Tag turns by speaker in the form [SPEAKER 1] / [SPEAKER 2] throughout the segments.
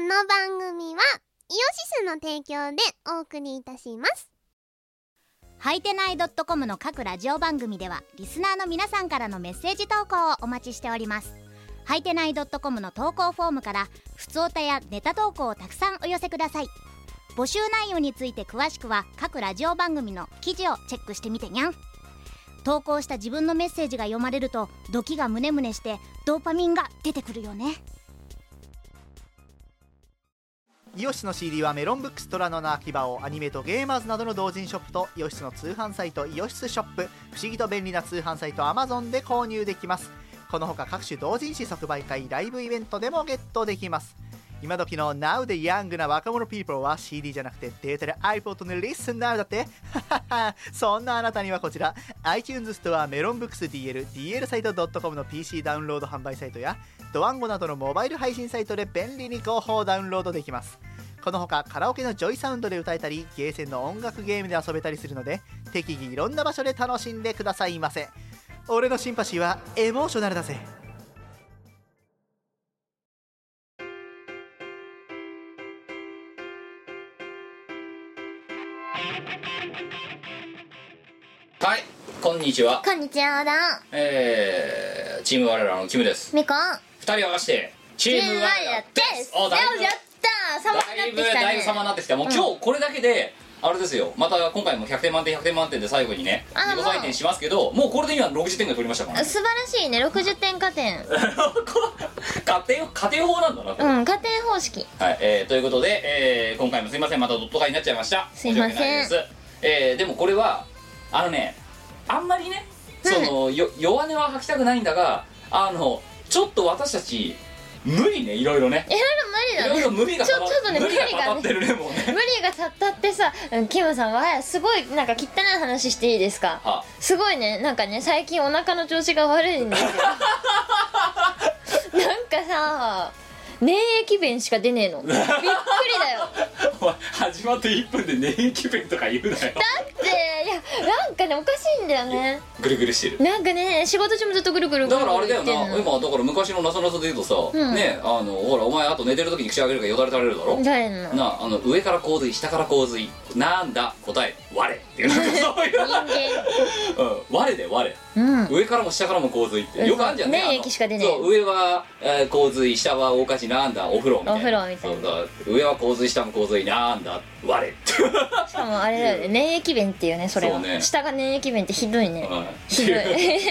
[SPEAKER 1] の番組はイオシスの提供でお送りいたします
[SPEAKER 2] はいてない .com の各ラジオ番組ではリスナーの皆さんからのメッセージ投稿をお待ちしておりますはいてない .com の投稿フォームからふつおたやネタ投稿をたくさんお寄せください募集内容について詳しくは各ラジオ番組の記事をチェックしてみてにゃん投稿した自分のメッセージが読まれるとドキがムネムネしてドーパミンが出てくるよね
[SPEAKER 3] イオシスの CD はメロンブックストラノの秋葉をアニメとゲーマーズなどの同人ショップとイオシスの通販サイトイオシスショップ不思議と便利な通販サイト Amazon で購入できますこのほか各種同人誌即売会ライブイベントでもゲットできます今時の Now でヤングな若者 people は CD じゃなくてデータで iPod の Listen Now だってそんなあなたにはこちら iTunes ストアメロンブックス DL DL サイト .com の PC ダウンロード販売サイトやドワンゴなどのモバイル配信サイトで便利に広報ダウンロードできますこのほかカラオケのジョイサウンドで歌えたりゲーセンの音楽ゲームで遊べたりするので適宜いろんな場所で楽しんでくださいませ俺のシンパシーはエモーショナルだぜ
[SPEAKER 4] はいこんにちは
[SPEAKER 1] こんにちはだ
[SPEAKER 4] えー、チーム我らのキムです
[SPEAKER 1] みこ
[SPEAKER 4] 二人合わせてチーム我らですおだいぶ
[SPEAKER 1] やったー様
[SPEAKER 4] だい
[SPEAKER 1] に
[SPEAKER 4] ぶ
[SPEAKER 1] なってきたね
[SPEAKER 4] だいぶ様になってきたもう今日これだけで、あれですよまた今回も100点満点100点満点で最後にね
[SPEAKER 1] あ
[SPEAKER 4] 自己採点しますけどもうこれで今60点が取りましたからね
[SPEAKER 1] 素晴らしいね60点加点
[SPEAKER 4] 家庭家庭法なんだなこれ
[SPEAKER 1] うん加点方式
[SPEAKER 4] はい、えー、ということで、えー今回もすいませんまたドット化になっちゃいました
[SPEAKER 1] すいません
[SPEAKER 4] 申し訳ないです、えーでもこれはあのねあんまりねその、よ弱音は吐きたくないんだがあのちょっと私たち無理ねいろいろね
[SPEAKER 1] いろいろ
[SPEAKER 4] い
[SPEAKER 1] 無
[SPEAKER 4] ろ
[SPEAKER 1] 理だね
[SPEAKER 4] いろ無理が
[SPEAKER 1] ち
[SPEAKER 4] た
[SPEAKER 1] ょ
[SPEAKER 4] ま
[SPEAKER 1] ちょっとね
[SPEAKER 4] 無理
[SPEAKER 1] 無理がね
[SPEAKER 4] がたまってるねもうね
[SPEAKER 1] 無理がたったってさうんキムさんはすごいなんか汚い話していいですか
[SPEAKER 4] は
[SPEAKER 1] すごいねなんかね最近お腹の調子が悪いん ですよなんかさ粘液便しか出ねえのびっくりだよだ
[SPEAKER 4] お前始まって1分で粘液弁とか言うなよ
[SPEAKER 1] っていやなんかねおかしいんだよね
[SPEAKER 4] ぐるぐるしてる
[SPEAKER 1] なんかね仕事中もずっとぐるぐるぐ
[SPEAKER 4] だ
[SPEAKER 1] る
[SPEAKER 4] か
[SPEAKER 1] ぐ
[SPEAKER 4] らあ
[SPEAKER 1] る
[SPEAKER 4] れだ
[SPEAKER 1] 言
[SPEAKER 4] よ
[SPEAKER 1] ってんの
[SPEAKER 4] な今だから昔のなぞなぞで言うとさ、
[SPEAKER 1] うん
[SPEAKER 4] ねあのほらお前あと寝てる時に口開けるからよだれ垂れるだろ
[SPEAKER 1] 誰の
[SPEAKER 4] なあの上から洪水下から洪水なんだ答え我っていうなんかそういう、うん、我で我
[SPEAKER 1] うん
[SPEAKER 4] 上からも下からも洪水って
[SPEAKER 1] うん
[SPEAKER 4] よくあるじゃんね
[SPEAKER 1] ね
[SPEAKER 4] あの
[SPEAKER 1] 駅しか出ねえ
[SPEAKER 4] そう上は、えー洪水下は大火事なんだお風呂みたい
[SPEAKER 1] お
[SPEAKER 4] な
[SPEAKER 1] 風呂みたいな
[SPEAKER 4] そうそう上は洪水下も洪水なんだ我って
[SPEAKER 1] しかもあれだよね粘液便っていうねそれは
[SPEAKER 4] そうね
[SPEAKER 1] 下が粘液便ってひどいね
[SPEAKER 4] うん
[SPEAKER 1] ひどい
[SPEAKER 4] い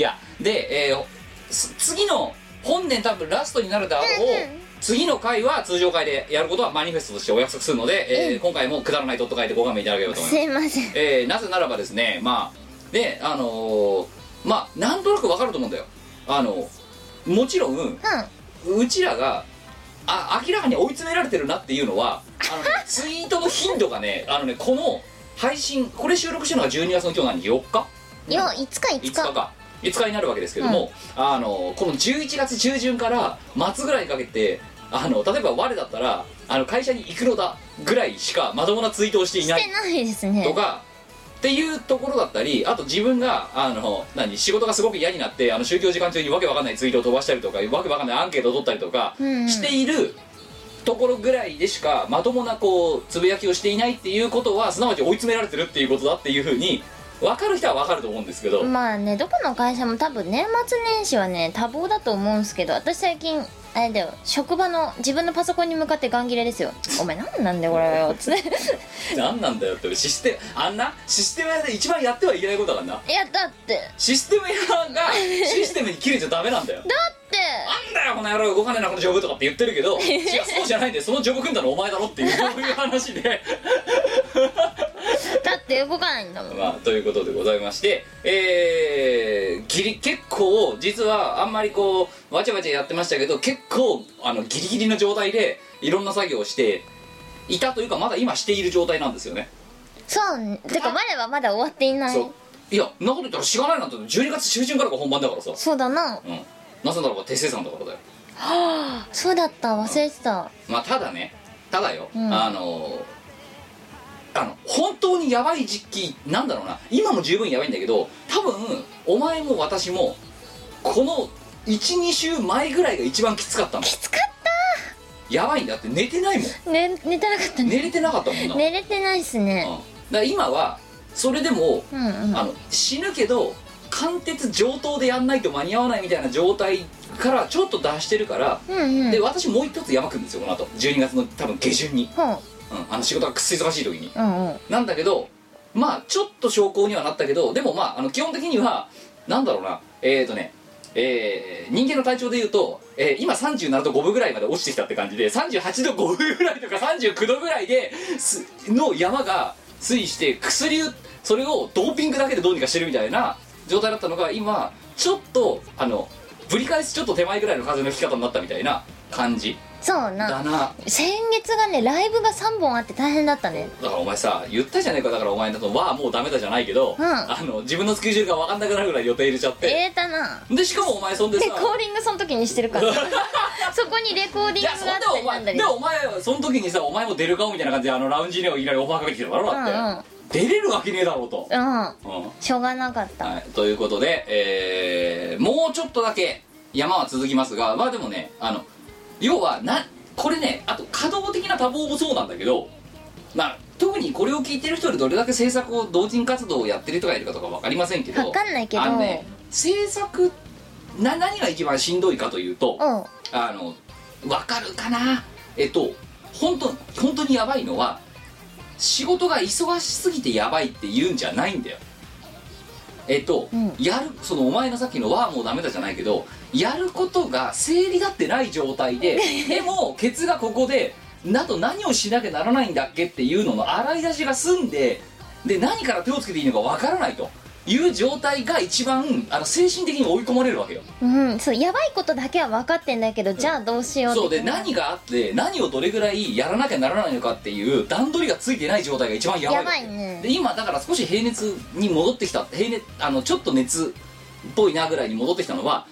[SPEAKER 4] やで、えーす次の本年多分ラストになるだろう、次の回は通常回でやることはマニフェストとしてお約束するので、えー今回もくだらないドット会でご勘弁いただければと思います
[SPEAKER 1] すいません
[SPEAKER 4] えーなぜならばですねまあであのーまあなんとなくわかると思うんだよあのもちろんうちらがあ明らかに追い詰められてるなっていうのはあ のね、ツイートの頻度がねあのねこの配信これ収録してるのが12月の今日何4日
[SPEAKER 1] うんよいつかい
[SPEAKER 4] 5
[SPEAKER 1] つ
[SPEAKER 4] 日
[SPEAKER 1] か
[SPEAKER 4] か5日になるわけですけども、あのこの11月中旬から末ぐらいにかけてあの例えば我だったらあの会社に行くのだぐらいしかまともなツイートをしてい
[SPEAKER 1] し
[SPEAKER 4] ない
[SPEAKER 1] てないですね
[SPEAKER 4] とかっていうところだったりあと自分があの何仕事がすごく嫌になってあの宗教時間中にわけわかんないツイートを飛ばしたりとかわけわかんないアンケートを取ったりとか
[SPEAKER 1] うんうん
[SPEAKER 4] しているところぐらいでしかまともなこうつぶやきをしていないっていうことはすなわち追い詰められてるっていうことだっていうふうに分かる人は分かると思うんですけど、
[SPEAKER 1] まあねどこの会社も多分年末年始はね多忙だと思うんすけど私最近あれだよ職場の自分のパソコンに向かってガン切れですよ「お前何なんだよこれよ」つって
[SPEAKER 4] 何なんだよってシステムあんなシステム屋で一番やってはいけないことだからない
[SPEAKER 1] やだって
[SPEAKER 4] システム屋がシステムに切れちゃダメなんだよ
[SPEAKER 1] だって
[SPEAKER 4] なんだよこの野郎動かねえなこのジョブとかって言ってる けど違うそうじゃないんでそのジョブ組んだのお前だろっていうそういう話 で
[SPEAKER 1] だって動かないんだもん
[SPEAKER 4] まあということでございましてえー、ギリ結構実はあんまりこうわちゃわちゃやってましたけど結構あのギリギリの状態でいろんな作業をしていたというかまだ今している状態なんですよね
[SPEAKER 1] そうねてか我はまだ終わっていない
[SPEAKER 4] そういやんなこと言ったらしがないなんて12月中旬からが本番だからさ
[SPEAKER 1] そうだな
[SPEAKER 4] うんなぜならば手生産だからだよ
[SPEAKER 1] そうだった忘れてた
[SPEAKER 4] まあただねただよ、
[SPEAKER 1] うん
[SPEAKER 4] あのあの本当にやばい時期なんだろうな今も十分やばいんだけど多分お前も私もこの12週前ぐらいが一番きつかったの
[SPEAKER 1] きつかっ
[SPEAKER 4] やばいんだって寝てないもん
[SPEAKER 1] ね寝てなかったね
[SPEAKER 4] 寝れてなかったもんな、
[SPEAKER 1] 寝れてないっす
[SPEAKER 4] うん、だ
[SPEAKER 1] ね
[SPEAKER 4] から今はそれでも、
[SPEAKER 1] うんうん
[SPEAKER 4] あの死ぬけど貫徹上等でやんないと間に合わないみたいな状態からちょっと脱してるから、
[SPEAKER 1] うんうん
[SPEAKER 4] で私もう一つ山くんですよこの後12月の多分下旬に、
[SPEAKER 1] ほう
[SPEAKER 4] うん、あの仕事がくっそ忙しい時に
[SPEAKER 1] うんうん
[SPEAKER 4] なんだけどまあちょっと証拠にはなったけどでもまああの基本的にはなんだろうなえっ、ー、とねえー人間の体調でいうと、えー今37度5分ぐらいまで落ちてきたって感じで38度5分ぐらいとか39度ぐらいですの山が推移して薬をそれをドーピングだけでどうにかしてるみたいな状態だったのが今ちょっとあのぶり返すちょっと手前ぐらいの風の吹き方になったみたいな感じ
[SPEAKER 1] そうな
[SPEAKER 4] だな
[SPEAKER 1] 先月がねライブが3本あって大変だったね
[SPEAKER 4] だからお前さ言ったじゃねえかだからお前のとはもうダメだじゃないけど、
[SPEAKER 1] うん
[SPEAKER 4] あの自分のスケジュールが分かんなくなるぐらい予定入れちゃって、
[SPEAKER 1] 入れたな
[SPEAKER 4] でしかもお前そんでさ
[SPEAKER 1] でコーリングその時にしてるからそこにレコーディン
[SPEAKER 4] い
[SPEAKER 1] グが
[SPEAKER 4] やそん
[SPEAKER 1] あ
[SPEAKER 4] で
[SPEAKER 1] った
[SPEAKER 4] お
[SPEAKER 1] りなん
[SPEAKER 4] 前
[SPEAKER 1] だり
[SPEAKER 4] でお前その時にさお前も出る顔みたいな感じであのラウンジにはいきなりオファーかけてきただろだって、
[SPEAKER 1] うんうん
[SPEAKER 4] 出れるわけねえだろうと、
[SPEAKER 1] うん
[SPEAKER 4] うん
[SPEAKER 1] しょうがなかった、
[SPEAKER 4] はい、ということで、えーもうちょっとだけ山は続きますがまあでもねあの要はなこれねあと稼働的な多忙もそうなんだけど、まあ、特にこれを聞いてる人でどれだけ制作を同人活動をやってる人がいるかとか分かりませんけど
[SPEAKER 1] わかんないけど
[SPEAKER 4] あのね制作な何が一番しんどいかというと
[SPEAKER 1] うん
[SPEAKER 4] あの分かるかなえっと本当本当にやばいのは仕事が忙しすぎてやばいって言うんじゃないんだよえっと、
[SPEAKER 1] うん
[SPEAKER 4] やるそのお前のさっきの「はもうダメだ」じゃないけどやることが整理立ってない状態 ででもケツがここでなど何をしなきゃならないんだっけっていうのの洗い出しが済んでで何から手をつけていいのかわからないという状態が一番あの精神的に追い込まれるわけよ
[SPEAKER 1] うん、そうやばいことだけは分かってんだけど、じゃあどうしようって
[SPEAKER 4] そうで何があって何をどれぐらいやらなきゃならないのかっていう段取りがついてない状態が一番やばい
[SPEAKER 1] やばいね
[SPEAKER 4] で今だから少し平熱に戻ってきた平熱あのちょっと熱っぽいなぐらいに戻ってきたのは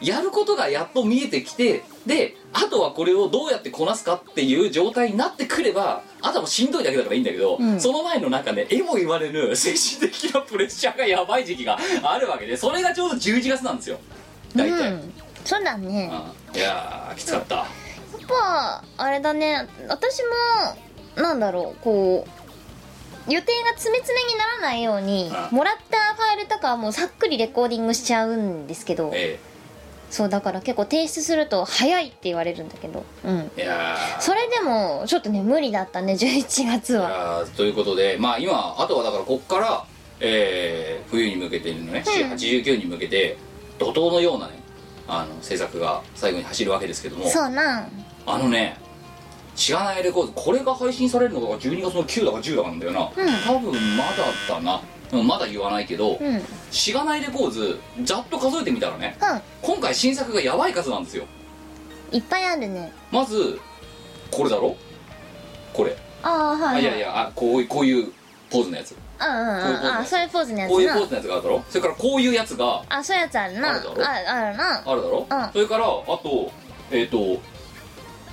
[SPEAKER 4] やることがやっと見えてきてであとはこれをどうやってこなすかっていう状態になってくればあとはもうしんどいだけだからいいんだけど、
[SPEAKER 1] うん
[SPEAKER 4] その前の中でえも言われぬ 精神的なプレッシャーがやばい時期があるわけでそれがちょうど11月なんですよ大体、
[SPEAKER 1] うんそうだねやっ
[SPEAKER 4] うんいやーきつかった、
[SPEAKER 1] ぱあれだね私もなんだろうこう予定が詰め詰めにならないように
[SPEAKER 4] うん
[SPEAKER 1] もらったファイルとかはもうさっくりレコーディングしちゃうんですけど
[SPEAKER 4] え
[SPEAKER 1] そうだから結構提出すると早いって言われるんだけどうん
[SPEAKER 4] えいやー
[SPEAKER 1] それでもちょっとね無理だったね11月は
[SPEAKER 4] あーということでまあ今あとはだからこっから、えー冬に向けてのね、89に向けて怒涛のようなねあの制作が最後に走るわけですけども
[SPEAKER 1] そうなん
[SPEAKER 4] あのね知らないレコードこれが配信されるのが12月の9だか10だかなんだよな、多分まだだなうんまだ言わないけど、
[SPEAKER 1] うんうん
[SPEAKER 4] しがないレコーズざっと数えてみたらね今回新作がやばい数なんですよ
[SPEAKER 1] いっぱいあるね
[SPEAKER 4] まずこれだろこれ
[SPEAKER 1] ああ
[SPEAKER 4] あ
[SPEAKER 1] はい
[SPEAKER 4] いやいやあこういこういうポーズのやつ
[SPEAKER 1] うんうんうんあそういうポーズのやつな
[SPEAKER 4] こういうポーズのやつがあるだろそれからこういうやつが
[SPEAKER 1] あそういうやつあるな
[SPEAKER 4] あるだろ
[SPEAKER 1] ああるなあ
[SPEAKER 4] あるだろ、
[SPEAKER 1] うん
[SPEAKER 4] それからあとえっ、とこ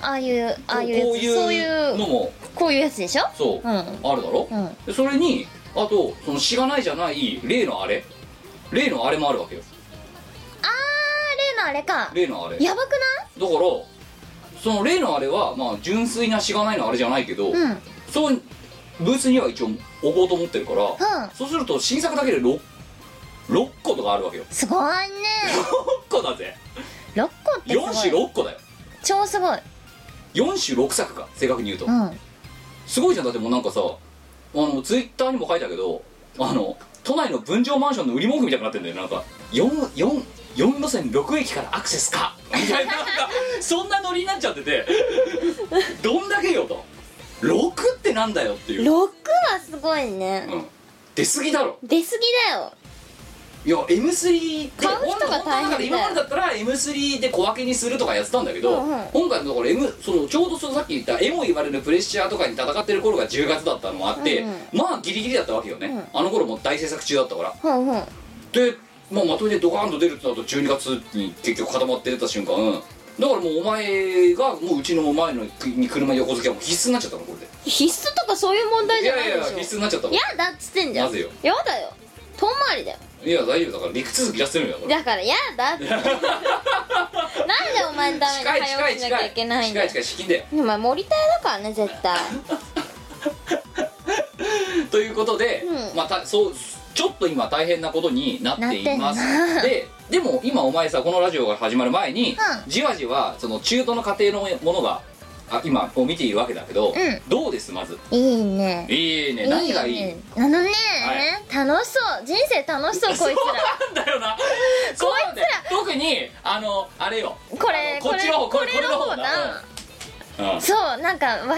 [SPEAKER 1] あいうああ
[SPEAKER 4] う
[SPEAKER 1] いうやつ
[SPEAKER 4] こう
[SPEAKER 1] そう
[SPEAKER 4] いう
[SPEAKER 1] い
[SPEAKER 4] の
[SPEAKER 1] う
[SPEAKER 4] も
[SPEAKER 1] こういうやつでしょ
[SPEAKER 4] そう、
[SPEAKER 1] うんう
[SPEAKER 4] あるだろ、
[SPEAKER 1] ん
[SPEAKER 4] でそれにあとそのしがないじゃない例のあれ例のあれもあるわけよ
[SPEAKER 1] あー例のあれか
[SPEAKER 4] 例のあれだか
[SPEAKER 1] やばく
[SPEAKER 4] らその例のあれはまあ純粋なしがないのあれじゃないけど、
[SPEAKER 1] ないうんうん
[SPEAKER 4] そうブースには一応置こうと思ってるから、そうすると新作だけで 6, 6個とかあるわけよ
[SPEAKER 1] すごいね
[SPEAKER 4] 6個だぜ
[SPEAKER 1] 6個って
[SPEAKER 4] 4
[SPEAKER 1] す
[SPEAKER 4] 種
[SPEAKER 1] ごい
[SPEAKER 4] 6個だよ
[SPEAKER 1] 超すごい
[SPEAKER 4] 4種6作か正確に言うと、
[SPEAKER 1] うん
[SPEAKER 4] すごいじゃんだってもうなんかさあのツイッターにも書いたけどあの都内の分譲マンションの売り文句みたいになってんだよなんか4路線6駅からアクセスかみたいななんかそんなノリになっちゃっててどんだけよと6ってなんだよっていう、
[SPEAKER 1] 6
[SPEAKER 4] うん、
[SPEAKER 1] はすごいね
[SPEAKER 4] 出過ぎだろ
[SPEAKER 1] 出過ぎだよ
[SPEAKER 4] いや M3 って
[SPEAKER 1] 買う人が
[SPEAKER 4] 本当は
[SPEAKER 1] 大変だよ
[SPEAKER 4] だから今までだったら M3 で小分けにするとかやってたんだけど、
[SPEAKER 1] うんうん
[SPEAKER 4] 今回のところ M そのちょうどそのさっき言ったエモ言われるプレッシャーとかに戦ってる頃が10月だったのもあって、
[SPEAKER 1] うんうん
[SPEAKER 4] まあギリギリだったわけよね、あの頃も大制作中だったから
[SPEAKER 1] ほうほう
[SPEAKER 4] で、まあ、まとめてドカーンと出るってなると12月に結局固まって出た瞬間、うんだからもうお前がもううちの前のに車横付けはもう必須になっちゃったのこれで
[SPEAKER 1] 必須とかそういう問題
[SPEAKER 4] い
[SPEAKER 1] じゃな
[SPEAKER 4] や
[SPEAKER 1] い
[SPEAKER 4] いや
[SPEAKER 1] でしょ
[SPEAKER 4] 必須になっちゃったの
[SPEAKER 1] やだっつってんじゃん
[SPEAKER 4] なぜよ
[SPEAKER 1] やだよ遠回りだよ
[SPEAKER 4] いや大丈夫だから陸続きやってるんだから
[SPEAKER 1] だからやだってなんでお前のために
[SPEAKER 4] 近い近
[SPEAKER 1] 早
[SPEAKER 4] い
[SPEAKER 1] 起きしなき
[SPEAKER 4] 近
[SPEAKER 1] ゃ
[SPEAKER 4] い
[SPEAKER 1] いけないんだ
[SPEAKER 4] 近い
[SPEAKER 1] よ
[SPEAKER 4] 近い資金で
[SPEAKER 1] お前森田屋だからね絶対
[SPEAKER 4] ということで、
[SPEAKER 1] うん
[SPEAKER 4] まあたそうちょっと今大変なことになっていま
[SPEAKER 1] なっ
[SPEAKER 4] す
[SPEAKER 1] てんな
[SPEAKER 4] ででも今お前さこのラジオが始まる前に、
[SPEAKER 1] う
[SPEAKER 4] じわじわその中途の過程のものがあ今こう見ているわけだけど、
[SPEAKER 1] うん
[SPEAKER 4] どうですまず
[SPEAKER 1] いいね
[SPEAKER 4] いいね何がいい
[SPEAKER 1] ねあのね、楽しそう人生楽しそうこいつら
[SPEAKER 4] そうなんだよなそうなんだよ特にあのあれよ
[SPEAKER 1] これ
[SPEAKER 4] あのこっちの方
[SPEAKER 1] これ
[SPEAKER 4] これ
[SPEAKER 1] これの方
[SPEAKER 4] これの方なうん
[SPEAKER 1] そうなんか我々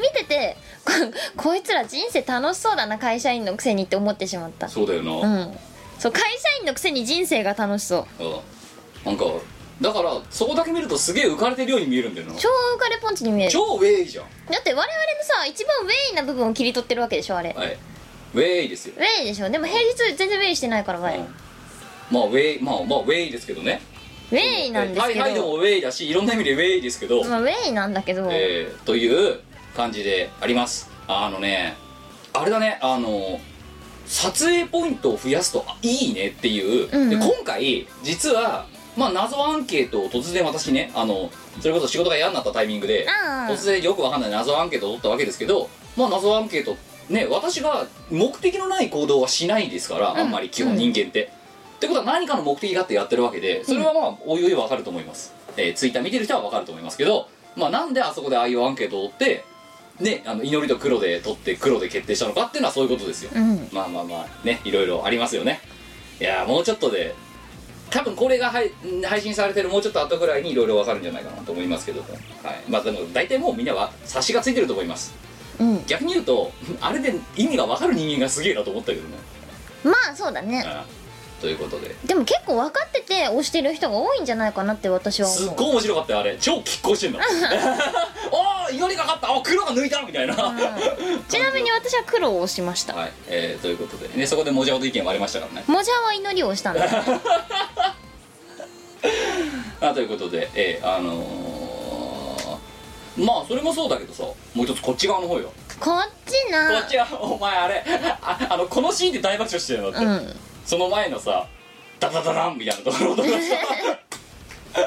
[SPEAKER 1] 見ててこ こいつら人生楽しそうだな会社員のくせにって思ってしまった
[SPEAKER 4] そうだよな、
[SPEAKER 1] うんそう会社員のくせに人生が楽しそう
[SPEAKER 4] うんなんかだからそこだけ見るとすげえ浮かれてるように見えるんだよな
[SPEAKER 1] 超浮かれポンチに見える
[SPEAKER 4] 超ウェイじゃん
[SPEAKER 1] だって我々のさ一番ウェイな部分を切り取ってるわけでしょあれ、
[SPEAKER 4] はいウェイですよ
[SPEAKER 1] ウェイでしょでも平日全然ウェイしてないから我
[SPEAKER 4] う
[SPEAKER 1] 々
[SPEAKER 4] んまあウェイまあまあウェイですけどね
[SPEAKER 1] ウェイなんです
[SPEAKER 4] はい
[SPEAKER 1] け
[SPEAKER 4] はいでも
[SPEAKER 1] ど、
[SPEAKER 4] ウェイだしいろんな意味でウェイですけど、
[SPEAKER 1] まあ、ウェイなんだけど、
[SPEAKER 4] えーという感じでありますあのねあれだねあの撮影ポイントを増やすとあいいねっていう、
[SPEAKER 1] うん
[SPEAKER 4] で今回実はまあ謎アンケートを突然私ねあのそれこそ仕事が嫌になったタイミングで
[SPEAKER 1] ああ
[SPEAKER 4] 突然よくわかんない謎アンケートを取ったわけですけどまあ謎アンケートね私が目的のない行動はしないですから、あんまり基本人間って、ってことは何かの目的があってやってるわけでそれはまあおいおいわかると思います、えーツイッター見てる人はわかると思いますけどまあなんであそこでああいうアンケートを取ってねあの祈りと黒で取って黒で決定したのかっていうのはそういうことですよ、
[SPEAKER 1] うん
[SPEAKER 4] まあまあまあねいろいろありますよねいやーもうちょっとで多分これがはい配信されてるもうちょっと後ぐらいにいろいろわかるんじゃないかなと思いますけども、はい、まあでも大体もうみんなは察しがついてると思います
[SPEAKER 1] うん
[SPEAKER 4] 逆に言うと あれで意味がわかる人間がすげえなと思ったけどね、
[SPEAKER 1] まあそうだね
[SPEAKER 4] うん、ということで
[SPEAKER 1] でも結構分かってて押してる人が多いんじゃないかなって私は思う
[SPEAKER 4] すっごい面白かったよあれ超拮 抗してんのああ祈りがかったあ黒が抜いたみたいな、
[SPEAKER 1] うんちなみ に私は黒を押しま した
[SPEAKER 4] はい、えーということで、ね、そこでもじゃほど意見割れましたからね
[SPEAKER 1] モジャは祈りを押 したんだ
[SPEAKER 4] あということで、えーあのーまあそれもそうだけどさもう一つこっち側の方よ
[SPEAKER 1] こっち
[SPEAKER 4] こ
[SPEAKER 1] な
[SPEAKER 4] っちはお前あれああのこのシーンで大爆笑してるのって、
[SPEAKER 1] うん
[SPEAKER 4] その前のさダダダダンみたいなところとか さ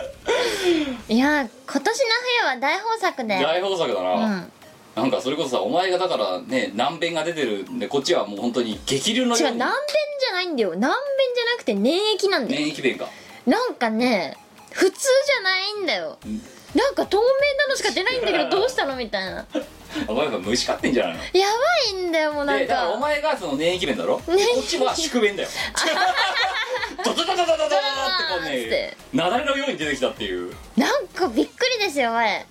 [SPEAKER 1] いやー今年の冬は大豊作で
[SPEAKER 4] 大豊作だ
[SPEAKER 1] う
[SPEAKER 4] な、
[SPEAKER 1] ん
[SPEAKER 4] なんかそれこそさお前がだからね難弁が出てるんでこっちはもう本当に激流の
[SPEAKER 1] 違
[SPEAKER 4] よ
[SPEAKER 1] う
[SPEAKER 4] う
[SPEAKER 1] 難
[SPEAKER 4] に
[SPEAKER 1] 便じゃないんだよ難便じゃなくて粘液なんだよ、
[SPEAKER 4] 免疫弁か
[SPEAKER 1] なんかね普通じゃないんだよなんか透明なのしか出ないんだけどどうしたのみたいな
[SPEAKER 4] お前が虫飼ってんじゃないの
[SPEAKER 1] やばいんだよもうなん
[SPEAKER 4] でだから
[SPEAKER 1] か
[SPEAKER 4] お前がその粘液弁だろで
[SPEAKER 1] 粘液
[SPEAKER 4] こっちは宿便だよドドドドドドド
[SPEAKER 1] ド
[SPEAKER 4] ーってこう
[SPEAKER 1] ドーンっ
[SPEAKER 4] ね
[SPEAKER 1] て
[SPEAKER 4] 雪崩のように出てきたっていう
[SPEAKER 1] なんかびっくりですよ前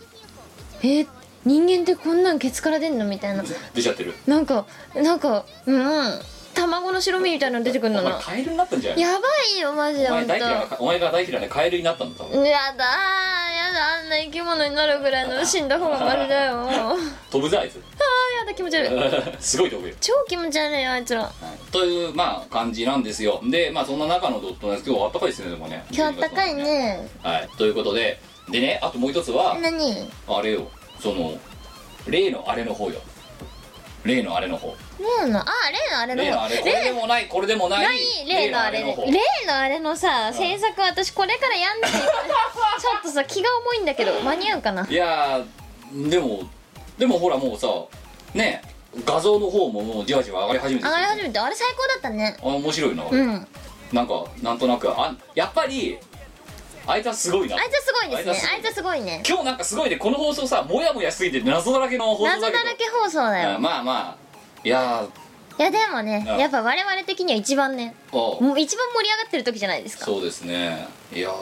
[SPEAKER 1] え人間ってこんなんケツから出んのみたいな
[SPEAKER 4] 出ちゃってる
[SPEAKER 1] なんかなんかうん卵の白身みたいなの出てくるの
[SPEAKER 4] お前
[SPEAKER 1] な
[SPEAKER 4] カエルになったんじゃない
[SPEAKER 1] やばいよマジでほ
[SPEAKER 4] お前
[SPEAKER 1] んと
[SPEAKER 4] 大
[SPEAKER 1] やだ
[SPEAKER 4] 嫌いなお前が大嫌いなカエルになったんだ多分
[SPEAKER 1] ーやだあんな生き物になるぐらいの死んだ方がマジだよあー
[SPEAKER 4] 飛ぶぜあいつ
[SPEAKER 1] やだ気持ち悪い
[SPEAKER 4] すごい飛ぶよ、
[SPEAKER 1] 超気持ち悪いよあいつら
[SPEAKER 4] というまあ感じなんですよでまあそんな中のドットなんですけどあったかいですねでもね
[SPEAKER 1] 今日あったかいね
[SPEAKER 4] はいということででねあともう一つは
[SPEAKER 1] 何
[SPEAKER 4] あれよその例のあれの方よ例のあれの方
[SPEAKER 1] 例のあ例のあれの
[SPEAKER 4] 例のあれこれでもないこれでもない
[SPEAKER 1] ない例のあれ
[SPEAKER 4] 例
[SPEAKER 1] ね
[SPEAKER 4] の方
[SPEAKER 1] 例のあれのさ制作私これからや んないちょっとさ気が重いんだけど間に合うかない
[SPEAKER 4] やーでもでもほらもうさね画像の方ももうじわじわ上がり始めて
[SPEAKER 1] 上
[SPEAKER 4] る
[SPEAKER 1] がり始めてあれ最高だったね
[SPEAKER 4] あ面白いな、
[SPEAKER 1] うんあい
[SPEAKER 4] なんかなんとなくあやっぱりあいつはすごいな
[SPEAKER 1] つはすごいですね
[SPEAKER 4] あ
[SPEAKER 1] あ
[SPEAKER 4] い
[SPEAKER 1] い
[SPEAKER 4] つ
[SPEAKER 1] つ
[SPEAKER 4] は
[SPEAKER 1] はすごいね
[SPEAKER 4] 今日なんかすごいねこの放送さもやもやしすぎて謎だらけの放送だけ
[SPEAKER 1] 謎
[SPEAKER 4] ど
[SPEAKER 1] だらけ放送だ
[SPEAKER 4] う
[SPEAKER 1] よ
[SPEAKER 4] んまあまあいやー
[SPEAKER 1] いやでもね
[SPEAKER 4] うん
[SPEAKER 1] やっぱ我々的には一番ね
[SPEAKER 4] お
[SPEAKER 1] もう一番盛り上がってる時じゃないですか
[SPEAKER 4] そうですねいやー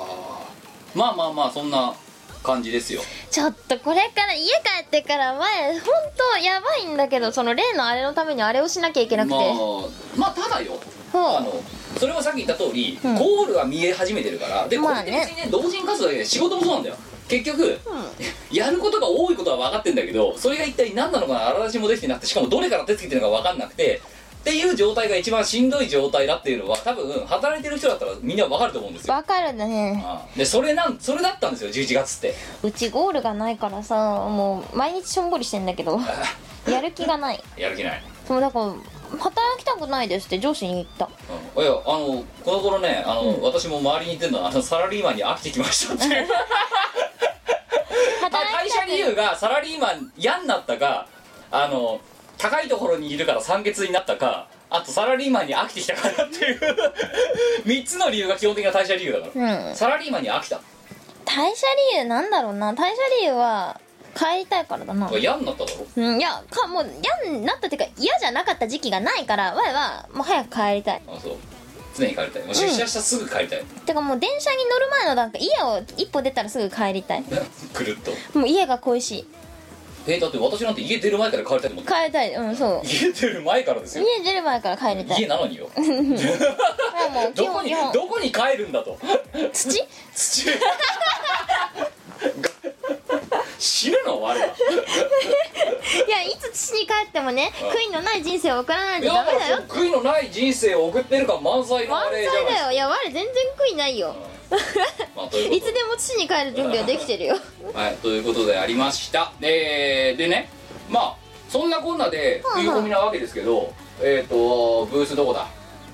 [SPEAKER 4] まあまあまあそんな感じですよ
[SPEAKER 1] ちょっとこれから家帰ってから前本当やばいんだけどその例のあれのためにあれをしなきゃいけなくて
[SPEAKER 4] まあまあただよ
[SPEAKER 1] ほ
[SPEAKER 4] あ
[SPEAKER 1] う
[SPEAKER 4] のそれもさっき言った通り、
[SPEAKER 1] うん
[SPEAKER 4] ゴールが見え始めてるからでこれ
[SPEAKER 1] ま
[SPEAKER 4] っ
[SPEAKER 1] あ
[SPEAKER 4] て
[SPEAKER 1] ね
[SPEAKER 4] 別にね同人活動だけで仕事もそうなんだよ結局、やることが多いことは分かってんだけどそれが一体何なのかあらだちもできてなくてしかもどれから手つけてるのか分かんなくてっていう状態が一番しんどい状態だっていうのは多分働いてる人だったらみんな分かると思うんですよ
[SPEAKER 1] わかるんだね
[SPEAKER 4] ああでそれなんそれだったんですよ11月って
[SPEAKER 1] うちゴールがないから さもう毎日しょんぼりしてんだけどやる気がない
[SPEAKER 4] やる気ない
[SPEAKER 1] もうだから働きたくないですって上司に言った
[SPEAKER 4] うんいやあのこの頃ねあの、私も周りに言ってんのはあのサラリーマンに飽きてきまし たって
[SPEAKER 1] 働
[SPEAKER 4] 会
[SPEAKER 1] きた
[SPEAKER 4] 社
[SPEAKER 1] く
[SPEAKER 4] 理由がサラリーマン嫌になったかあの高いところにいるから酸欠になったかあとサラリーマンに飽きてきたからっていう 3つの理由が基本的な退社理由だから、
[SPEAKER 1] うん
[SPEAKER 4] サラリーマンに飽きた
[SPEAKER 1] 退社理由なんだろうな退社理由は帰りたいからだな
[SPEAKER 4] 嫌になっただろ
[SPEAKER 1] うんいやかもう嫌になったっていうか嫌じゃなかった時期がないからわいはもう早く帰りたい
[SPEAKER 4] あそう常に帰りたいもう出社したらすぐ帰りたい、
[SPEAKER 1] てかもう電車に乗る前のなんか家を一歩出たらすぐ帰りたい
[SPEAKER 4] くるっと
[SPEAKER 1] もう家が恋しい
[SPEAKER 4] えだって私なんて家出る前から帰りたいと思 って
[SPEAKER 1] 帰りたいうんそう
[SPEAKER 4] 家出る前からですよ
[SPEAKER 1] 家出る前から帰りたい
[SPEAKER 4] 家なのによ
[SPEAKER 1] これはもう 基
[SPEAKER 4] どこ
[SPEAKER 1] 本
[SPEAKER 4] に
[SPEAKER 1] 基本
[SPEAKER 4] どこに帰るんだと
[SPEAKER 1] 土
[SPEAKER 4] 土死ぬの我はい
[SPEAKER 1] やいつ父に帰ってもね
[SPEAKER 4] うん
[SPEAKER 1] 悔いのない人生を送らない
[SPEAKER 4] い
[SPEAKER 1] と
[SPEAKER 4] や
[SPEAKER 1] ダメ
[SPEAKER 4] だ
[SPEAKER 1] だよ
[SPEAKER 4] から悔いのない人生を送ってるか満載の
[SPEAKER 1] 満
[SPEAKER 4] あ
[SPEAKER 1] 載
[SPEAKER 4] れじゃないです
[SPEAKER 1] だよいや我全然悔いないよ
[SPEAKER 4] か、まあ、ということ
[SPEAKER 1] いつでも父に帰る準備はできてるよ
[SPEAKER 4] はい、ということでありましたででねまあそんなこんなで
[SPEAKER 1] はあはあ
[SPEAKER 4] 冬込みなわけですけどえっ、とブースどこだ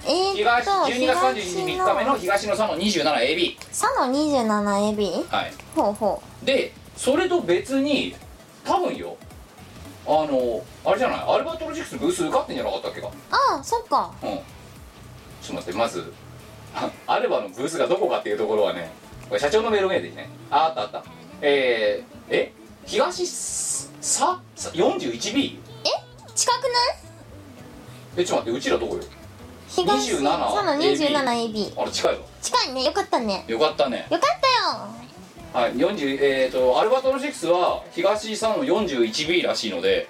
[SPEAKER 1] えーっ
[SPEAKER 4] 東
[SPEAKER 1] と
[SPEAKER 4] 12月31日3日目の東の差の 27AB
[SPEAKER 1] 3の 27AB?
[SPEAKER 4] はい
[SPEAKER 1] ほうほ
[SPEAKER 4] でそれと別に多分よあのあれじゃないアルバトロジックスブース受かってんじゃなかったっけか
[SPEAKER 1] うああそっか
[SPEAKER 4] うんちょっと待ってまず あアルバのブースがどこかっていうところはねこれ社長のメールメールでねああったあったえー、え東ささ 41B
[SPEAKER 1] 近くない
[SPEAKER 4] えちょっと待ってうちらどこよ
[SPEAKER 1] 東
[SPEAKER 4] 27
[SPEAKER 1] 3の 27AB
[SPEAKER 4] あれ近いわ
[SPEAKER 1] 近いねよかったね
[SPEAKER 4] よかったね
[SPEAKER 1] よかったよ
[SPEAKER 4] はい40えっ、とアルバトロジックスは東さんの 41B らしいので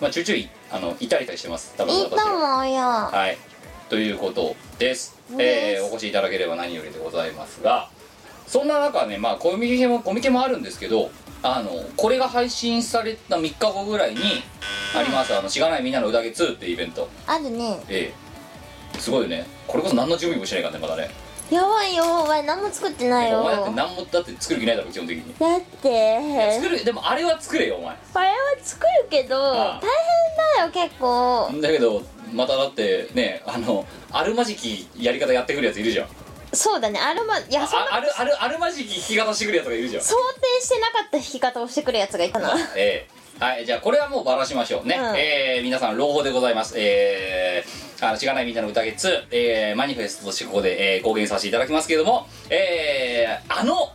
[SPEAKER 4] まあちょいちょいあのいたりたりしてます多分
[SPEAKER 1] いいと
[SPEAKER 4] 私は
[SPEAKER 1] 思うよ
[SPEAKER 4] はい、ということです、
[SPEAKER 1] で
[SPEAKER 4] え
[SPEAKER 1] す
[SPEAKER 4] ーお越しいただければ何よりでございますがそんな中ねまあコミケもコミケもあるんですけどあのこれが配信された3日後ぐらいにあります「あのしがないみんなの宴2」っていうイベント
[SPEAKER 1] あるね
[SPEAKER 4] ええすごいよねこれこそ何の準備もしないからねまだね
[SPEAKER 1] やばいよお前何も作ってないよ
[SPEAKER 4] お前だって何もだって作る気ないだろ基本的に
[SPEAKER 1] だって
[SPEAKER 4] 作るでもあれは作れよお前
[SPEAKER 1] これは作るけど
[SPEAKER 4] ああ
[SPEAKER 1] 大変だよ結構
[SPEAKER 4] だけどまただってねあのあるまじきやり方やってくるやついるじゃん
[SPEAKER 1] そうだねあれはいやそん
[SPEAKER 4] あ
[SPEAKER 1] な
[SPEAKER 4] あるあるあるまじき弾き方してくるやつがいるじゃん
[SPEAKER 1] 想定してなかった弾き方をしてくるやつがいた な
[SPEAKER 4] ええはいじゃあこれはもうバラしましょうね、
[SPEAKER 1] うん
[SPEAKER 4] ええ皆さん朗報でございますええあのしがないみんなの宴2、ええマニフェストとしてここで、ええ公言させていただきますけれどもええあの、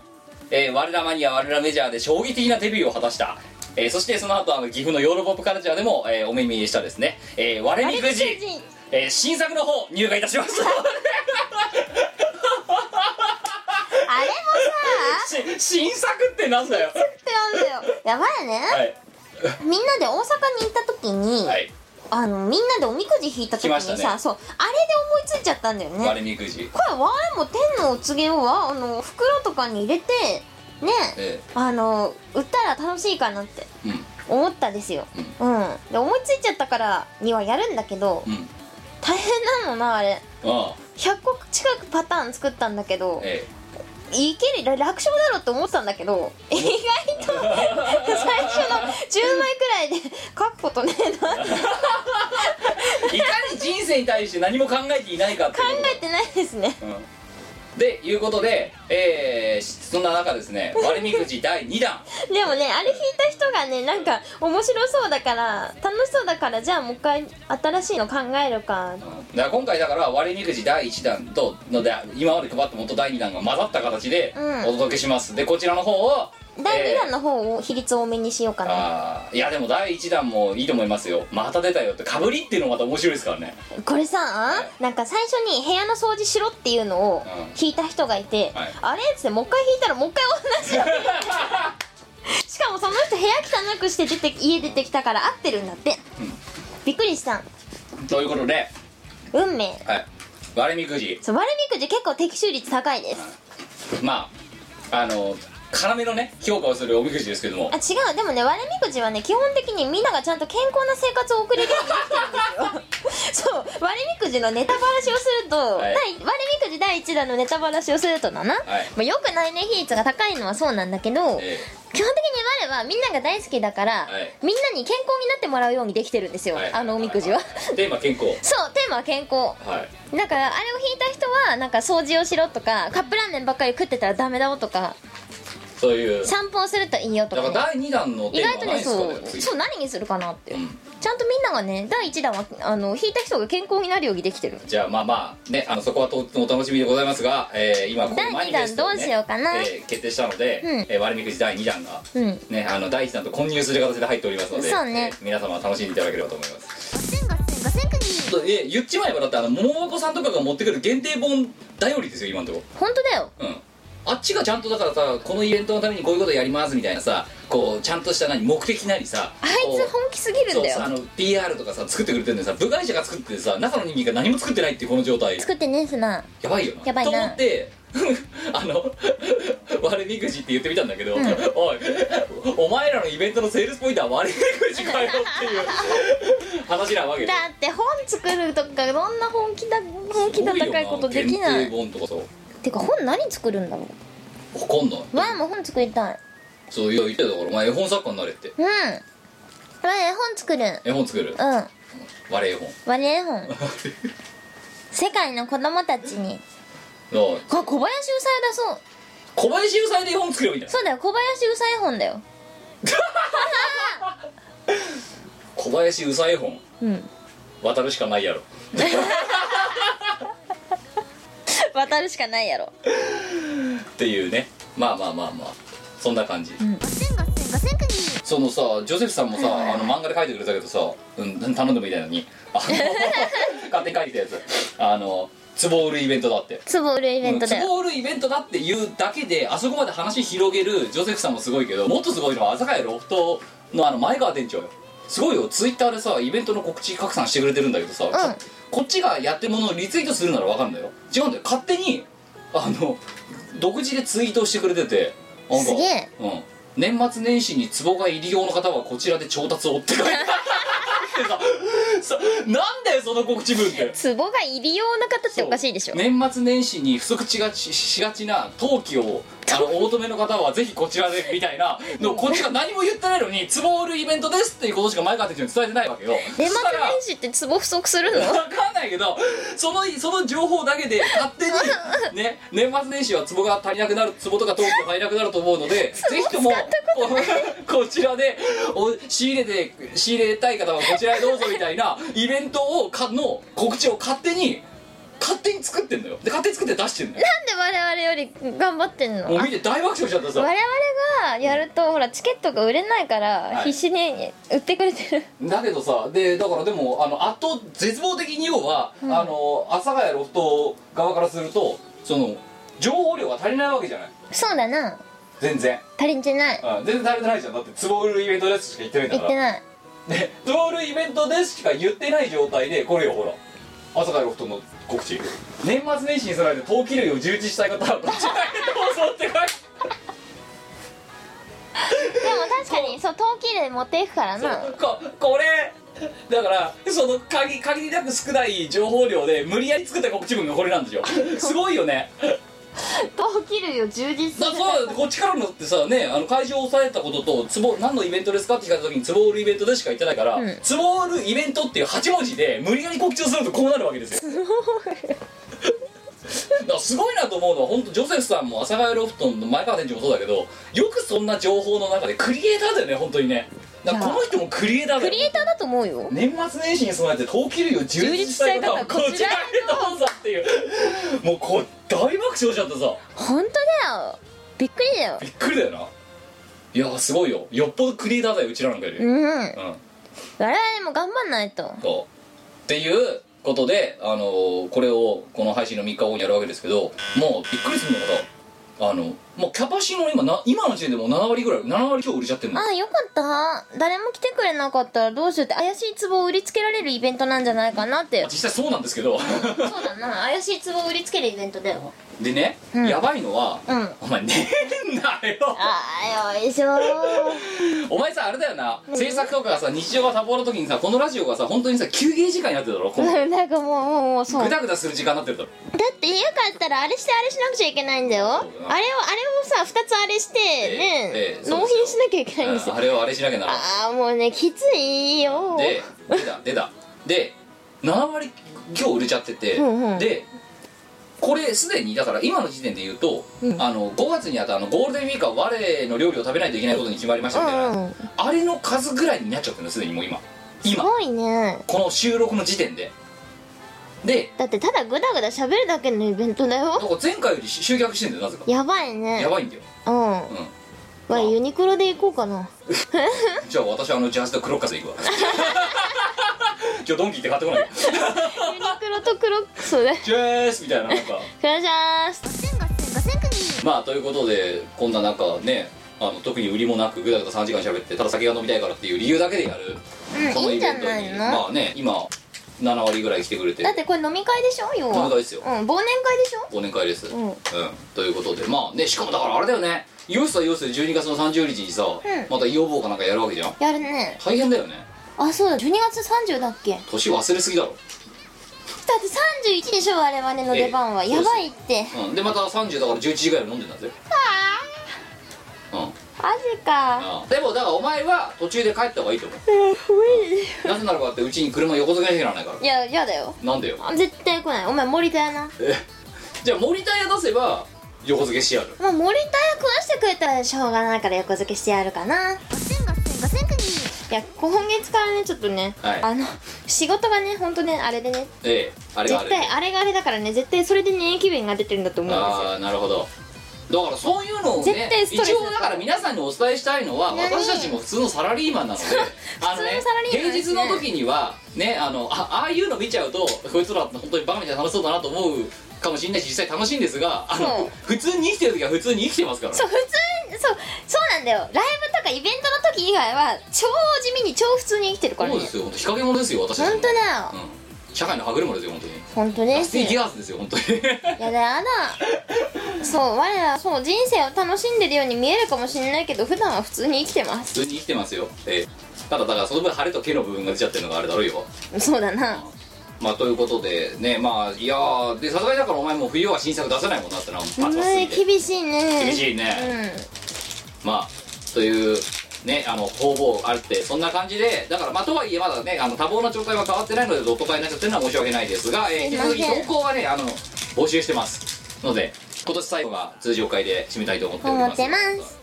[SPEAKER 4] ええ我らマニア我らメジャーで衝撃的なデビューを果たしたええそしてその後あの岐阜のヨーロポップカルチャーでも、ええお目見えしたですね、ええ我にくじ、えー新作の方入荷いたしました
[SPEAKER 1] あれもさ
[SPEAKER 4] し新作ってなんだよ
[SPEAKER 1] ってなんだよやばいね、
[SPEAKER 4] はい
[SPEAKER 1] みんなで大阪に行った時に、
[SPEAKER 4] はい
[SPEAKER 1] あのみんなでおみくじ引いた時
[SPEAKER 4] 来ま
[SPEAKER 1] に
[SPEAKER 4] した
[SPEAKER 1] さ、
[SPEAKER 4] ね
[SPEAKER 1] そうあれで思いついちゃったんだよね
[SPEAKER 4] 我にくじ
[SPEAKER 1] これわーいも天のお告げをわあの袋とかに入れてね
[SPEAKER 4] え
[SPEAKER 1] あの売ったら楽しいかなって
[SPEAKER 4] えうん
[SPEAKER 1] 思ったですよ、うんで思いついちゃったからにはやるんだけど
[SPEAKER 4] うん
[SPEAKER 1] 大変なのなあれ
[SPEAKER 4] ああ
[SPEAKER 1] 100個近くパターン作ったんだけど
[SPEAKER 4] ええ
[SPEAKER 1] いける楽勝だろうって思ってたんだけど意外と最初の10枚くらいで書くことねえな考
[SPEAKER 4] いかに人生に対して何も考えていないかっていうこと
[SPEAKER 1] えてないですね
[SPEAKER 4] うんでいうことで、えー、そんな中で すね割りみくじ第2弾
[SPEAKER 1] でもねあれ引いた人がねなんか面白そうだから楽しそうだからじゃあもう一回新しいの考えるか
[SPEAKER 4] うんだから今回だから割りみくじ第1弾とので今まで配った元第2弾が混ざった形で
[SPEAKER 1] うん
[SPEAKER 4] お届けします、でこちらの方を
[SPEAKER 1] 第2弾
[SPEAKER 4] の、
[SPEAKER 1] の方を比率多めにしようか
[SPEAKER 4] えー
[SPEAKER 1] な
[SPEAKER 4] あーいやでも第1弾もいいと思いますよまた出たよってかぶりっていうのもまた面白いですからね
[SPEAKER 1] これさなんか最初に部屋の掃除しろっていうのを
[SPEAKER 4] うん
[SPEAKER 1] 引いた人がいて
[SPEAKER 4] はい
[SPEAKER 1] あれっつってもう一回引いたらもう一回同じ しかもその人部屋汚くして出て家出てきたから合ってるんだって、
[SPEAKER 4] ん
[SPEAKER 1] びっくりした
[SPEAKER 4] ということで、
[SPEAKER 1] 運命
[SPEAKER 4] はい、割りみくじ
[SPEAKER 1] そう割りみくじ結構的中率高いです
[SPEAKER 4] まああの辛めのね評価をするおみくじですけども
[SPEAKER 1] あ違うでもね割れみくじはね基本的にみんながちゃんと健康な生活を送れるようになってるんです よそう割れみくじのネタバラしをすると、
[SPEAKER 4] はい
[SPEAKER 1] 第割れみくじ第1弾のネタバラしをするとだな、まあ、よくないね比率が高いのはそうなんだけど、
[SPEAKER 4] ええ
[SPEAKER 1] 基本的にはみんなが大好きだから、
[SPEAKER 4] はい
[SPEAKER 1] みんなに健康になってもらうようにできてるんですよ、
[SPEAKER 4] はい
[SPEAKER 1] あのおみくじは、
[SPEAKER 4] いいいテーマ健康
[SPEAKER 1] そうテーマは健康
[SPEAKER 4] はい
[SPEAKER 1] だからあれを引いた人はなんか掃除をしろとかカップラーメンばっかり食ってたらダメだよとか
[SPEAKER 4] そういうだ
[SPEAKER 1] 散歩をするといいよと
[SPEAKER 4] か
[SPEAKER 1] からね
[SPEAKER 4] 第2弾の
[SPEAKER 1] 意
[SPEAKER 4] テー
[SPEAKER 1] 外
[SPEAKER 4] マ
[SPEAKER 1] と
[SPEAKER 4] はな
[SPEAKER 1] ねそ
[SPEAKER 4] いですかね
[SPEAKER 1] う
[SPEAKER 4] 次
[SPEAKER 1] そう何にするかなって、
[SPEAKER 4] うん
[SPEAKER 1] ちゃんとみんながね第1弾はあの引いた人が健康になるようにできてる
[SPEAKER 4] じゃあまあまあねあのそこはとってもお楽しみでございますが、えー今ここ
[SPEAKER 1] 第二弾
[SPEAKER 4] 前にゲストをね
[SPEAKER 1] どうしようかな
[SPEAKER 4] えー決定したので、
[SPEAKER 1] うん
[SPEAKER 4] えー割りくじ第2弾が、
[SPEAKER 1] うん
[SPEAKER 4] ね、あの第1弾と混入する形で入っておりますので
[SPEAKER 1] そうね
[SPEAKER 4] えー皆様楽しんでいただければと思います
[SPEAKER 2] ごせんごせんごせんくぎ
[SPEAKER 4] ちょっとえー言っちまえばだってあの桃箱さんとかが持ってくる限定本頼りですよ今のとこ
[SPEAKER 1] 本当だよ
[SPEAKER 4] うんあっちがちゃんとだからさこのイベントのためにこういうことやりますみたいなさこうちゃんとした何目的なりさ
[SPEAKER 1] あい
[SPEAKER 4] こう
[SPEAKER 1] つ本気すぎるんだ
[SPEAKER 4] そうさあ
[SPEAKER 1] よ
[SPEAKER 4] の PR とかさ作ってくれてるのにさ部外者が作っててさ中の人間が何も作ってないっていうこの状態
[SPEAKER 1] 作ってねえすな
[SPEAKER 4] やばいよな
[SPEAKER 1] やばいな
[SPEAKER 4] と思って あの 「悪みくじ」って言ってみたんだけど、
[SPEAKER 1] うん
[SPEAKER 4] おいお前らのイベントのセールスポイントは悪みくじかよって いう話なわけで
[SPEAKER 1] だって本作るとかどんな本気だ本気度高いことできな
[SPEAKER 4] 限
[SPEAKER 1] い
[SPEAKER 4] 定本とかさ
[SPEAKER 1] てか本何作るんだろう
[SPEAKER 4] わかんない
[SPEAKER 1] わあもう本作りたい
[SPEAKER 4] そう言ってたからお前絵本作家になれって
[SPEAKER 1] うんわあ絵本作る
[SPEAKER 4] 絵本作る
[SPEAKER 1] うん
[SPEAKER 4] 我絵本
[SPEAKER 1] 我絵本世界の子供たちに
[SPEAKER 4] の
[SPEAKER 1] あ小林うさえだそう
[SPEAKER 4] 小林優さんで絵本作ればいいんじ
[SPEAKER 1] そ
[SPEAKER 4] ゃない
[SPEAKER 1] うだよ小林うさえ本だよ
[SPEAKER 4] 小林うさ絵本
[SPEAKER 1] うん
[SPEAKER 4] 渡るしかないやろ
[SPEAKER 1] 渡るしかないやろ
[SPEAKER 4] っていうねまあまあまあまあそんな感じ、
[SPEAKER 2] ごせんごせんごせんくぎ
[SPEAKER 4] そのさジョセフさんもさ、あの漫画で書いてくれたけどさ、うん、頼んでもいいのにあの勝手に書いてたやつあの壺を売るイベントだって
[SPEAKER 1] 壺売るイベントだ
[SPEAKER 4] 壺
[SPEAKER 1] よ
[SPEAKER 4] を売るイベントだっていうだけであそこまで話広げるジョセフさんもすごいけどもっとすごいのは朝霞屋ロフトのあの前川店長よすごいよツイッターでさイベントの告知拡散してくれてるんだけどさ、かこっちがやってるものをリツイートするならわかるんだよ違うんだよ勝手にあの独自でツイートしてくれててなんか
[SPEAKER 1] すげえ
[SPEAKER 4] うん、年末年始に壺が入り用の方はこちらで調達をって書い てあってささなんだよその告知文って
[SPEAKER 1] 壺が入り用な方っておかしいでしょ
[SPEAKER 4] 年末年始に不足しがちしがちな陶器をあのお求めの方はぜひこちらでみたいなのこっちが何も言ってないのに壺を売るイベントですっていうことしか前川店長に伝えてないわけよ
[SPEAKER 1] 年末
[SPEAKER 4] そしたら
[SPEAKER 1] 年始って壺不足するの
[SPEAKER 4] わかんないけどそのその情報だけで勝手に ね年末年始は壺が足りなくなる壺とか陶器が足りなくなると思うの でぜひとも ここちらでお仕入れて仕入れたい方はこちらへどうぞみたいなイベントをかの告知を勝手に勝手に作ってんのよで勝手に作って出してんのよ
[SPEAKER 1] なんで我々より頑張ってんの
[SPEAKER 4] もう見て大爆笑しちゃった
[SPEAKER 1] 我
[SPEAKER 4] さ
[SPEAKER 1] 々がやるとほらチケットが売れないか
[SPEAKER 4] は
[SPEAKER 1] ら
[SPEAKER 4] い
[SPEAKER 1] 必死に売ってくれてる、
[SPEAKER 4] だけどさでだからでもあの圧倒絶望的に要は、あの阿佐ヶ谷ロフト側からするとその情報量が足りないわけじゃない
[SPEAKER 1] そうだな
[SPEAKER 4] 全然
[SPEAKER 1] 足りんじゃない
[SPEAKER 4] うん全然足りてないじゃんだって壺売るイベントですしか言ってないんだ
[SPEAKER 1] 言
[SPEAKER 4] か
[SPEAKER 1] っ
[SPEAKER 4] ら
[SPEAKER 1] てない
[SPEAKER 4] で壺売るイベントですしか言ってない状態でこれよほら朝からロフトの告知年末年始に備えて陶器類を充実したい方はこちらへどうぞって書いて
[SPEAKER 1] でも確かにそう陶器で持っていくからな
[SPEAKER 4] ここれだからその限限りなく少ない情報量で無理やり作った告知文がこれなんですよすごいよね
[SPEAKER 1] 陶器類を充実す
[SPEAKER 4] だ
[SPEAKER 1] る
[SPEAKER 4] そうこっちからのってさねあの会場を押さえたことと壺何のイベントですかって聞かれた時に壺を売るイベントでしか言ってないから、
[SPEAKER 1] うん
[SPEAKER 4] 壺を売るイベントっていう8文字で無理やり告知をするとこうなるわけですよだからすごいなと思うのは本当ジョセフさんも阿佐ヶ谷ロフトンの前川店長もそうだけどよくそんな情報の中でクリエイターだよね本当にねだからこの人もクリエイターだ
[SPEAKER 1] ク
[SPEAKER 4] よ
[SPEAKER 1] リエイターだと思うよ
[SPEAKER 4] 年末年始に備えて陶器類を充実したい方はこちらへどうぞっていうもうこう大爆笑しちゃったさ
[SPEAKER 1] 本当だよびっくりだよ
[SPEAKER 4] びっくりだよないやーすごいよよっぽどクリエイターだようちらなんかよりう
[SPEAKER 1] うん
[SPEAKER 4] ん、
[SPEAKER 1] 我々も頑張んないと
[SPEAKER 4] そうっていうことで、あのーこれをこの配信の3日後にやるわけですけどもうびっくりするのがさあのもうキャパシーの今な今の時点でもう7割ぐらい7割今日売れちゃってるの
[SPEAKER 1] ああよかった誰も来てくれなかったらどうしようって怪しい壺を売りつけられるイベントなんじゃないかなって
[SPEAKER 4] 実際そうなんですけど
[SPEAKER 1] そうだな怪しい壺を売りつけるイベントだよ
[SPEAKER 4] でね、
[SPEAKER 1] うん
[SPEAKER 4] やばいのは、
[SPEAKER 1] うんあ
[SPEAKER 4] お前寝んなよ
[SPEAKER 1] あよいしょ
[SPEAKER 4] お前さあれだよな制作とかがさ日常が多忙な時にさこのラジオがさ本当にさ休憩時間になってるだろこう
[SPEAKER 1] ー なんかもうもうもうそう
[SPEAKER 4] グ
[SPEAKER 1] だ
[SPEAKER 4] ダグダする時間になってるだろ
[SPEAKER 1] って家帰ったらあれしてあれしなくちゃいけないんだよあれ
[SPEAKER 4] そう
[SPEAKER 1] を
[SPEAKER 4] だ
[SPEAKER 1] あ
[SPEAKER 4] な
[SPEAKER 1] れをさ2つあれしてね、
[SPEAKER 4] ええええ
[SPEAKER 1] 納品しなきゃいけないんです
[SPEAKER 4] あ
[SPEAKER 1] よ
[SPEAKER 4] あれをあれしなきゃならない
[SPEAKER 1] ああもうねきついよ
[SPEAKER 4] で出た出たで7割今日売れちゃってて、
[SPEAKER 1] うんうん
[SPEAKER 4] でこれすでにだから今の時点で言うと、
[SPEAKER 1] うん
[SPEAKER 4] あの5月にあったあのゴールデンウィークは我の料理を食べないといけないことに決まりまし
[SPEAKER 1] う
[SPEAKER 4] たみたいな、
[SPEAKER 1] んうん
[SPEAKER 4] あれの数ぐらいになっちゃってるのすでにもう今
[SPEAKER 1] す
[SPEAKER 4] 今
[SPEAKER 1] ごいね
[SPEAKER 4] この収録の時点でで
[SPEAKER 1] だってただグダグダ喋るだけのイベントだ
[SPEAKER 4] だ
[SPEAKER 1] よ
[SPEAKER 4] から前回より集客してんだよなぜか
[SPEAKER 1] やばいね
[SPEAKER 4] やばいんだよ
[SPEAKER 1] うん
[SPEAKER 4] ま
[SPEAKER 1] わ
[SPEAKER 4] あ
[SPEAKER 1] ユニクロで行こうかな
[SPEAKER 4] じゃあ私はあのジャージとクロッカスで行くわ 今日ドンキ行って買ってこない
[SPEAKER 1] ユニクロとクロックスで
[SPEAKER 4] ジャースみたいななんか
[SPEAKER 1] クラシャース
[SPEAKER 4] まあということでこんななんかねあの特に売りもなくぐだぐだ3時間喋ってただ酒が飲みたいからっていう理由だけでやるこ
[SPEAKER 1] うん
[SPEAKER 4] の
[SPEAKER 1] いい
[SPEAKER 4] イ
[SPEAKER 1] んじ
[SPEAKER 4] ベ
[SPEAKER 1] ゃ
[SPEAKER 4] ントに
[SPEAKER 1] ないの、
[SPEAKER 4] まあね今7割ぐらい来てくれて
[SPEAKER 1] だってこれ飲み会でしょ要は
[SPEAKER 4] 飲み会ですよ
[SPEAKER 1] うん忘年会でしょ
[SPEAKER 4] 忘年会です
[SPEAKER 1] うんうん
[SPEAKER 4] ということでまあねしかもだからあれだよねよしさよしさ12月の30日にさ、
[SPEAKER 1] ん
[SPEAKER 4] また要望かなんかやるわけじゃん
[SPEAKER 1] やるね
[SPEAKER 4] 大変だよね
[SPEAKER 1] あそうだ12月30だっけだって
[SPEAKER 4] 年忘れすぎだろ、
[SPEAKER 1] 31でしょ我々の出番は、
[SPEAKER 4] ええ
[SPEAKER 1] やばいって
[SPEAKER 4] うん、でまた30だから11時ぐらいまで飲んでんだぜうん
[SPEAKER 1] マジか
[SPEAKER 4] でもだからお前は途中で帰った方がいいと思うなぜならばってうちに車横付けなきゃならないから
[SPEAKER 1] いややだよ
[SPEAKER 4] なんでよ
[SPEAKER 1] あ絶対来ないお前森田やな
[SPEAKER 4] え じゃあ森田屋出せば横付けしてやる
[SPEAKER 1] まあ森田屋食わしてくれたらしょうがないから横付けしてやるかないや今月からねちょっとね、
[SPEAKER 4] はい
[SPEAKER 1] あの仕事がねほんとねあれでね
[SPEAKER 4] ええあれがあ
[SPEAKER 1] 絶
[SPEAKER 4] れで
[SPEAKER 1] 対あれがあれだからね絶対それでね駅弁が出てるんだと思うんですよ
[SPEAKER 4] ああなるほどだからそういうのを
[SPEAKER 1] 絶
[SPEAKER 4] ね
[SPEAKER 1] 対ストレス
[SPEAKER 4] 一応だから皆さんにお伝えしたいのは
[SPEAKER 1] 何
[SPEAKER 4] 私たちも普通のサラリーマンなのであ
[SPEAKER 1] 普通のサラリーマン
[SPEAKER 4] 平
[SPEAKER 1] です
[SPEAKER 4] 日
[SPEAKER 1] ね
[SPEAKER 4] の時にはねあのあああいうの見ちゃうとこいつら本当にバカみたいに楽しそうだなと思うかもしれないし実際楽しいんですがあ
[SPEAKER 1] そう
[SPEAKER 4] の普通に生きてる時は普通に生きてますから
[SPEAKER 1] そう普通にそうそうなんだよライブとかイベントの時以外は超地味に超普通に生きてるから
[SPEAKER 4] そう
[SPEAKER 1] ね
[SPEAKER 4] ですよ本当日陰者ですよ私たち
[SPEAKER 1] ほ
[SPEAKER 4] も
[SPEAKER 1] んとだよ
[SPEAKER 4] うん社会の歯車ですよ本当に
[SPEAKER 1] ほんと
[SPEAKER 4] ラ
[SPEAKER 1] で
[SPEAKER 4] ス
[SPEAKER 1] す
[SPEAKER 4] テ
[SPEAKER 1] よ
[SPEAKER 4] ィギアーズですよ本当に
[SPEAKER 1] やだやだそう我らはそう人生を楽しんでるように見えるかもしれないけど普段は普通に生きてま
[SPEAKER 4] 普
[SPEAKER 1] す
[SPEAKER 4] 通に生きてますよええただだからその分晴れと毛の部分が出ちゃってるのがあれだろうよ
[SPEAKER 1] そうだな
[SPEAKER 4] まあということでねまあいやーでさすがにだからお前もう冬は新作出せないもんなってなパツ
[SPEAKER 1] う
[SPEAKER 4] パツすぎ
[SPEAKER 1] ん
[SPEAKER 4] て
[SPEAKER 1] 厳しいね
[SPEAKER 4] 厳しいね、まあというねあの方々あるってそんな感じでだからまあとはいえまだねあの多忙な状態は変わってないのでドット会になっちゃってるのは申し訳ないですが、えー、
[SPEAKER 1] す
[SPEAKER 4] 引
[SPEAKER 1] い
[SPEAKER 4] き
[SPEAKER 1] ません
[SPEAKER 4] 続き投稿はねあの募集してますので今年最後は通常会で締めたいと思っております
[SPEAKER 1] 思ってます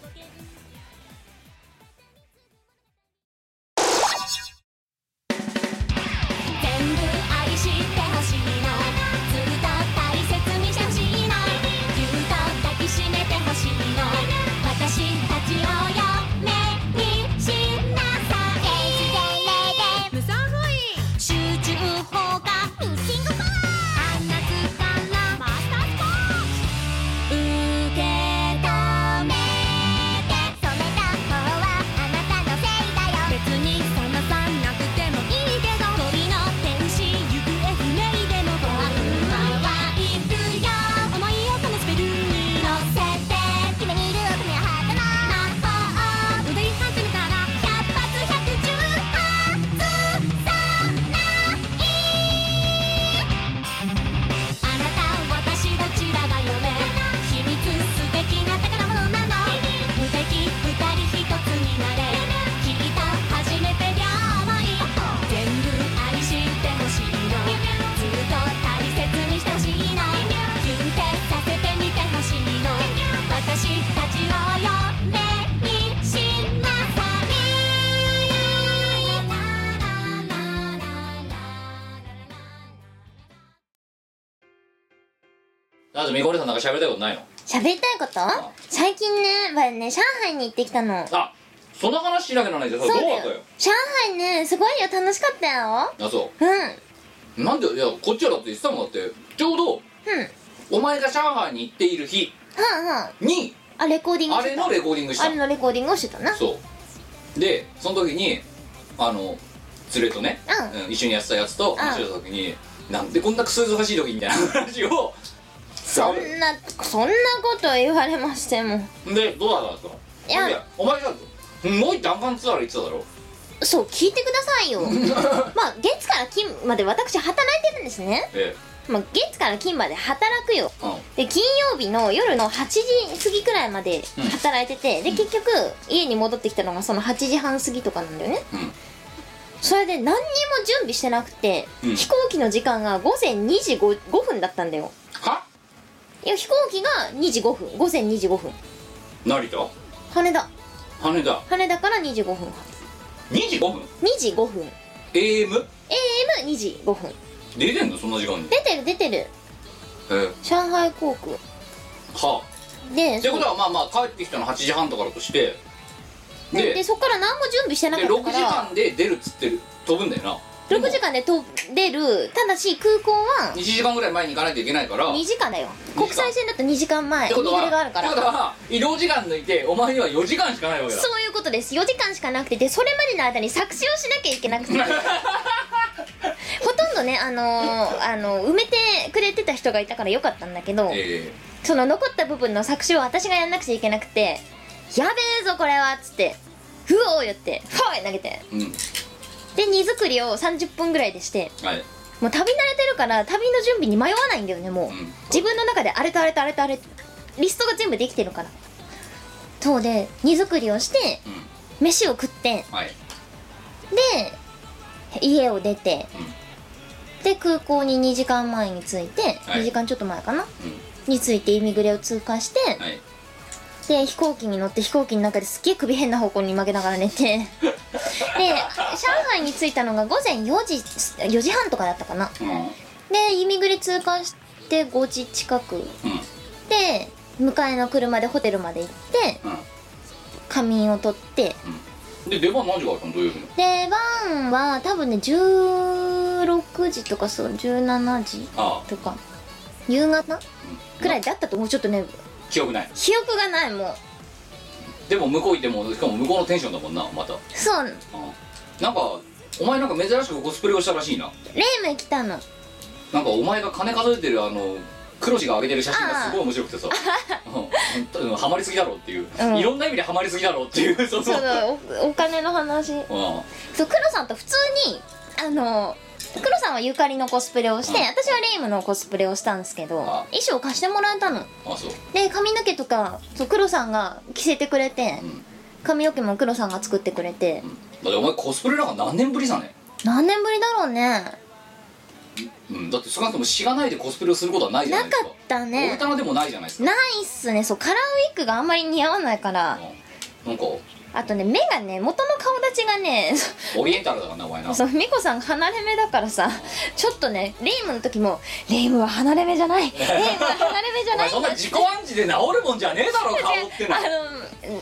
[SPEAKER 2] 全部愛してほしいなずっと大切にしてほしいなぎゅっと抱きしめてほしいな私たちを嫁にしなさい h レで無双封印集中砲火ミッシングパワーあんなずからマスタースポーツ受け止めて「染めた方はあなたのせいだよ」「別にそのさなくてもいいけど」「鳥の天使行方不明でも怖くはいるよ」「思いをこのスペルに乗せて」「君にいるお金ははたな」「魔法を踊り始めたら100発110発さない」あなた私どちらが嫁秘密素敵な宝物なの無敵二人一つになれきっと初めて両思い全部愛してほしいのずっと大切にしてほしいのキュンってさせてみてほしいの私たちを嫁にしなさい
[SPEAKER 4] あとみこりさんなんか喋りたいことないの
[SPEAKER 1] 喋りたいこと最近ねまあね上海に行ってきたの
[SPEAKER 4] あそんな話しなきゃならないじゃんそれどうだったよ
[SPEAKER 1] 上海ねすごいよ楽しかったよ
[SPEAKER 4] あそ
[SPEAKER 1] うんうん
[SPEAKER 4] うなんでいやこっちはだって言ってたもんだってちょうどお前が上海に行っている日
[SPEAKER 1] はんはん
[SPEAKER 4] に
[SPEAKER 1] あレコーディング
[SPEAKER 4] あ
[SPEAKER 1] して
[SPEAKER 4] れ
[SPEAKER 1] た
[SPEAKER 4] のレコーディングした
[SPEAKER 1] あれのレコーディングをしてたな
[SPEAKER 4] そうでその時にあの連れとね、
[SPEAKER 1] うん
[SPEAKER 4] 一緒にやってたやつと話してた時に、なんでこんなクソ忙しい時みたいな話を
[SPEAKER 1] そんなそんなこと言われましても
[SPEAKER 4] でどうだったんですか
[SPEAKER 1] いや
[SPEAKER 4] いやお前がすごい弾丸ツアーで行ってただろ
[SPEAKER 1] そう聞いてくださいよまあ月から金まで私働いてるんですね、
[SPEAKER 4] え
[SPEAKER 1] まあ、月から金まで働くよ
[SPEAKER 4] えうん
[SPEAKER 1] で金曜日の夜の8時過ぎくらいまで
[SPEAKER 4] うん
[SPEAKER 1] 働いてて、で結局家に戻ってきたのがその8時半過ぎとかなんだよね
[SPEAKER 4] うん
[SPEAKER 1] それで何にも準備してなくて、
[SPEAKER 4] うん
[SPEAKER 1] 飛行機の時間が午前2時 5, 5分だったんだよ
[SPEAKER 4] はい
[SPEAKER 1] や飛行機が2時5分午前2時5分
[SPEAKER 4] 成田
[SPEAKER 1] 羽田
[SPEAKER 4] 羽田
[SPEAKER 1] 羽田から25分
[SPEAKER 4] 2時5分
[SPEAKER 1] 2時5分
[SPEAKER 4] AM
[SPEAKER 1] AM2 時5分
[SPEAKER 4] 出てんのそんな時間に
[SPEAKER 1] 出てる出てる
[SPEAKER 4] ええ
[SPEAKER 1] 上海航空
[SPEAKER 4] は
[SPEAKER 1] で
[SPEAKER 4] あって
[SPEAKER 1] そ
[SPEAKER 4] ことはまあまあ帰ってきたの8時半とかだとして
[SPEAKER 1] でで
[SPEAKER 4] で
[SPEAKER 1] そっから何も準備してなか
[SPEAKER 4] で
[SPEAKER 1] っ
[SPEAKER 4] 6
[SPEAKER 1] たか
[SPEAKER 4] 時
[SPEAKER 1] ら
[SPEAKER 4] 間で出るっつってる飛ぶんだよな
[SPEAKER 1] 6時間で飛べるただし空港は
[SPEAKER 4] 1時間ぐらい前に行かないといけないから
[SPEAKER 1] 2
[SPEAKER 4] っ
[SPEAKER 1] 時間だよ
[SPEAKER 4] 二時間
[SPEAKER 1] 国際線だと2時間前
[SPEAKER 4] て
[SPEAKER 1] 日
[SPEAKER 4] こ
[SPEAKER 1] 暮
[SPEAKER 4] とは
[SPEAKER 1] れがあるか
[SPEAKER 4] ってこと
[SPEAKER 1] ら
[SPEAKER 4] は移動時間抜いてお前には4時間しかないわけだ
[SPEAKER 1] そういうことです4時間しかなくてでそれまでの間に作詞をしなきゃいけな くてほとんどねあのーあの埋めてくれてた人がいたからよかったんだけど
[SPEAKER 4] え
[SPEAKER 1] その残った部分の作詞を私がやんなくちゃいけなくて「やべえぞこれは」っつって「ふおー」言って「フォーイ!」投げて
[SPEAKER 4] えうん
[SPEAKER 1] で荷造りを30分ぐらいでして
[SPEAKER 4] はい
[SPEAKER 1] もう旅慣れてるから旅の準備に迷わないんだよねもう、
[SPEAKER 4] うん
[SPEAKER 1] 自分の中であれとあれとあれとあれリストが全部できてるからそうで荷造りをして
[SPEAKER 4] うん
[SPEAKER 1] 飯を食って
[SPEAKER 4] はい
[SPEAKER 1] で家を出て、で空港に2時間前に着いて、
[SPEAKER 4] はい
[SPEAKER 1] 2時間ちょっと前かな
[SPEAKER 4] う
[SPEAKER 1] に着いてイミグレを通過して、
[SPEAKER 4] んはい
[SPEAKER 1] で飛行機に乗って飛行機の中ですっげえ首変な方向に曲げながら寝て で上海に着いたのが午前4時4時半とかだったかな
[SPEAKER 4] うんうん
[SPEAKER 1] でイミグレ通過して5時近くで迎えの車でホテルまで行って仮眠を取って
[SPEAKER 4] うんで出番何時からあったの土曜日の
[SPEAKER 1] で晩は多分ね16時とかそう17時
[SPEAKER 4] ああ
[SPEAKER 1] とか夕方
[SPEAKER 4] うん
[SPEAKER 1] くらいだったと思うちょっとね
[SPEAKER 4] 記憶ない
[SPEAKER 1] 記憶がないもう
[SPEAKER 4] でも向こう行ってもしかも向こうのテンションだもんなまた
[SPEAKER 1] そう
[SPEAKER 4] なんかお前なんか珍しくコスプレをしたらしいな
[SPEAKER 1] レイム来たの
[SPEAKER 4] なんかお前が金数えてるあの黒氏が上げてる写真がすごい面白く てさうんうんハマりすぎだろうっていう、
[SPEAKER 1] うん
[SPEAKER 4] いろんな意味でハマりすぎだろうっていうそ の
[SPEAKER 1] そうだおお金の話
[SPEAKER 4] うん
[SPEAKER 1] そう黒さんと普通にあの黒さんはゆかりのコスプレをして
[SPEAKER 4] うん
[SPEAKER 1] 私はレイムのコスプレをしたんですけど衣装貸してもらえたの
[SPEAKER 4] あそう、
[SPEAKER 1] で髪の毛とかそう黒さんが着せてくれて
[SPEAKER 4] うん
[SPEAKER 1] 髪の毛も黒さんが作ってくれて
[SPEAKER 4] うん、だってお前コスプレなんか何年ぶりさね
[SPEAKER 1] 何年ぶりだろうね
[SPEAKER 4] うん、だって少なくとも知らないでコスプレをすることはないじゃ
[SPEAKER 1] な
[SPEAKER 4] な
[SPEAKER 1] か
[SPEAKER 4] いですか
[SPEAKER 1] った
[SPEAKER 4] オル
[SPEAKER 1] ね
[SPEAKER 4] タナでもないじゃないです
[SPEAKER 1] な
[SPEAKER 4] か、
[SPEAKER 1] いっすねそうカラーウィッグがあんまり似合わないから
[SPEAKER 4] うんなんか
[SPEAKER 1] あとね目がね元の顔立ちがね
[SPEAKER 4] オリエンタルだからなお前な
[SPEAKER 1] そう美子さん離れ目だからさちょっとねレイムの時も「レイムは離れ目じゃないレイムは離れ目じゃ
[SPEAKER 4] お
[SPEAKER 1] ない
[SPEAKER 4] 前
[SPEAKER 1] ん
[SPEAKER 4] そん
[SPEAKER 1] だ
[SPEAKER 4] な自己暗示で治るもんじゃねえだろ顔っての
[SPEAKER 1] あの
[SPEAKER 4] は
[SPEAKER 1] アイ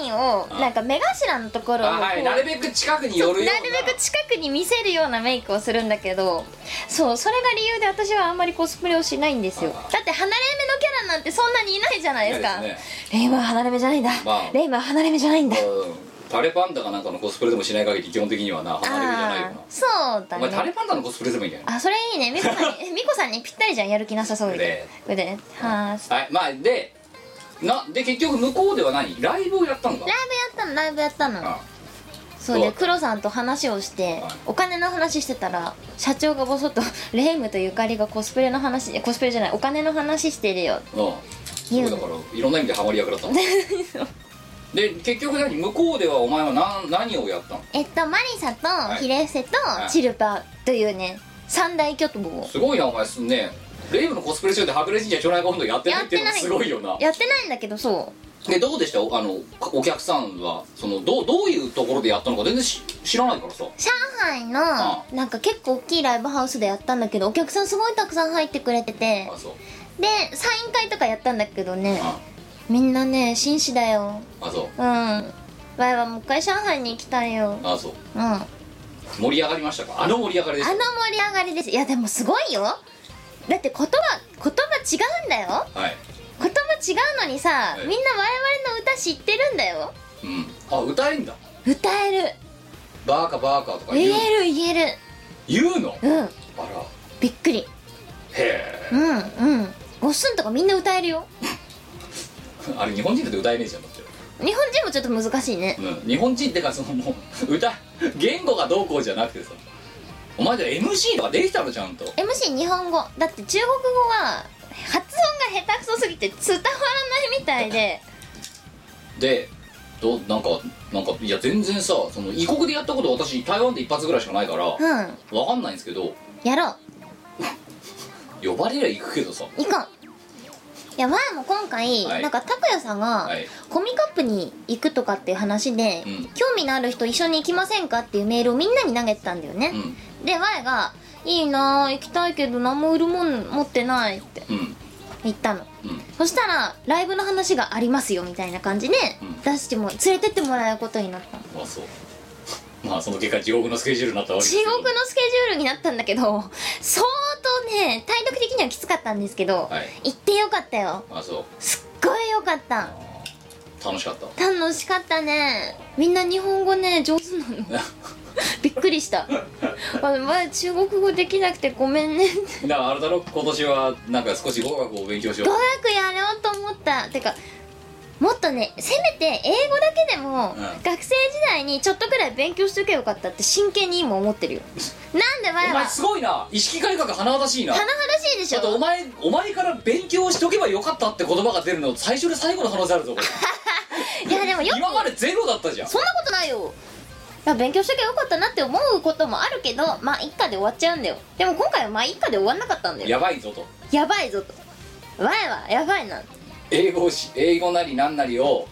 [SPEAKER 1] ラインをなんか目頭のところをこ
[SPEAKER 4] あは
[SPEAKER 1] う
[SPEAKER 4] いなるべく近くに寄
[SPEAKER 1] そう
[SPEAKER 4] るような
[SPEAKER 1] なるべく近くに見せるようなメイクをするんだけどそうそれが理由で私はあんまりコスプレをしないんですよ
[SPEAKER 4] あー
[SPEAKER 1] だって離れ目のキャラなんてそんなにいないじゃないですか
[SPEAKER 4] いないで
[SPEAKER 1] レイムは離れ目じゃないんだ、
[SPEAKER 4] まあ
[SPEAKER 1] レイムは離れ目じゃないんだ
[SPEAKER 4] うんタレパンダかなんかのコスプレでもしない限り基本的にはな離れるじゃないよ
[SPEAKER 1] あー
[SPEAKER 4] な
[SPEAKER 1] そうだ
[SPEAKER 4] お前タレ
[SPEAKER 1] ね
[SPEAKER 4] パンダのコスプレでもいいんじゃない
[SPEAKER 1] あそれいいね美子さんに美子さんにぴったりじゃんやる気なさそうで
[SPEAKER 4] 腕
[SPEAKER 1] 腕はーい
[SPEAKER 4] はいまあでなで結局向こうでは何ライブをやったのか
[SPEAKER 1] ライブやったのライブやったの
[SPEAKER 4] あ
[SPEAKER 1] そう
[SPEAKER 4] どう
[SPEAKER 1] で
[SPEAKER 4] だった
[SPEAKER 1] 黒さんと話をして
[SPEAKER 4] はい
[SPEAKER 1] お金の話してたら社長がボソッと 「レイムとゆかりがコスプレの話コスプレじゃないお金の話してるよ
[SPEAKER 4] うんそうだからいろんな意味でハマり役だった ので結局何向こうではお前は何何をやったの」
[SPEAKER 1] えっとマリサと
[SPEAKER 4] い
[SPEAKER 1] ヒレセと
[SPEAKER 4] い
[SPEAKER 1] チルパというね三大巨頭を
[SPEAKER 4] すごいなお前すんねレイブのコスプレ中で白麗神社町内コンドやってな
[SPEAKER 1] や
[SPEAKER 4] いっ
[SPEAKER 1] って
[SPEAKER 4] いう
[SPEAKER 1] て
[SPEAKER 4] のが
[SPEAKER 1] ない
[SPEAKER 4] すごいよな
[SPEAKER 1] やってないんだけどそ
[SPEAKER 4] でどうでしたおあのお客さんはそのどうどういうところでやったのか全然し知らないからさ
[SPEAKER 1] う上海のなんか結構大きいライブハウスでやったんだけどお客さんすごいたくさん入ってくれてて
[SPEAKER 4] あそう
[SPEAKER 1] でサイン会とかやったんだけどね
[SPEAKER 4] あ
[SPEAKER 1] みんなね紳士だよ
[SPEAKER 4] あそう
[SPEAKER 1] うんわいはもう一回上海に行きたいよ
[SPEAKER 4] あそう
[SPEAKER 1] うんあの
[SPEAKER 4] 盛り上がりましたかあの盛り上がりです
[SPEAKER 1] 盛り上がりですいやでもすごいよだって言葉言葉違うんだよ
[SPEAKER 4] はい
[SPEAKER 1] 言葉違うのにさ
[SPEAKER 4] え
[SPEAKER 1] み
[SPEAKER 4] え
[SPEAKER 1] んな我々の歌知ってるんだよ
[SPEAKER 4] うんあ歌えんだ
[SPEAKER 1] 歌える
[SPEAKER 4] バーカバーカとか
[SPEAKER 1] 言
[SPEAKER 4] 言う
[SPEAKER 1] える言え
[SPEAKER 4] 言うの
[SPEAKER 1] るうん
[SPEAKER 4] あら
[SPEAKER 1] びっくり
[SPEAKER 4] へえ
[SPEAKER 1] うんうんごおっすんとかみんな歌えるよ
[SPEAKER 4] あれ日本人だって歌えねえじゃんだって
[SPEAKER 1] 日本人もちょっと難しいね
[SPEAKER 4] うん、日本人ってかその もう歌言語がどうこうじゃなくてさお前じゃ MC とかできたのちゃんと
[SPEAKER 1] MC 日本語だって中国語は発音が下手くそすぎて伝わらないみたいで
[SPEAKER 4] でどうなんかなんかいや全然さその異国でやったこと私台湾で一発ぐらいしかないからわ
[SPEAKER 1] うん
[SPEAKER 4] かんないんですけど
[SPEAKER 1] やろう
[SPEAKER 4] 呼ばれりゃ行くけどさ
[SPEAKER 1] 行こういやわあも今回、
[SPEAKER 4] はい
[SPEAKER 1] なんか拓哉さんが、
[SPEAKER 4] はい
[SPEAKER 1] コミカップに行くとかっていう話で、
[SPEAKER 4] うん
[SPEAKER 1] 興味のある人一緒に行きませんかっていうメールをみんなに投げてたんだよね
[SPEAKER 4] う、ん
[SPEAKER 1] でわあが「いいなあ行きたいけど何も売るもん持ってない」って
[SPEAKER 4] うん
[SPEAKER 1] 言ったの
[SPEAKER 4] うん
[SPEAKER 1] そしたらライブの話がありますよみたいな感じで、
[SPEAKER 4] うん
[SPEAKER 1] 出しても連れてってもらうことになったの
[SPEAKER 4] まあそう まあその結果地獄のスケジュールになったわけです
[SPEAKER 1] 地
[SPEAKER 4] けど
[SPEAKER 1] 獄のスケジュールになったんだけど相当ね体力的にはきつかったんですけど、
[SPEAKER 4] はい
[SPEAKER 1] 行ってよかったよ
[SPEAKER 4] まあそう
[SPEAKER 1] すっごいよかった
[SPEAKER 4] 楽しかった
[SPEAKER 1] 楽しかったねみんな日本語ね上手な のびっくりしたあの前中国語できなくてごめんね
[SPEAKER 4] だからあれだろ今年はなんか少し語学を勉強しよう
[SPEAKER 1] 語学やろうと思ったてかもっとねせめて英語だけでも、
[SPEAKER 4] うん
[SPEAKER 1] 学生時代にちょっとくらい勉強しとけばよかったって真剣に今思ってるよなんで前
[SPEAKER 4] お
[SPEAKER 1] は
[SPEAKER 4] 前すごいな意識改革甚だしいな
[SPEAKER 1] 甚だしいでし
[SPEAKER 4] ちょ
[SPEAKER 1] ょ
[SPEAKER 4] っとお前お前から勉強しとけばよかったって言葉が出るの最初で最後の可能性あるぞこれ
[SPEAKER 1] いやで もよく
[SPEAKER 4] 今までゼロだったじゃん
[SPEAKER 1] そんなことないよいや勉強しとけばよかったなって思うこともあるけどまあ一家で終わっちゃうんだよでも今回はまあ一家で終わんなかったんだよ
[SPEAKER 4] やばいぞと
[SPEAKER 1] やばいぞと前はやばいな
[SPEAKER 4] 英語をし英語なりなんなりを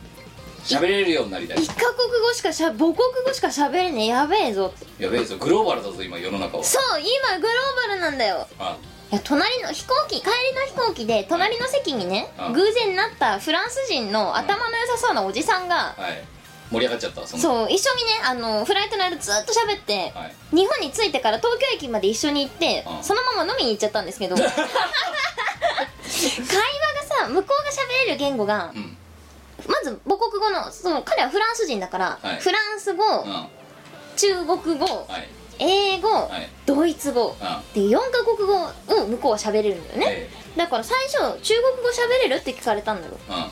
[SPEAKER 4] 喋れるようになりたい
[SPEAKER 1] 一カ国語しかしゃ母国語しか喋れねえやべえぞって
[SPEAKER 4] やべえぞグローバルだぞ今世の中は
[SPEAKER 1] そう今グローバルなんだよ
[SPEAKER 4] あ
[SPEAKER 1] いや隣の飛行機帰りの飛行機で隣の席にね
[SPEAKER 4] うん
[SPEAKER 1] 偶然なったフランス人の頭の良さそうなおじさんが
[SPEAKER 4] はい盛り上がっちゃったその
[SPEAKER 1] そう一緒にねあのフライトの間ずっと喋って
[SPEAKER 4] はい
[SPEAKER 1] 日本に着いてから東京駅まで一緒に行って
[SPEAKER 4] うん
[SPEAKER 1] そのまま飲みに行っちゃったんですけ ど会話がさ向こうが喋れる言語が
[SPEAKER 4] うん
[SPEAKER 1] まず母国語のその彼はフランス人だから、
[SPEAKER 4] はい
[SPEAKER 1] フランス語、
[SPEAKER 4] うんは
[SPEAKER 1] 中国語、
[SPEAKER 4] い
[SPEAKER 1] 英語、
[SPEAKER 4] はい
[SPEAKER 1] ドイツ語、
[SPEAKER 4] うん
[SPEAKER 1] って4カ国語を向こうは喋れるんだよね、
[SPEAKER 4] え
[SPEAKER 1] だから最初中国語喋れるって聞かれたんだろ
[SPEAKER 4] えうん
[SPEAKER 1] や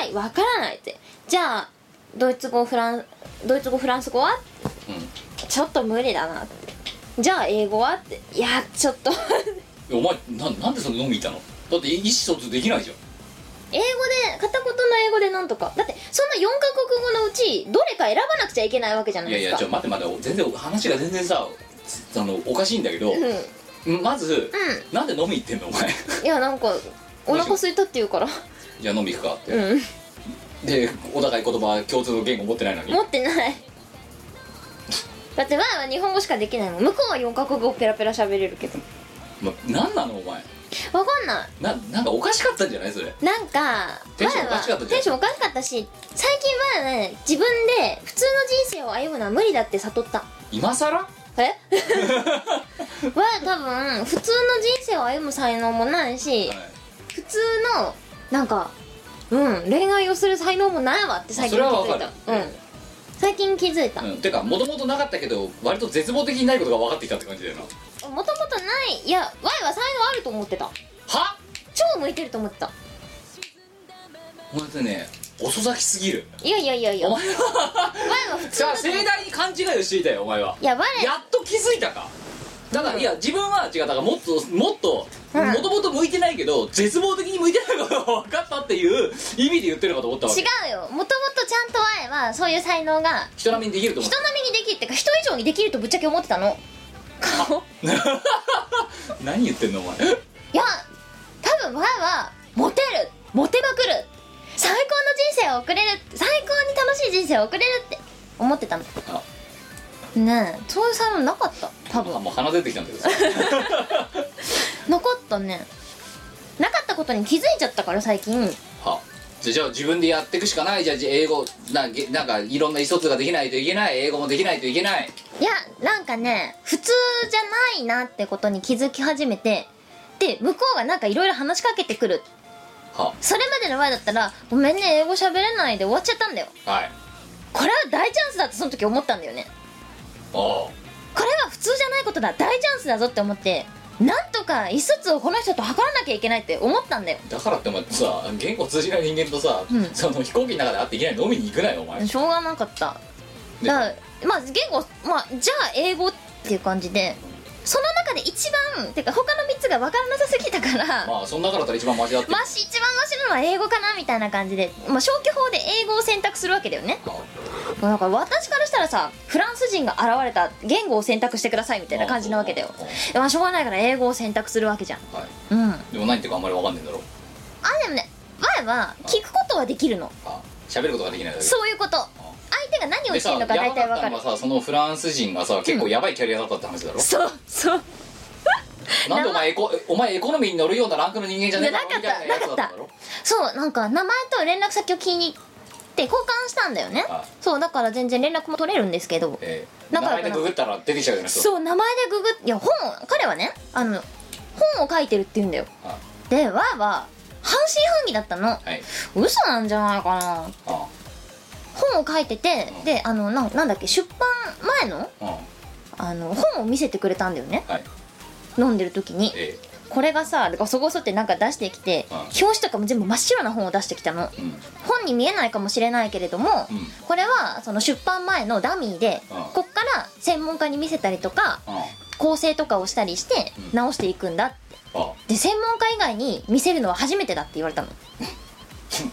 [SPEAKER 1] ばいわからないってじゃあドイツ語フランドイツ語フランス語は
[SPEAKER 4] う
[SPEAKER 1] ちょっと無理だなってじゃあ英語はっていやちょっと
[SPEAKER 4] んいやお前ななんでその飲み行ったのだって意思疎通できないじゃん
[SPEAKER 1] 英語で片言の英語でなんとかだってその4カ国語のうちどれか選ばなくちゃいけないわけじゃない
[SPEAKER 4] いやい
[SPEAKER 1] です
[SPEAKER 4] や
[SPEAKER 1] か
[SPEAKER 4] ちょ待って待って全然話が全然さつあのおかしいんだけど、
[SPEAKER 1] うん
[SPEAKER 4] まず、
[SPEAKER 1] う
[SPEAKER 4] なんで飲み行ってんのお 前
[SPEAKER 1] いやなんかお腹空いたって言うから
[SPEAKER 4] じゃあ飲み行くかって
[SPEAKER 1] うん
[SPEAKER 4] でお互い言葉共通の言語持ってないのに
[SPEAKER 1] 持ってないだってわーは日本語しかできないもん向こうは4カ国語ペラペラ喋れるけど
[SPEAKER 4] ま何なのお前
[SPEAKER 1] わかんない
[SPEAKER 4] ななんかおかしかったんじゃないそれ
[SPEAKER 1] なんかわ
[SPEAKER 4] テンションおかしかったじゃん
[SPEAKER 1] ーはテンションおかしかったし最近わーはね自分で普通の人生を歩むのは無理だって悟った
[SPEAKER 4] 今さら
[SPEAKER 1] え わー多分普通の人生を歩む才能もないし普通のなんかうん恋愛をする才能もないわって最近
[SPEAKER 4] そ
[SPEAKER 1] 気
[SPEAKER 4] れは
[SPEAKER 1] づ
[SPEAKER 4] わ
[SPEAKER 1] い
[SPEAKER 4] かる
[SPEAKER 1] たうん最近気づいた
[SPEAKER 4] うん、てかもともとなかったけど割と絶望的にないことが分かってきたって感じだよな
[SPEAKER 1] もともとないいや Y は才能あると思ってた
[SPEAKER 4] は
[SPEAKER 1] 超向いてると思ってた
[SPEAKER 4] お前ってね遅咲きすぎる
[SPEAKER 1] いやいやいやいや
[SPEAKER 4] お
[SPEAKER 1] 我
[SPEAKER 4] 前は
[SPEAKER 1] は普通
[SPEAKER 4] じゃ
[SPEAKER 1] だ
[SPEAKER 4] あ
[SPEAKER 1] と
[SPEAKER 4] 盛
[SPEAKER 1] 思う
[SPEAKER 4] 大に勘違いをしていたよお前はい
[SPEAKER 1] や我
[SPEAKER 4] やっと気づいたかだから、いや自分は違うだからもっともっと
[SPEAKER 1] うん
[SPEAKER 4] もともと向いてないけど絶望的に向いてないことが分かったっていう意味で言ってるのかと思ったわけ
[SPEAKER 1] 違うよもともとちゃんと Y はそういう才能が
[SPEAKER 4] 人並みにできると思っ
[SPEAKER 1] 人
[SPEAKER 4] た
[SPEAKER 1] 並みにできるってか人以上にできるとぶっちゃけ思ってたの顔
[SPEAKER 4] 何言ってんのお前
[SPEAKER 1] いや多分 Y はモテるモテまくる最高の人生を送れる最高に楽しい人生を送れるって思ってたの
[SPEAKER 4] あ
[SPEAKER 1] ねえそういう才能なかった多分
[SPEAKER 4] あもう鼻出てきたんだ けどさ
[SPEAKER 1] なかったねなかったことに気づいちゃったから最近
[SPEAKER 4] はじゃあじゃあ自分でやっていくしかないじゃあじゃあ英語なげなんかいろんな意思疎通ができないといけない英語もできないといけない
[SPEAKER 1] いやなんかね普通じゃないなってことに気づき始めてで向こうがなんかいろいろ話しかけてくる
[SPEAKER 4] は
[SPEAKER 1] それまでの前だったら「ごめんね英語喋れない」で終わっちゃったんだよ
[SPEAKER 4] はい
[SPEAKER 1] これは大チャンスだってその時思ったんだよね
[SPEAKER 4] ああ
[SPEAKER 1] これは普通じゃないことだ大チャンスだぞって思ってなんとか一冊をこの人と測らなきゃいけないって思ったんだよ
[SPEAKER 4] だからってお前さ言語通じない人間とさ、
[SPEAKER 1] うん
[SPEAKER 4] その飛行機の中で会っていきなり飲みに行くなよお前、
[SPEAKER 1] しょうがなかった
[SPEAKER 4] で
[SPEAKER 1] だからまあ言語まあじゃあ英語っていう感じでその中で一番てか他の3つが分からなさすぎたから、
[SPEAKER 4] まあそんなからだったら一番マシだって、
[SPEAKER 1] まし一番マシなのは英語かなみたいな感じで、まあ、消去法で英語を選択するわけだよねだから私からしたらさフランス人が現れた言語を選択してくださいみたいな感じなわけだよ
[SPEAKER 4] うんうん
[SPEAKER 1] でまあしょうがないから英語を選択するわけじゃん
[SPEAKER 4] はい、
[SPEAKER 1] うんあ
[SPEAKER 4] でも何言ってるかあんまりわかんないんだろ
[SPEAKER 1] でもね前は聞くことはできるの
[SPEAKER 4] あ喋ることができないだけ
[SPEAKER 1] そういうこと相手が何を言ってるのか大体わか
[SPEAKER 4] ヤバ
[SPEAKER 1] る
[SPEAKER 4] ったのがさそのフランス人がさ結構やばいキャリアだったって話だろ、
[SPEAKER 1] そうそう
[SPEAKER 4] なんでお前エコお前エコノミーに乗るようなランクの人間じゃねえだろ
[SPEAKER 1] いやな
[SPEAKER 4] み
[SPEAKER 1] かった
[SPEAKER 4] たいなやつだったんだろ
[SPEAKER 1] そうなんか名前と連絡先を聞いに行って交換したんだよね
[SPEAKER 4] はい
[SPEAKER 1] そうだから全然連絡も取れるんですけど
[SPEAKER 4] ええ
[SPEAKER 1] な
[SPEAKER 4] 名
[SPEAKER 1] かった
[SPEAKER 4] 前でググったら出てきちゃうような人
[SPEAKER 1] そう名前でググっていや本を彼はねあの本を書いてるって言うんだよ
[SPEAKER 4] あ
[SPEAKER 1] でわーわー半信半疑だったの
[SPEAKER 4] はい
[SPEAKER 1] 嘘なんじゃないかな
[SPEAKER 4] あ
[SPEAKER 1] 本を書いてて、
[SPEAKER 4] うん
[SPEAKER 1] であのななんだっけ出版前の
[SPEAKER 4] うんは
[SPEAKER 1] あの本を見せてくれたんだよね
[SPEAKER 4] い
[SPEAKER 1] 飲んでる時に
[SPEAKER 4] え
[SPEAKER 1] これがさごそごそってなんか出してきて、
[SPEAKER 4] うん
[SPEAKER 1] 表紙とかも全部真っ白な本を出してきたの
[SPEAKER 4] えうん
[SPEAKER 1] 本に見えないかもしれないけれども、
[SPEAKER 4] うん
[SPEAKER 1] これはその出版前のダミーで、
[SPEAKER 4] うん
[SPEAKER 1] こっから専門家に見せたりとか
[SPEAKER 4] うんあ
[SPEAKER 1] 構成とかをしたりして
[SPEAKER 4] うん
[SPEAKER 1] 直していくんだって
[SPEAKER 4] あ
[SPEAKER 1] で専門家以外に見せるのは初めてだって言われたの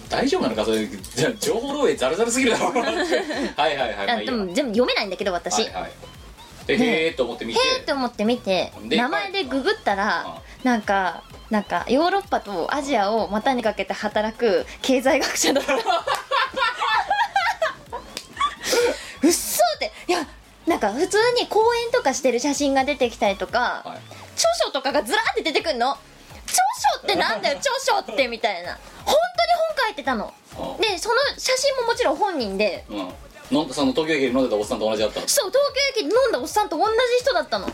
[SPEAKER 4] 大丈夫なのかそれじゃあ情報漏洩ザルザルすぎるだろ はいはいはいまあ
[SPEAKER 1] あ
[SPEAKER 4] いい
[SPEAKER 1] で
[SPEAKER 4] や
[SPEAKER 1] も全部読めないんだけど私、
[SPEAKER 4] はいはいでへえと思って見て
[SPEAKER 1] へえって思って見て
[SPEAKER 4] で
[SPEAKER 1] 名前でググったら
[SPEAKER 4] あ
[SPEAKER 1] なんかなんかヨーロッパとアジアを股にかけて働く経済学者だった うっそーっていやなんか普通に講演とかしてる写真が出てきたりとか、
[SPEAKER 4] はい
[SPEAKER 1] 著書とかがずらーって出てくるの著書ってなん だよ著書ってみたいな本当に本書いてたの
[SPEAKER 4] あ
[SPEAKER 1] でその写真ももちろん本人で
[SPEAKER 4] うん飲んだその東京駅で飲んでたおっさんと同じだったの
[SPEAKER 1] そう東京駅で飲んだおっさんと同じ人だったの著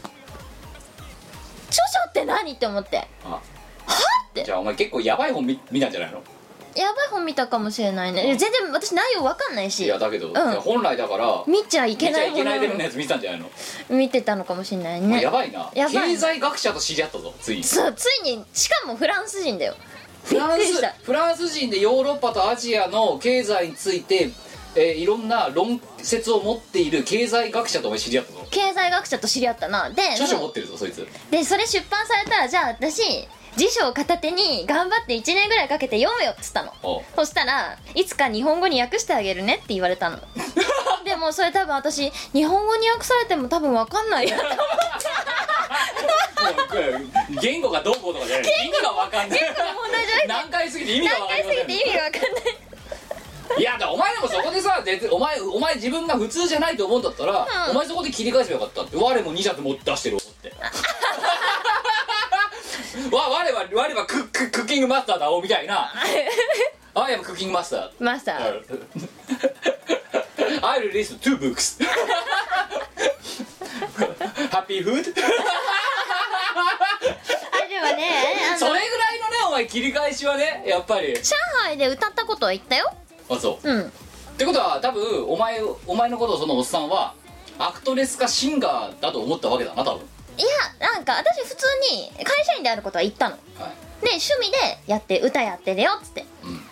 [SPEAKER 1] 書って何って思って
[SPEAKER 4] あ
[SPEAKER 1] て
[SPEAKER 4] じゃあお前結構やばい本見見たんじゃないの
[SPEAKER 1] やばい本見たかもしれないねいや全然私内容わかんない
[SPEAKER 4] い
[SPEAKER 1] し
[SPEAKER 4] やだけど、
[SPEAKER 1] ん
[SPEAKER 4] いや本来だから
[SPEAKER 1] 見ちゃい
[SPEAKER 4] 見ち
[SPEAKER 1] けな
[SPEAKER 4] ゃ
[SPEAKER 1] い
[SPEAKER 4] い
[SPEAKER 1] も
[SPEAKER 4] けないレベルの
[SPEAKER 1] の
[SPEAKER 4] やつ見てたんじゃないの、
[SPEAKER 1] 見てたのかもしれないね
[SPEAKER 4] やばいな
[SPEAKER 1] やばい
[SPEAKER 4] 経済学者と知り合ったぞついに
[SPEAKER 1] そうついにしかもフランス人だよ
[SPEAKER 4] フラン
[SPEAKER 1] びっくりし
[SPEAKER 4] ス
[SPEAKER 1] た
[SPEAKER 4] フランス人でヨーロッパとアジアの経済について、えーいろんな論説を持っている経済学者とお前知り合ったぞ
[SPEAKER 1] 経済学者と知り合ったなで
[SPEAKER 4] 著書持
[SPEAKER 1] も
[SPEAKER 4] ってるぞそいつ
[SPEAKER 1] うでそれ出版されたらじゃあ私辞書を片手に頑張って1年ぐらいかけて読むよっつったの
[SPEAKER 4] おう
[SPEAKER 1] そしたらいつか日本語に訳してあげるねって言われ たのでもそれ多分私日本語に訳されても多分分かんないやと 思って
[SPEAKER 4] 言語がどうこうとかじゃない意味が分かんない
[SPEAKER 1] 言語の問題じゃなくて
[SPEAKER 4] 難解すぎて意味が分
[SPEAKER 1] 何回
[SPEAKER 4] かん
[SPEAKER 1] す
[SPEAKER 4] ない
[SPEAKER 1] ぎて意味が分かんない
[SPEAKER 4] いやだからお前でもそこでさでお前お前自分が普通じゃないと思うんだったら、
[SPEAKER 1] うん
[SPEAKER 4] お前そこで切り返せばよかったって我も2着持って出してる思って わ我は我はクッククッキングマスターだおみたいな I am クッキングマスター
[SPEAKER 1] マスター
[SPEAKER 4] I will list two books Happy
[SPEAKER 1] あ
[SPEAKER 4] food
[SPEAKER 1] でもねあ
[SPEAKER 4] それ
[SPEAKER 1] の
[SPEAKER 4] ぐらいのねお前切り返しはねやっぱり
[SPEAKER 1] 上海で歌ったことは言ったよ
[SPEAKER 4] あそう
[SPEAKER 1] うん
[SPEAKER 4] ってことは多分お前お前のことをそのおっさんはアクトレスかシンガーだと思ったわけだな多分
[SPEAKER 1] いやなんか私普通に会社員であることは言ったの
[SPEAKER 4] はい、
[SPEAKER 1] で趣味でやって歌やってるよっつって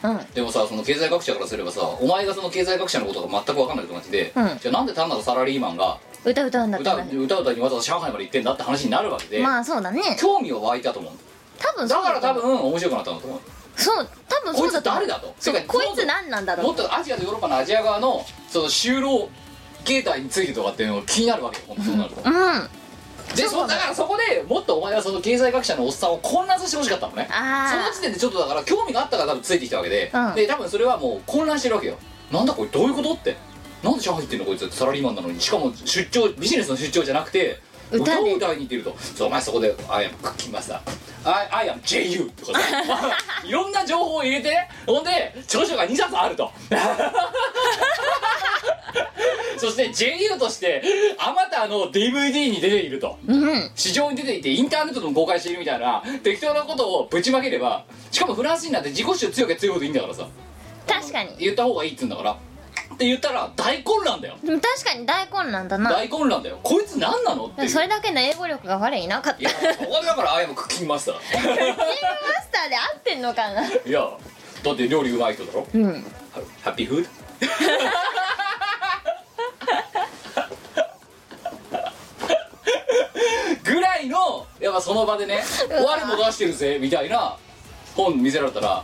[SPEAKER 4] うん、
[SPEAKER 1] うん
[SPEAKER 4] でもさその経済学者からすればさお前がその経済学者のことが全く分かんないと同じで、
[SPEAKER 1] うん
[SPEAKER 4] じゃあなんで単なるサラリーマンが
[SPEAKER 1] 歌歌うんだった
[SPEAKER 4] 歌
[SPEAKER 1] ら
[SPEAKER 4] う歌う歌にわざわざ上海まで行ってんだって話になるわけで、
[SPEAKER 1] まあそうだね
[SPEAKER 4] 興味は湧いたと思うんだ
[SPEAKER 1] 多分そ
[SPEAKER 4] だ
[SPEAKER 1] う
[SPEAKER 4] から多
[SPEAKER 1] と思う
[SPEAKER 4] 分面白くなったんだと思う
[SPEAKER 1] そう多分そうだと思う
[SPEAKER 4] こいつ誰だと
[SPEAKER 1] そう
[SPEAKER 4] てか
[SPEAKER 1] こいつ何なんだろ
[SPEAKER 4] も
[SPEAKER 1] う
[SPEAKER 4] っとアジアとヨーロッパのアジア側のその就労形態についてとかっていうのが気になるわけよ本当にそうなると、
[SPEAKER 1] うんあ
[SPEAKER 4] でそだからそこでもっとお前はその経済学者のおっさんを混乱させてほしかったのねその
[SPEAKER 1] あ
[SPEAKER 4] 時点でちょっとだから興味があったから多分ついてきたわけで、
[SPEAKER 1] うん
[SPEAKER 4] で多分それはもう混乱してるわけよなんだこれどういうことってなんで上海行ってんのこいつってサラリーマンなのにしかも出張ビジネスの出張じゃなくて
[SPEAKER 1] 歌で
[SPEAKER 4] 歌を歌いに行ってるとそうお前そこで「I am クッキンマスター」I「I am JU」と かさいろんな情報を入れてほんで著書が2冊あると そして JU としてあまたの DVD に出ていると
[SPEAKER 1] うん
[SPEAKER 4] 市場に出ていてインターネットでも公開しているみたいな適当なことをぶちまければしかもフランス人なんて自己主張強け強いほどいいんだからさ
[SPEAKER 1] 確かに
[SPEAKER 4] 言った方がいいっつうんだからって言ったら大混乱だよ
[SPEAKER 1] でも確かに大混乱だな
[SPEAKER 4] 大混乱だよこいつ何なのっていう
[SPEAKER 1] それだけの英語力が彼いなかったキ
[SPEAKER 4] い
[SPEAKER 1] ン
[SPEAKER 4] や
[SPEAKER 1] グ
[SPEAKER 4] そこでだからあやもクッキングマスター
[SPEAKER 1] マスターで合ってんのかない
[SPEAKER 4] やだって料理うまい人だろ
[SPEAKER 1] うん
[SPEAKER 4] ハハッピーフード ぐらいのやっぱその場でね「我も出してるぜ」みたいな本見せられたら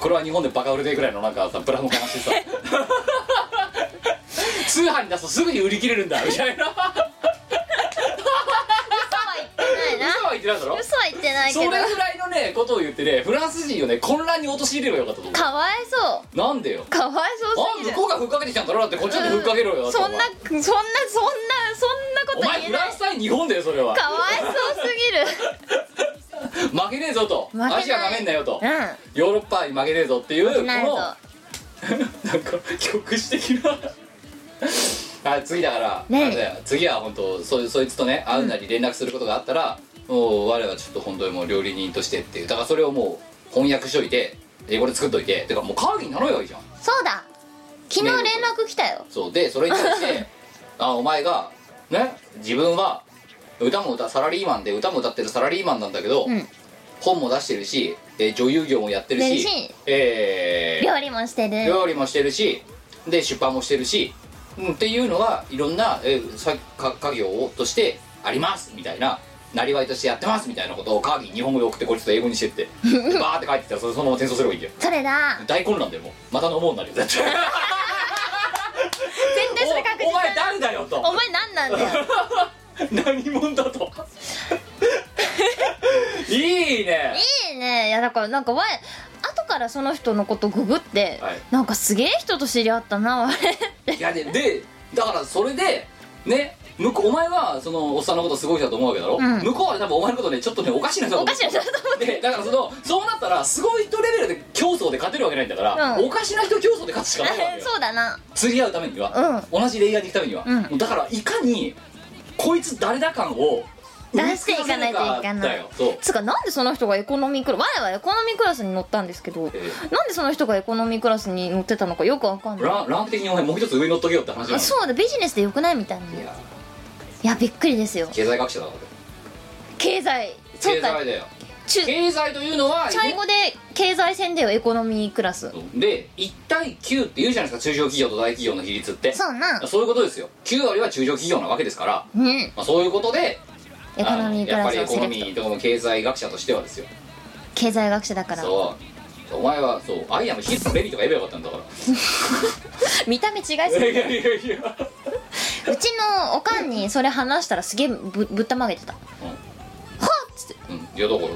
[SPEAKER 4] これは日本でバカ売れてるぐらいのなんかさブラも悲 しいさ通販に出すとすぐに売り切れるんだみたいな
[SPEAKER 1] 嘘は言ってない
[SPEAKER 4] 嘘は言ってないだ
[SPEAKER 1] な嘘は言ってないけ
[SPEAKER 4] ろそれ
[SPEAKER 1] ど
[SPEAKER 4] ぐらいのねことを言ってねフランス人をね混乱に陥れればよかったと思
[SPEAKER 1] かわいそう
[SPEAKER 4] うなんでよ
[SPEAKER 1] うかわいそう
[SPEAKER 4] あ
[SPEAKER 1] す
[SPEAKER 4] ん
[SPEAKER 1] ぎ
[SPEAKER 4] 向
[SPEAKER 1] る
[SPEAKER 4] こうがふっかけてきたんだろだってこっちだってふっかけろよ、
[SPEAKER 1] うん
[SPEAKER 4] と
[SPEAKER 1] そ
[SPEAKER 4] お
[SPEAKER 1] ん
[SPEAKER 4] 前
[SPEAKER 1] なそんなそんなそんなこ
[SPEAKER 4] お
[SPEAKER 1] と
[SPEAKER 4] 前
[SPEAKER 1] 言え
[SPEAKER 4] フ
[SPEAKER 1] な
[SPEAKER 4] ラ
[SPEAKER 1] い
[SPEAKER 4] ンス対日本だよそれは
[SPEAKER 1] かわいそうす
[SPEAKER 4] 負けねえぞと
[SPEAKER 1] 負けない
[SPEAKER 4] アジアなめんなよと
[SPEAKER 1] ぎるうん
[SPEAKER 4] ヨーロッパに負けねえぞっていうこの
[SPEAKER 1] な
[SPEAKER 4] なんか局地的な あ次だから、
[SPEAKER 1] ねえ
[SPEAKER 4] あれだよ次は本当そそいつとね会うなり連絡することがあったら、もう我はちょっと本当にもう料理人としてっていうだからそれをもう翻訳しといて英語で作っといててかもう会議になろうよいいじゃん
[SPEAKER 1] そうだ昨日連絡来たよ
[SPEAKER 4] そうでそれに対して あお前がね自分は歌も歌サラリーマンで歌も歌ってるサラリーマンなんだけど、
[SPEAKER 1] うん
[SPEAKER 4] 本も出してるし、えー女優業もやってるし
[SPEAKER 1] ですし
[SPEAKER 4] えー
[SPEAKER 1] 料理もしてる
[SPEAKER 4] 料理もしてるしで出版もしてるし、うん、っていうのがいろんな、えーさか家業をとしてありますみたいななりわいとしてやってますみたいなことを会議に日本語で送ってこいつと英語にしてって でバーって帰ってきたらそれそのまま転送すればいいんだよ
[SPEAKER 1] それだ
[SPEAKER 4] 大混乱だよもうまた飲もうになるよ絶対
[SPEAKER 1] 絶対それ確
[SPEAKER 4] おお
[SPEAKER 1] 実
[SPEAKER 4] 前誰だよと
[SPEAKER 1] お前何なんだ よ
[SPEAKER 4] 何者だ といいね
[SPEAKER 1] いいねいやだからなんかわい後からその人のことググって、
[SPEAKER 4] はい
[SPEAKER 1] なんかすげえ人と知り合ったなあれ
[SPEAKER 4] いやででだからそれでね向こうお前はそのおっさんのことすごい人だと思うわけだろ、
[SPEAKER 1] うん
[SPEAKER 4] 向こうはね多分お前のことねちょっとねおかしいな人だと
[SPEAKER 1] お
[SPEAKER 4] 思
[SPEAKER 1] か
[SPEAKER 4] う
[SPEAKER 1] しいな人だと思
[SPEAKER 4] でだからそのそうなったらすごい人レベルで競争で勝てるわけないんだから、
[SPEAKER 1] うん
[SPEAKER 4] おかしな人競争で勝つしかないわけ よ
[SPEAKER 1] そうだな
[SPEAKER 4] 釣り合うためには、同じレイヤーに行くためには、
[SPEAKER 1] う
[SPEAKER 4] だからいかにこいつ誰だ感を
[SPEAKER 1] 出していかないといけない
[SPEAKER 4] だよそう
[SPEAKER 1] つうかなんでその人がエコノミークラスわいはエコノミークラスに乗ったんですけど、
[SPEAKER 4] え
[SPEAKER 1] なんでその人がエコノミークラスに乗ってたのかよくわかんない
[SPEAKER 4] ランランク的にお前もう一つ上に乗っとけよって話な
[SPEAKER 1] あ
[SPEAKER 4] の
[SPEAKER 1] そうだビジネスでよくないみたいない
[SPEAKER 4] や
[SPEAKER 1] やびっくりですよ
[SPEAKER 4] 経済学者だから
[SPEAKER 1] 経済そ
[SPEAKER 4] 経
[SPEAKER 1] うだ
[SPEAKER 4] 済だよ
[SPEAKER 1] 中
[SPEAKER 4] 経済というのは
[SPEAKER 1] チャイ語で経済戦だよエコノミークラス
[SPEAKER 4] で1対9って言うじゃないですか中小企業と大企業の比率って
[SPEAKER 1] そうな
[SPEAKER 4] そういうことですよ9割は中小企業なわけですから、
[SPEAKER 1] うんエ
[SPEAKER 4] まあ、そういうことで
[SPEAKER 1] コノミーク
[SPEAKER 4] あの
[SPEAKER 1] ラ
[SPEAKER 4] やっぱ
[SPEAKER 1] ス
[SPEAKER 4] りエ
[SPEAKER 1] を
[SPEAKER 4] コ
[SPEAKER 1] セ
[SPEAKER 4] ノ
[SPEAKER 1] レク
[SPEAKER 4] ミ
[SPEAKER 1] ト
[SPEAKER 4] ーとかも経済学者としてはですよ
[SPEAKER 1] 経済学者だから
[SPEAKER 4] そうお前はそうアイアムヒッツのレビとか言えばよかったんだから
[SPEAKER 1] 見た目違いすぎ
[SPEAKER 4] いやい やいやいや
[SPEAKER 1] うちのおかんにそれ話したらすげえぶぶったまげてた
[SPEAKER 4] うんいやだから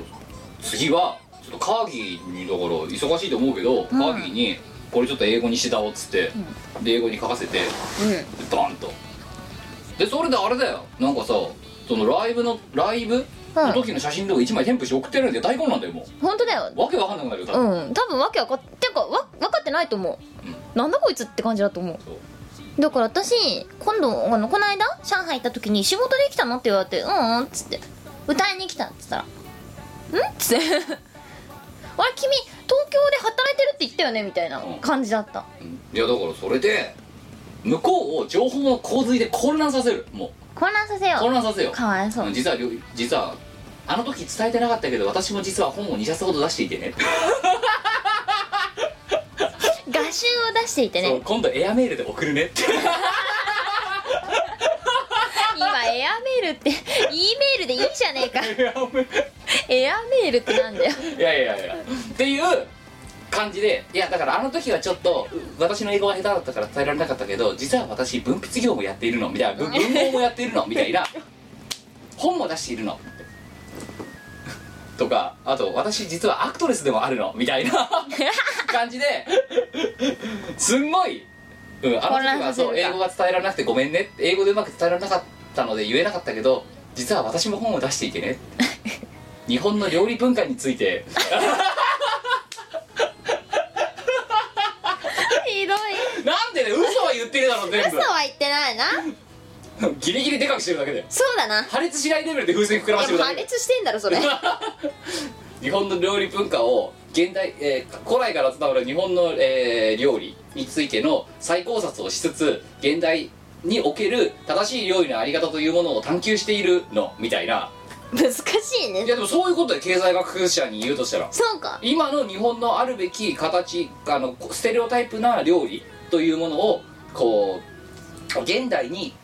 [SPEAKER 4] 次はちょっとカーギーにだから忙しいと思うけど、カーギーにこれちょっと英語にしてだおっつって、で英語に書かせて
[SPEAKER 1] う
[SPEAKER 4] でドンとでそれであれだよなんかさそのライブのライブの時の写真とか1枚添付して送ってるんで大根なんだよも
[SPEAKER 1] ん本当だよ
[SPEAKER 4] うわけわかんなくなるよ多分、
[SPEAKER 1] うん多分わけわかってかわ分かってないと思う、
[SPEAKER 4] う
[SPEAKER 1] なんだこいつって感じだと思
[SPEAKER 4] そう
[SPEAKER 1] うだから私今度あのこの間上海行った時に「仕事できたの?」って言われて「うんうん」っつって「歌いに来た」っつったら「ん?」っつって あれ君東京で働いてるって言ったよねみたいな感じだった、
[SPEAKER 4] うんいやだからそれで向こうを情報の洪水で混乱させるも
[SPEAKER 1] 混乱させよう
[SPEAKER 4] う混乱させよう
[SPEAKER 1] かわいそう
[SPEAKER 4] うん実はりょ実はあの時伝えてなかったけど私も実は本を2冊ほど出していてね
[SPEAKER 1] 画集を出していて
[SPEAKER 4] そう
[SPEAKER 1] ね
[SPEAKER 4] 今度エアメールで送るねって
[SPEAKER 1] 今エアメールって E メールでいいじゃねえか
[SPEAKER 4] エアメール
[SPEAKER 1] エアメールって なんだよ
[SPEAKER 4] いやいやいやっていう感じでいやだからあの時はちょっとう私の英語が下手だったから伝えられなかったけど実は私文筆業もやっているのみたい な文文法もやっているのみたいな本も出しているのとかあと私実はアクトレスでもあるのみた いな感じですんごい、うん、あの
[SPEAKER 1] 混乱
[SPEAKER 4] 時は
[SPEAKER 1] させる
[SPEAKER 4] そう
[SPEAKER 1] か
[SPEAKER 4] 英語が伝えられなくてごめんね英語でうまく伝えられなかったので言えなかったけど実は私も本を出してい てね日本の料理文化について
[SPEAKER 1] ひどい
[SPEAKER 4] なんでね嘘は言ってるだろ全
[SPEAKER 1] 嘘は言ってないな
[SPEAKER 4] 部ギリギリでかくしてるだけで
[SPEAKER 1] そうだな
[SPEAKER 4] 破裂しないレベルで風船膨らまして
[SPEAKER 1] でも
[SPEAKER 4] るだ
[SPEAKER 1] 破
[SPEAKER 4] けで
[SPEAKER 1] 裂してんだろそれ
[SPEAKER 4] 日本の料理文化を現代、えー古来から伝わる日本の、えー料理についての再考察をしつつ現代における正しい料理のあり方というものを探求しているのみたいな
[SPEAKER 1] 難しい
[SPEAKER 4] い
[SPEAKER 1] ね
[SPEAKER 4] やでもそういうことで経済学者に言うとしたら
[SPEAKER 1] そうか
[SPEAKER 4] 今の日本のあるべき形あのステレオタイプな料理というものをこう現代に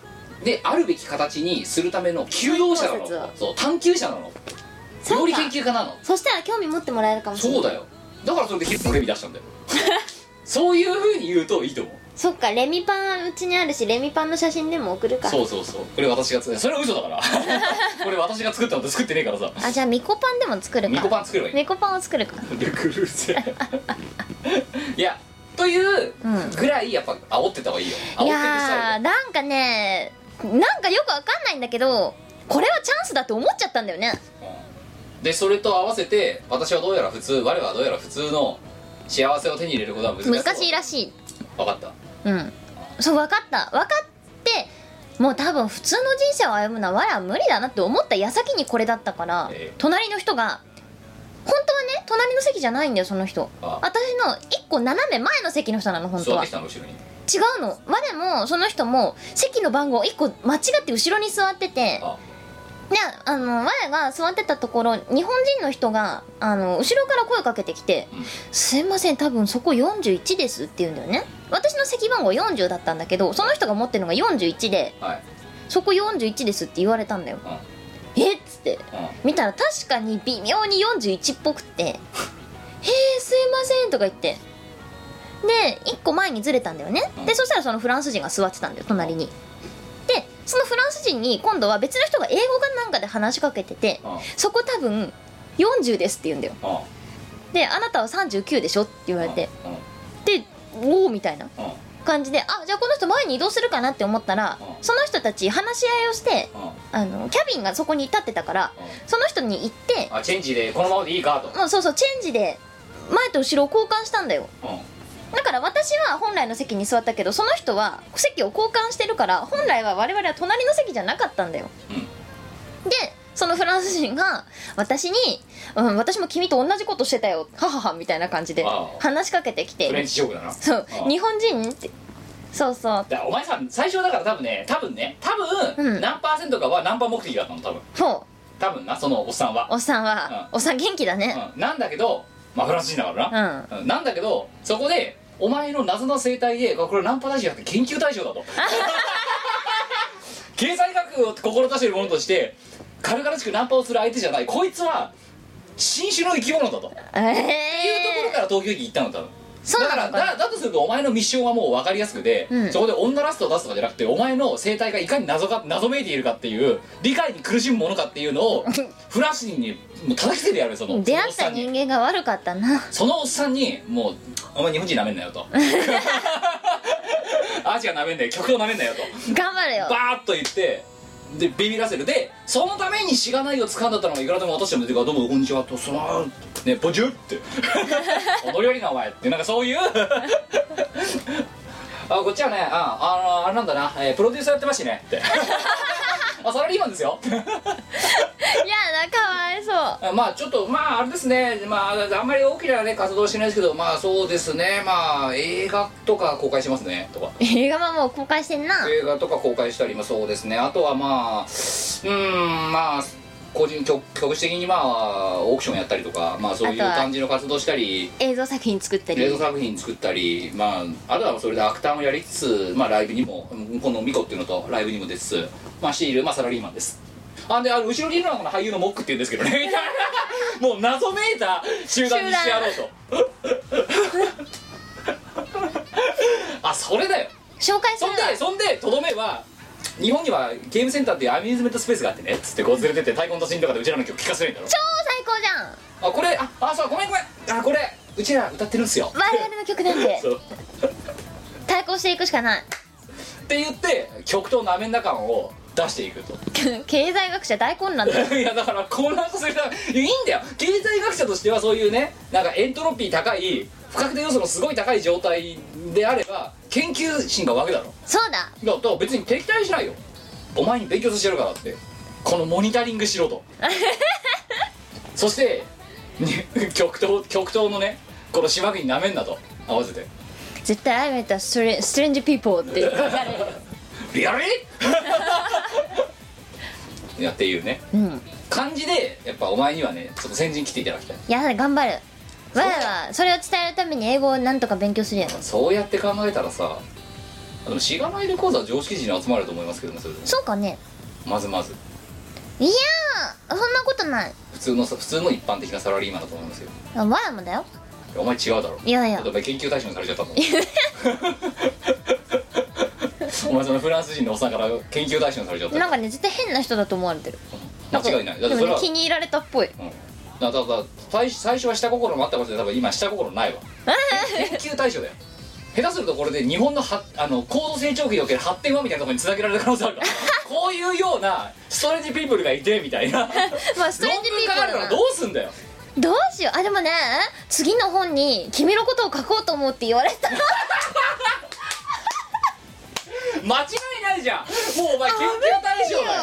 [SPEAKER 4] であるべき形にするための求道者な
[SPEAKER 1] そういう考察
[SPEAKER 4] の
[SPEAKER 1] を
[SPEAKER 4] そう探求者なの
[SPEAKER 1] そうか
[SPEAKER 4] 料理研究家なの
[SPEAKER 1] そしたら興味持ってもらえるかもしれない
[SPEAKER 4] そうだよだからそれでヒップレビ出したん だよそういうふうに言うといいと思う
[SPEAKER 1] そっかレミパンうちにあるしレミパンの写真でも送るか
[SPEAKER 4] そうそうそうこれ私がつそれは嘘だから これ私が作ったのと作ってねえからさ
[SPEAKER 1] あじゃあミコパンでも作るか
[SPEAKER 4] ミコパン作ればいい
[SPEAKER 1] ミコパンを作るか
[SPEAKER 4] でクルーズいやという
[SPEAKER 1] うん
[SPEAKER 4] ぐらいやっぱ煽ってた方がいいよ煽
[SPEAKER 1] い
[SPEAKER 4] ってるスタ
[SPEAKER 1] や
[SPEAKER 4] イ
[SPEAKER 1] ーなんかねなんかよくわかんないんだけどこれはチャンスだって思っちゃったんだよね
[SPEAKER 4] ルでうんでそれと合わせて私はどうやら普通我はどうやら普通の幸せを手に入れることは難しい
[SPEAKER 1] 難しいらしい
[SPEAKER 4] 分かった
[SPEAKER 1] うんそう分かった分かってもう多分普通の人生を歩むのはわらは無理だなって思った矢先にこれだったから、
[SPEAKER 4] ええ
[SPEAKER 1] 隣の人が本当はね隣の席じゃないんだよその人
[SPEAKER 4] あ
[SPEAKER 1] 私の一個斜め前の席の人なの本当
[SPEAKER 4] 座っ
[SPEAKER 1] は
[SPEAKER 4] てきたの後ろに
[SPEAKER 1] 違うの我もその人も席の番号一個間違って後ろに座ってて
[SPEAKER 4] あ
[SPEAKER 1] であの我が座ってたところ日本人の人があの後ろから声かけてきて
[SPEAKER 4] うん
[SPEAKER 1] 「すいません多分そこ41です」って言うんだよね私の席番号40だったんだけどその人が持ってるのが41で
[SPEAKER 4] はい
[SPEAKER 1] 「そこ41です」って言われたんだよ
[SPEAKER 4] うん
[SPEAKER 1] えっつって
[SPEAKER 4] うん
[SPEAKER 1] 見たら確かに微妙に41っぽくって「へえすいません」とか言ってで1個前にずれたんだよね
[SPEAKER 4] う
[SPEAKER 1] で
[SPEAKER 4] ん
[SPEAKER 1] そしたらそのフランス人が座ってたんだよ隣にでそのフランス人に今度は別の人が英語かなんかで話しかけてて
[SPEAKER 4] うん
[SPEAKER 1] そこ多分40ですって言うんだよ
[SPEAKER 4] うん
[SPEAKER 1] で「あなたは39でしょ?」って言われて
[SPEAKER 4] う
[SPEAKER 1] で「
[SPEAKER 4] ん
[SPEAKER 1] おお」みたいな
[SPEAKER 4] うんうん
[SPEAKER 1] 感じであじゃあこの人前に移動するかなって思ったら
[SPEAKER 4] うん
[SPEAKER 1] その人たち話し合いをして
[SPEAKER 4] うんうん
[SPEAKER 1] あのキャビンがそこに立ってたからその人に行って
[SPEAKER 4] あチェンジでこのままでいいかと
[SPEAKER 1] もうそうそうチェンジで前と後ろを交換したんだよ
[SPEAKER 4] うん
[SPEAKER 1] だから私は本来の席に座ったけどその人は席を交換してるから本来は我々は隣の席じゃなかったんだよでそのフランス人が私に、うん、私も君と同じことしてたよはははみたいな感じで
[SPEAKER 4] ああ
[SPEAKER 1] 話しかけてき
[SPEAKER 4] フレン
[SPEAKER 1] て
[SPEAKER 4] チショーだな
[SPEAKER 1] そう
[SPEAKER 4] ああ
[SPEAKER 1] 日本人ってそうそう
[SPEAKER 4] だからお前さん最初だから多分ね多分ね多分、
[SPEAKER 1] うん
[SPEAKER 4] 何パーセントかはナンパ目的だったの多分
[SPEAKER 1] そ
[SPEAKER 4] 多分なそのおっさんは
[SPEAKER 1] うおっさんは
[SPEAKER 4] う
[SPEAKER 1] おっさん元気だね
[SPEAKER 4] うん、なんだけどまあフランス人だから
[SPEAKER 1] う
[SPEAKER 4] な、
[SPEAKER 1] ん
[SPEAKER 4] うんなんだけどそこでお前の謎の生態でこれはナンパ大使じゃなくて研究対 象だと経済学を志している者として軽々しくナンパをする相手じゃないこいつは新種の生き物だと、いうと
[SPEAKER 1] え
[SPEAKER 4] ころ
[SPEAKER 1] え
[SPEAKER 4] から東京駅行ったの多分
[SPEAKER 1] そうな
[SPEAKER 4] だから
[SPEAKER 1] のかな
[SPEAKER 4] だだとするとお前のミッションはもう分かりやすくて、
[SPEAKER 1] うん
[SPEAKER 4] そこで女ラストを出すとかじゃなくてお前の生態がいかに謎か謎めいているかっていう理解に苦しむものかっていう のをフラッシュにもう叩きつけてやるよその
[SPEAKER 1] 出
[SPEAKER 4] そのお
[SPEAKER 1] 会
[SPEAKER 4] っ
[SPEAKER 1] っ
[SPEAKER 4] さ
[SPEAKER 1] た
[SPEAKER 4] んに
[SPEAKER 1] 人間が悪かったな
[SPEAKER 4] そのおっさんにもう「お前日本人なめんなよ」と「アジアなめんなよ曲をなめんなよ」と
[SPEAKER 1] 頑張れよ
[SPEAKER 4] バーッと言ってでビビらせるでそのためにしがないを掴んだったのがいくらでも私でも出てから「どうもこんにちは」と「そらー」ね「ボジュ」って「踊りよりなお前」ってなんかそういう あこっちはねああのあれなんだな、えープロデューサーやってましてねってあサラリーマンですよ
[SPEAKER 1] いやだかわいそう
[SPEAKER 4] あまあちょっとまああれですねまああんまり大きなね活動はしないですけどまあそうですねまあ映画とか公開しますねとか
[SPEAKER 1] 映画はもう公開してんな
[SPEAKER 4] 映画とか公開したりもそうですねあとはまあうーんまあ個人局局地的にまあオークションやったりとかまあそういう
[SPEAKER 1] あとは
[SPEAKER 4] 感じの活動したり
[SPEAKER 1] 映像作品作ったり
[SPEAKER 4] 映像作品作ったりまああとはそれでアクターもやりつつまあライブにもうんこのミコっていうのとライブにも出つつまあシールまあサラリーマンですあであの後ろにいるのが俳優のモックっていうんですけどね もう謎めいた集団にしてやろ うとあそれだよ
[SPEAKER 1] 紹介す
[SPEAKER 4] そ
[SPEAKER 1] る
[SPEAKER 4] ん
[SPEAKER 1] わ
[SPEAKER 4] でそんでとどめは日本にはゲームセンターっていうアミューズメントスペースがあってねっつってこう連れてって太鼓の達人とかでうちらの曲聴かせないんだろ
[SPEAKER 1] 超最高じゃん
[SPEAKER 4] あこれああそうごめんごめんあこれうちら歌ってるんすよ
[SPEAKER 1] 我々の曲なんで
[SPEAKER 4] そう
[SPEAKER 1] 対抗していくしかない
[SPEAKER 4] って言って曲となめんな感を出していくと
[SPEAKER 1] 経済学者大混乱だよ
[SPEAKER 4] いやだから混乱するないやいいんだよ経済学者としてはそういうねなんかエントロピー高い不確定要素のすごい高い状態であれば研究心が湧くだろ
[SPEAKER 1] そうだ
[SPEAKER 4] いやだから別に敵対しないよお前に勉強させてやるからってこのモニタリングしろとそしてね極東極東のねこの島国なめんなと合わせて
[SPEAKER 1] 絶対 I met a stra- strange people って書 かれる
[SPEAKER 4] リアルい やっていうね
[SPEAKER 1] うん
[SPEAKER 4] 感じでやっぱお前にはねちょっと先陣来ていただきたい
[SPEAKER 1] いや頑張るわらはそれを伝えるために英語をなんとか勉強するやろ
[SPEAKER 4] そうやって考えたらさでもしがないで講座は常識人に集まると思いますけどもそれでも
[SPEAKER 1] そうかね
[SPEAKER 4] まずまず
[SPEAKER 1] いやーそんなことない
[SPEAKER 4] 普通のさ普通の一般的なサラリーマンだと思いますよ
[SPEAKER 1] あわらもだよ
[SPEAKER 4] いやお前違うだろ
[SPEAKER 1] いやいや
[SPEAKER 4] だってお前研究対象にされちゃったもん お前そのフランス人のおっさんから研究対象にされちゃった
[SPEAKER 1] なんかね絶対変な人だと思われてる
[SPEAKER 4] 間違いない
[SPEAKER 1] で
[SPEAKER 4] だって
[SPEAKER 1] も
[SPEAKER 4] それ
[SPEAKER 1] ね
[SPEAKER 4] は
[SPEAKER 1] 気に入られたっぽい
[SPEAKER 4] うんだだだ最最初は下心もあったことで多分今下心ないわ研究対象だよ下手するとこれで日本のはあの高度成長期における発展はみたいなところにつなげられる可能性ある からこういうようなストレージピープルがいてみたいな論
[SPEAKER 1] まあストレンジピ
[SPEAKER 4] 文
[SPEAKER 1] ー
[SPEAKER 4] か
[SPEAKER 1] ポ
[SPEAKER 4] か
[SPEAKER 1] ー
[SPEAKER 4] る
[SPEAKER 1] だ
[SPEAKER 4] から
[SPEAKER 1] な
[SPEAKER 4] どうすんだよ
[SPEAKER 1] どうしようあでもね次の本に「君のことを書こうと思う」って言われた
[SPEAKER 4] 間違いないじゃんもうお前研究対象だよ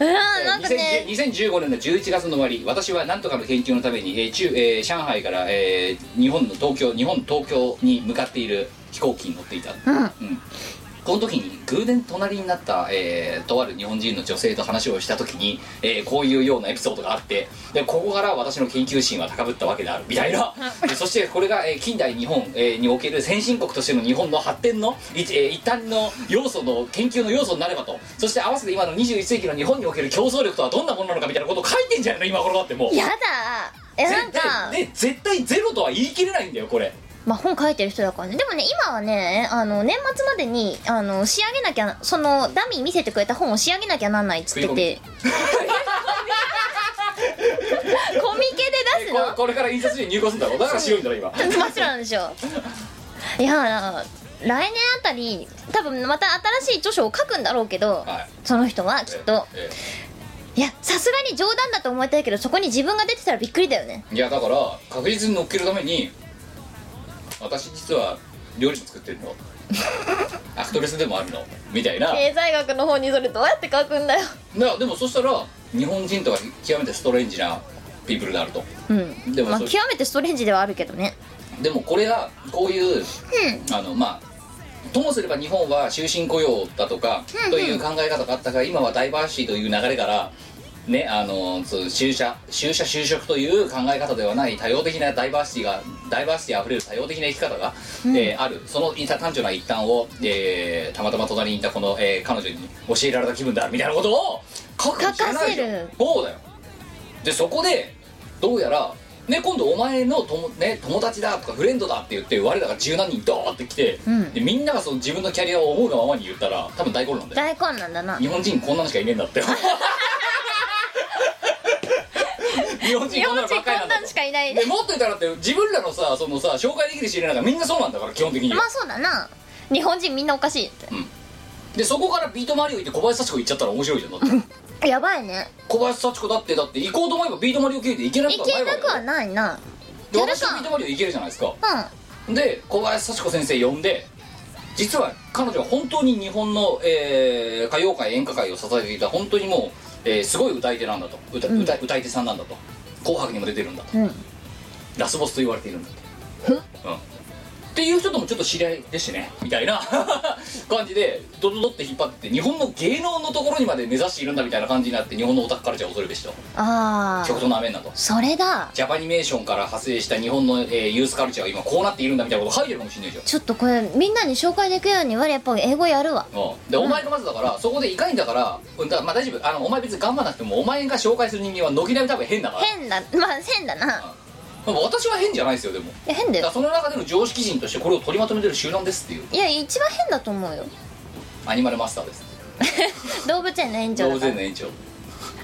[SPEAKER 1] うん
[SPEAKER 4] えー
[SPEAKER 1] なんかね
[SPEAKER 4] 2010 2015年の11月の終わり私は何とかの研究のために、えー中えー上海から、えー日本の東京日本東京に向かっている飛行機に乗っていた、
[SPEAKER 1] うん
[SPEAKER 4] うんこの時に偶然隣になった、えーとある日本人の女性と話をした時に、えーこういうようなエピソードがあってでここから私の研究心は高ぶったわけであるみたい なでそしてこれが、えー近代日本、えーにおける先進国としての日本の発展の、いえー一端の要素の研究の要素になればとそして合わせて今の21世紀の日本における競争力とはどんなものなのかみたいなことを書いてんじゃないの今頃だってもう
[SPEAKER 1] やだえなんか
[SPEAKER 4] 絶対で絶対ゼロとは言い切れないんだよこれ
[SPEAKER 1] まあ本書いてる人だからねでもね今はねあの年末までにあの仕上げなきゃそのダミー見せてくれた本を仕上げなきゃなんないっつっててコミケで出す
[SPEAKER 4] これ
[SPEAKER 1] の
[SPEAKER 4] これから印刷所に入稿するんだろうだから白いんだろ今
[SPEAKER 1] 真っ白なんでしょいや来年あたり多分また新しい著書を書くんだろうけど、
[SPEAKER 4] はい
[SPEAKER 1] その人はきっと
[SPEAKER 4] えーえー
[SPEAKER 1] いやさすがに冗談だと思いたいけどそこに自分が出てたらびっくりだよね
[SPEAKER 4] いやだから確実に乗っけるために私実は料理も作ってるのアクトレスでもあるのみたいな
[SPEAKER 1] 経済学の方にそれどうやって書くんだよ
[SPEAKER 4] なでもそしたら日本人とか極めてストレンジなピープルであると
[SPEAKER 1] うん
[SPEAKER 4] でも
[SPEAKER 1] まあ
[SPEAKER 4] それ
[SPEAKER 1] 極めてストレンジではあるけどね
[SPEAKER 4] でもこれがこういう、あのまあともすれば日本は終身雇用だとか、という考え方があったが今はダイバーシティという流れからねあのそう就社就社就職という考え方ではない多様的なダイバーシティがダイバーシティあふれる多様的な生き方が、えーあるそのいた単調な一端を、えーたまたま隣にいたこの、えー彼女に教えられた気分だみたいなことを書くかもしれないじゃん
[SPEAKER 1] 書かせる
[SPEAKER 4] そうだよでそこでどうやら、ね、今度お前の友,、ね、友達だとかフレンドだって言って我らが十何人ドーって来て、
[SPEAKER 1] うん
[SPEAKER 4] でみんながその自分のキャリアを思うがままに言ったら多分大混乱だよ
[SPEAKER 1] 大根なんだな
[SPEAKER 4] 日本人こんなのしかいねえんだって 日本人
[SPEAKER 1] 日
[SPEAKER 4] こん
[SPEAKER 1] 本
[SPEAKER 4] なの
[SPEAKER 1] 人
[SPEAKER 4] ばっかり
[SPEAKER 1] こ
[SPEAKER 4] なん
[SPEAKER 1] ん
[SPEAKER 4] だ
[SPEAKER 1] なん
[SPEAKER 4] と
[SPEAKER 1] しかいない
[SPEAKER 4] でもっと言ったらだって自分らのさそのさ紹介できる知り合いなんかみんなそうなんだから基本的に、
[SPEAKER 1] まあそうだな日本人みんなおかしいっ
[SPEAKER 4] でそこからビートマリオ行って小林幸子行っちゃったら面白いじゃんだって
[SPEAKER 1] てやばいね
[SPEAKER 4] 小林幸子だってだって行こうと思えばビートマリオ経由で行けなく
[SPEAKER 1] い
[SPEAKER 4] はな
[SPEAKER 1] け
[SPEAKER 4] いわ
[SPEAKER 1] な
[SPEAKER 4] け
[SPEAKER 1] く
[SPEAKER 4] だ
[SPEAKER 1] は
[SPEAKER 4] よ
[SPEAKER 1] ないな
[SPEAKER 4] で
[SPEAKER 1] やる
[SPEAKER 4] 私
[SPEAKER 1] か
[SPEAKER 4] はビートマリオ行けるじゃないですか
[SPEAKER 1] う
[SPEAKER 4] で小林幸子先生呼んで実は彼女は本当に日本の、えー歌謡界演歌界を支えていた本当にもう、えーすごい歌い手なんだと歌,、
[SPEAKER 1] ん
[SPEAKER 4] 歌い歌い手さんなんだと「紅白」にも出てるんだと
[SPEAKER 1] んうん
[SPEAKER 4] ラスボスと言われているんだと、うん、っていう人ともちょっと知り合いでしてねみたいな 感じでドドドって引っ張って日本の芸能のところにまで目指しているんだみたいな感じになって日本のオタクカルチャーを恐るべしと
[SPEAKER 1] あ
[SPEAKER 4] 極
[SPEAKER 1] あ
[SPEAKER 4] 東なめんなと
[SPEAKER 1] それだ
[SPEAKER 4] ジャパニメーションから派生した日本の、えーユースカルチャーが今こうなっているんだみたいなこと書いてるかもしれないじゃん
[SPEAKER 1] ちょっとこれみんなに紹介できるように我やっぱ英語やるわ
[SPEAKER 4] うんでお前がまずだから、そこでいかにだから、うん、だからまあ大丈夫あのお前別に頑張らなくてもお前が紹介する人間は軒並み多分変だから
[SPEAKER 1] 変だまあ変だな
[SPEAKER 4] でも私は変じゃないですよでも
[SPEAKER 1] いや変だ
[SPEAKER 4] だか
[SPEAKER 1] よ
[SPEAKER 4] らその中での常識人としてこれを取りまとめてる集団ですっていう
[SPEAKER 1] いや一番変だと 思うよ
[SPEAKER 4] アニマルマスターです
[SPEAKER 1] 動物園の園長
[SPEAKER 4] 動
[SPEAKER 1] だ
[SPEAKER 4] 物
[SPEAKER 1] か
[SPEAKER 4] 園
[SPEAKER 1] ら
[SPEAKER 4] の園長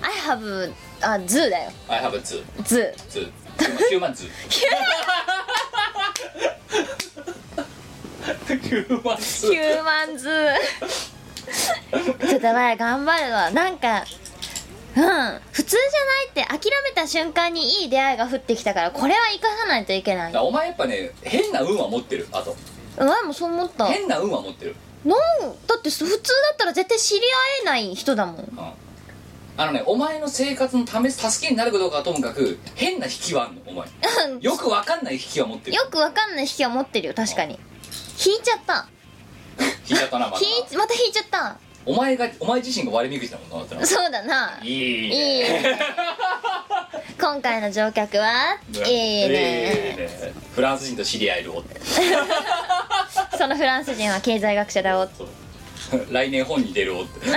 [SPEAKER 1] I have a zoo だよ
[SPEAKER 4] I have a zoo
[SPEAKER 1] ズ
[SPEAKER 4] zoo ヒューマンズ ーヒューマンズ
[SPEAKER 1] ーヒューマンズーちょっとまあ頑張るわなんかうん普通じゃないって諦めた瞬間にいい出会いが降ってきたからこれは生かさないといけない
[SPEAKER 4] だからお前やっぱね変な運は持ってるあと
[SPEAKER 1] うん前もそう思ったなん
[SPEAKER 4] 変な運は持ってる
[SPEAKER 1] だって普通だったら絶対知り合えない人だもん
[SPEAKER 4] あのねお前の生活のため助けになるかどうかはともかく変な引きはあんのお前よくわかんない引きは持ってる
[SPEAKER 1] よくわかんない引きは持ってるよ確かに引いちゃった
[SPEAKER 4] 引いちゃったなまた
[SPEAKER 1] 引いまた引いちゃった
[SPEAKER 4] お前がお前自身が割りくじだもんなだってな
[SPEAKER 1] そうだない
[SPEAKER 4] い
[SPEAKER 1] いい
[SPEAKER 4] ね
[SPEAKER 1] ね今回の乗客は
[SPEAKER 4] うわ
[SPEAKER 1] いいね
[SPEAKER 4] いいねフランス人と知り合えるお
[SPEAKER 1] そのフランス人は経済学者だお
[SPEAKER 4] そう 来年本に出るお って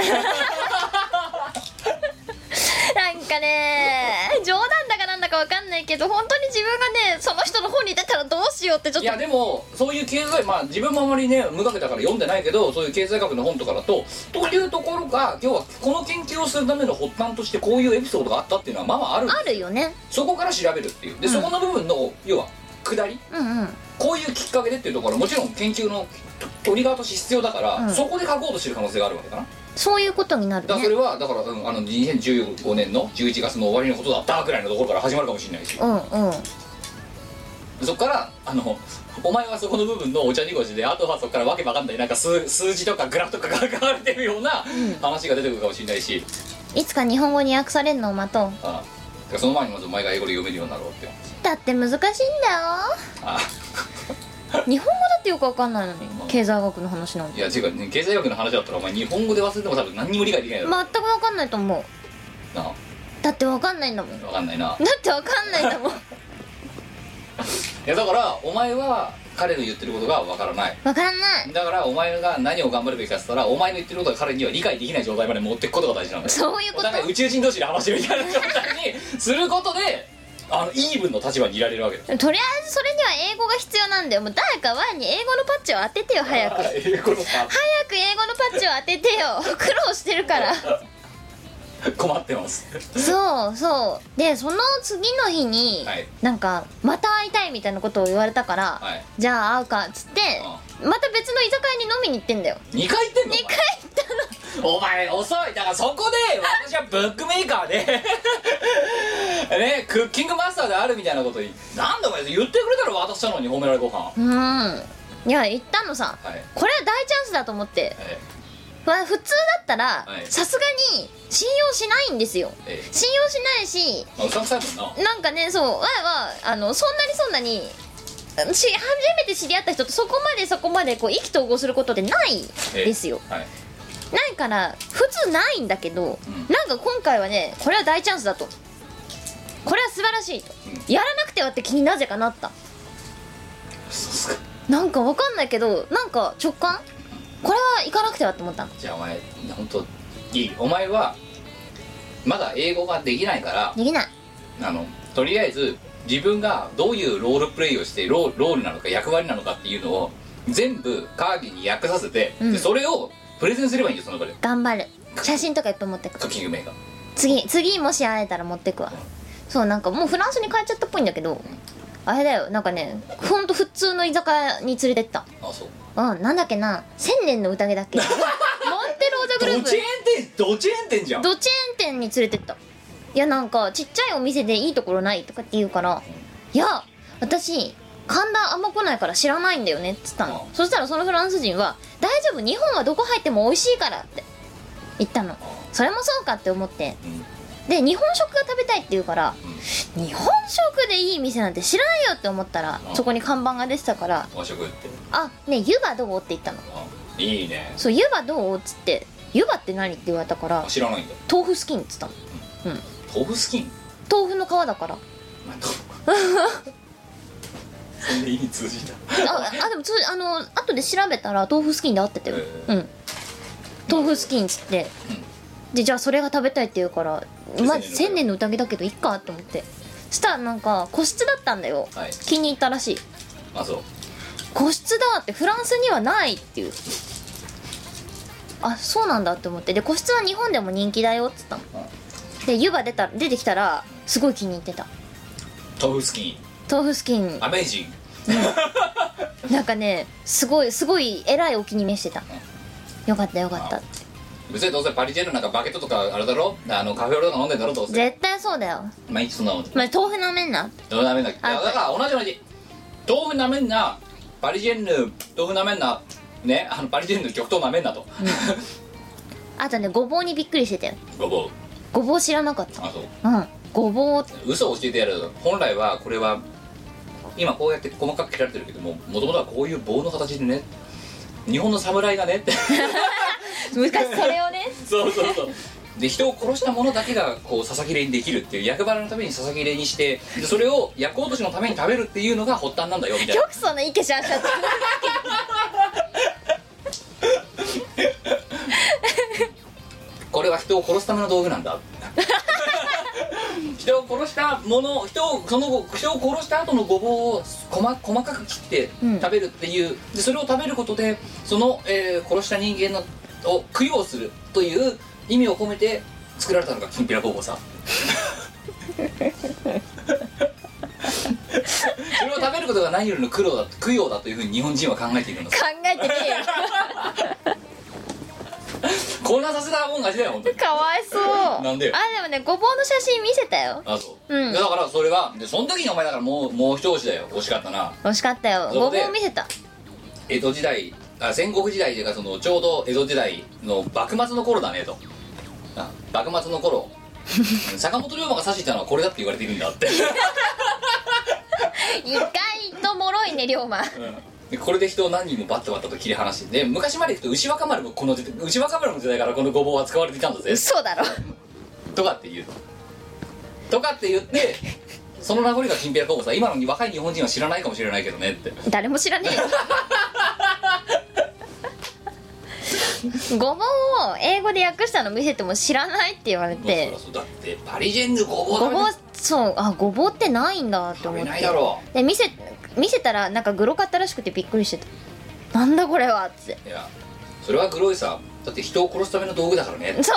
[SPEAKER 1] なんかね冗談だかなんだかわかんないけど本当に自分がねその人の本に出たらどうしようってちょっ
[SPEAKER 4] い
[SPEAKER 1] と
[SPEAKER 4] やでもそういう経済まあ自分もあまりね無学だから読んでないけどそういう経済学の本とかだとというところが今日はこの研究をするための発端としてこういうエピソードがあったっていうのはまあまあある
[SPEAKER 1] あるよね
[SPEAKER 4] そこから調べるっていうでそこの部分の要は下り
[SPEAKER 1] うんうん
[SPEAKER 4] こういうきっかけでっていうところもちろん研究のトリガーとして必要だから、
[SPEAKER 1] うん
[SPEAKER 4] そこで書こうとしてる可能性があるわけだなだか
[SPEAKER 1] そういうことになる
[SPEAKER 4] らそれ
[SPEAKER 1] ね
[SPEAKER 4] はだから、うん、あの2015年の11月の終わりのことだったぐらいのところから始まるかもしれないし
[SPEAKER 1] うんうん
[SPEAKER 4] そっからあのお前はそこの部分のお茶濁しであとはそこからわけわかんないなんか数数字とかグラフとかが書かれてるような話が出てくるかもしれないし、
[SPEAKER 1] いつか日本語に訳されるのを待とう
[SPEAKER 4] あてかその前にまずお前が英語で読めるようになろうって
[SPEAKER 1] だって難しいんだ
[SPEAKER 4] あ
[SPEAKER 1] よ日本語だってよくわかんないのに経済学の話なん
[SPEAKER 4] い
[SPEAKER 1] て
[SPEAKER 4] や違う、ね、経済学の話だったらお前日本語で忘れても多分何にも理解できないだろう
[SPEAKER 1] 全くわかんないと思う
[SPEAKER 4] な
[SPEAKER 1] だってわかんないんだもんだ
[SPEAKER 4] あわかんないな
[SPEAKER 1] ってわかんないん だもん
[SPEAKER 4] いやだからお前は彼の言ってることがわからない
[SPEAKER 1] わかんない
[SPEAKER 4] だからお前が何を頑張るべきかっつったらお前の言ってることが彼には理解できない状態まで持っていくことが大事なんだよ
[SPEAKER 1] そういうこ
[SPEAKER 4] お
[SPEAKER 1] と
[SPEAKER 4] 互い宇宙人同士で話してるみたいな状態にすることであのイーブンの立場にいられるわけだ
[SPEAKER 1] とりあえずそれには英語が必要なんだよもう誰かワンに英語のパッチを当ててよ早く 早く
[SPEAKER 4] 英語のさ
[SPEAKER 1] 英語のパッチを当ててよ苦労してるから
[SPEAKER 4] 困ってます
[SPEAKER 1] そうそうでその次の日に、
[SPEAKER 4] はい
[SPEAKER 1] なんかまた会いたいみたいなことを言われたから、
[SPEAKER 4] はい
[SPEAKER 1] じゃあ会うかっつってまた別の居酒屋に飲みに行ってん だよ
[SPEAKER 4] 2回言ってんの
[SPEAKER 1] 2回行ったの
[SPEAKER 4] お前お前遅いだからそこで私はブックメーカーで ねクッキングマスターであるみたいなことになんだお前言ってくれたら渡したのに褒められご飯は
[SPEAKER 1] うんいや行ったのさ、
[SPEAKER 4] い
[SPEAKER 1] これは大チャンスだと思って
[SPEAKER 4] え
[SPEAKER 1] まあ普通だったら
[SPEAKER 4] はい
[SPEAKER 1] さすがに信用しないんですよ
[SPEAKER 4] ええ
[SPEAKER 1] 信用しないし
[SPEAKER 4] まあうさんくさいもんな
[SPEAKER 1] なんかねそうわいはあのそんなにそんなにし初めて知り合った人とそこまでそこまでこう意気投合することってない
[SPEAKER 4] ええ
[SPEAKER 1] ですよ、
[SPEAKER 4] はい
[SPEAKER 1] ないから普通ないんだけど、
[SPEAKER 4] うん
[SPEAKER 1] なんか今回はねこれは大チャンスだとこれは素晴らしいと、
[SPEAKER 4] う
[SPEAKER 1] やらなくてはって気になぜかなった
[SPEAKER 4] そうっすか
[SPEAKER 1] なんかわかんないけどなんか直感これは行かなくてはって思ったの
[SPEAKER 4] じゃあお前本当いいお前はまだ英語ができないから
[SPEAKER 1] できない
[SPEAKER 4] あのとりあえず自分がどういうロールプレイをしてローロールなのか役割なのかっていうのを全部会議に役させて、
[SPEAKER 1] うん
[SPEAKER 4] でそれをプレゼンすればいいんですよその場で
[SPEAKER 1] 頑張る写真とかいっぱい持ってく
[SPEAKER 4] クッキングメーカー
[SPEAKER 1] 次次もし会えたら持ってくわそうなんかもうフランスに帰っちゃったっぽいんだけどあれだよなんかねほんと普通の居酒屋に連れてった
[SPEAKER 4] あそう
[SPEAKER 1] うんなんだっけな千年の宴だっけモンテローザ
[SPEAKER 4] ド
[SPEAKER 1] グループ
[SPEAKER 4] チェーン店ドチェーン店じゃん
[SPEAKER 1] ドチェーン店に連れてったいやなんかちっちゃいお店でいいところないとかって言うからいや私神田あんま来ないから知らないんだよねっつったの
[SPEAKER 4] うん
[SPEAKER 1] そしたらそのフランス人は「大丈夫日本はどこ入っても美味しいから」って言ったのそれもそうかって思って
[SPEAKER 4] うんうん
[SPEAKER 1] で日本食が食べたいって言うから日本食でいい店なんて知らんよって思ったら
[SPEAKER 4] うん
[SPEAKER 1] そこに看板が出てたから
[SPEAKER 4] 和食って
[SPEAKER 1] 「あねえ湯葉どう?」って言ったの
[SPEAKER 4] うんいいね
[SPEAKER 1] 「そう湯葉どう?」っつって「湯葉って何?」って言われたから
[SPEAKER 4] あ知らないんだ
[SPEAKER 1] 「豆腐好き」っつったのうん
[SPEAKER 4] 豆腐スキン
[SPEAKER 1] 豆腐の皮だから
[SPEAKER 4] まあ豆腐 そんで意味通じた
[SPEAKER 1] ああでもつあの後で調べたら豆腐スキンで合ってたよ、
[SPEAKER 4] へ
[SPEAKER 1] う
[SPEAKER 4] え
[SPEAKER 1] ん豆腐スキンっつって、でじゃあそれが食べたいって言うからまあ千
[SPEAKER 4] 千
[SPEAKER 1] 年
[SPEAKER 4] 年
[SPEAKER 1] の宴だけどいっかと思ってしたらなんか個室だったんだよ、
[SPEAKER 4] はい
[SPEAKER 1] 気に入ったらしい
[SPEAKER 4] あそう
[SPEAKER 1] 個室だってフランスにはないっていうあそうなんだって思ってで個室は日本でも人気だよっつったので湯葉出た出てきたらすごい気に入ってた
[SPEAKER 4] 豆腐スキ
[SPEAKER 1] 豆腐スキン
[SPEAKER 4] ンアメージング
[SPEAKER 1] なんかねすごいすごい偉いお気に召してたよかったよかったって
[SPEAKER 4] うせえどうせパリジェルなんかバケットとかあれだろあのカフェオレとか飲んでんだろどうせ
[SPEAKER 1] 絶対そうだよ
[SPEAKER 4] 毎日そんなもんだ
[SPEAKER 1] まあ豆腐なめんな
[SPEAKER 4] 豆腐なめんなだか
[SPEAKER 1] あ
[SPEAKER 4] らだから同じ同じ豆腐なめんなパリジェンヌ豆腐なめんなねあのパリジェンヌ極東なめんなと、
[SPEAKER 1] あとねごぼうにびっくりしてたよ
[SPEAKER 4] ごぼう
[SPEAKER 1] ごぼう知らなかった
[SPEAKER 4] あそう
[SPEAKER 1] うんごぼう
[SPEAKER 4] 嘘を教えてやる本来はこれは今こうやって細かく切られてるけどももともとはこういう棒の形でね日本の侍がねって
[SPEAKER 1] 難しいそれをね
[SPEAKER 4] そうそうそうで人を殺した者だけがこうささ切れにできるっていう役払いのためにささ切れにしてでそれを役落としのために食べるっていうのが発端なんだよみたい
[SPEAKER 1] よ
[SPEAKER 4] な
[SPEAKER 1] くそんなイケシャンしちゃった
[SPEAKER 4] これは人を殺すための道具な んだ人を殺したもの人をその後人を殺した後のごぼうを細細かく切って
[SPEAKER 1] うん
[SPEAKER 4] 食べるっていう、でそれを食べることでその、えー殺した人間のを供養するという意味を込めて作られたのがきんぴらごぼ うさそれを食べることが何よりの苦労だ供養だというふうに日本人は考えているんだ
[SPEAKER 1] 考えてねえよ
[SPEAKER 4] こんなさせたもん勝ちだよ本当に
[SPEAKER 1] かわいそう
[SPEAKER 4] なんでよ
[SPEAKER 1] あでもねごぼうの写真見せたよ
[SPEAKER 4] あそう、
[SPEAKER 1] うん
[SPEAKER 4] でだからそれはでその時にお前だからもうもう一押しだよ惜しかったな
[SPEAKER 1] 惜しかったよ
[SPEAKER 4] そ
[SPEAKER 1] ご
[SPEAKER 4] うで
[SPEAKER 1] ぼう見せた
[SPEAKER 4] 江戸時代あ戦国時代というかそのちょうど江戸時代の幕末の頃だねとあ幕末の頃 坂本龍馬が指していたのはこれだって言われているんだって、
[SPEAKER 1] 意外と脆いね龍馬
[SPEAKER 4] でこれで人を何人もバッとバッとと切り離してで昔まで行くと牛若丸もこの時代牛若丸の時代からこのごぼうは使われていたんだぜ
[SPEAKER 1] 嘘だろ
[SPEAKER 4] とかって言うとかって言ってその名残がきんぴらごぼうさ今の若い日本人は知らないかもしれないけどねって
[SPEAKER 1] 誰も知らねえよごぼうを英語で訳したの見せても知らないって言われて
[SPEAKER 4] そうだってパリジェンヌごぼ
[SPEAKER 1] ご
[SPEAKER 4] うだ
[SPEAKER 1] ぼうそうあごぼうってないんだって
[SPEAKER 4] 食
[SPEAKER 1] 思
[SPEAKER 4] べ
[SPEAKER 1] っ
[SPEAKER 4] ない
[SPEAKER 1] て
[SPEAKER 4] だろ
[SPEAKER 1] で見せ見せたらなんかグロかったらしくてびっくりしてたなんだこれはって
[SPEAKER 4] ういやそれはグロいさだって人を殺すための道具だからね
[SPEAKER 1] そ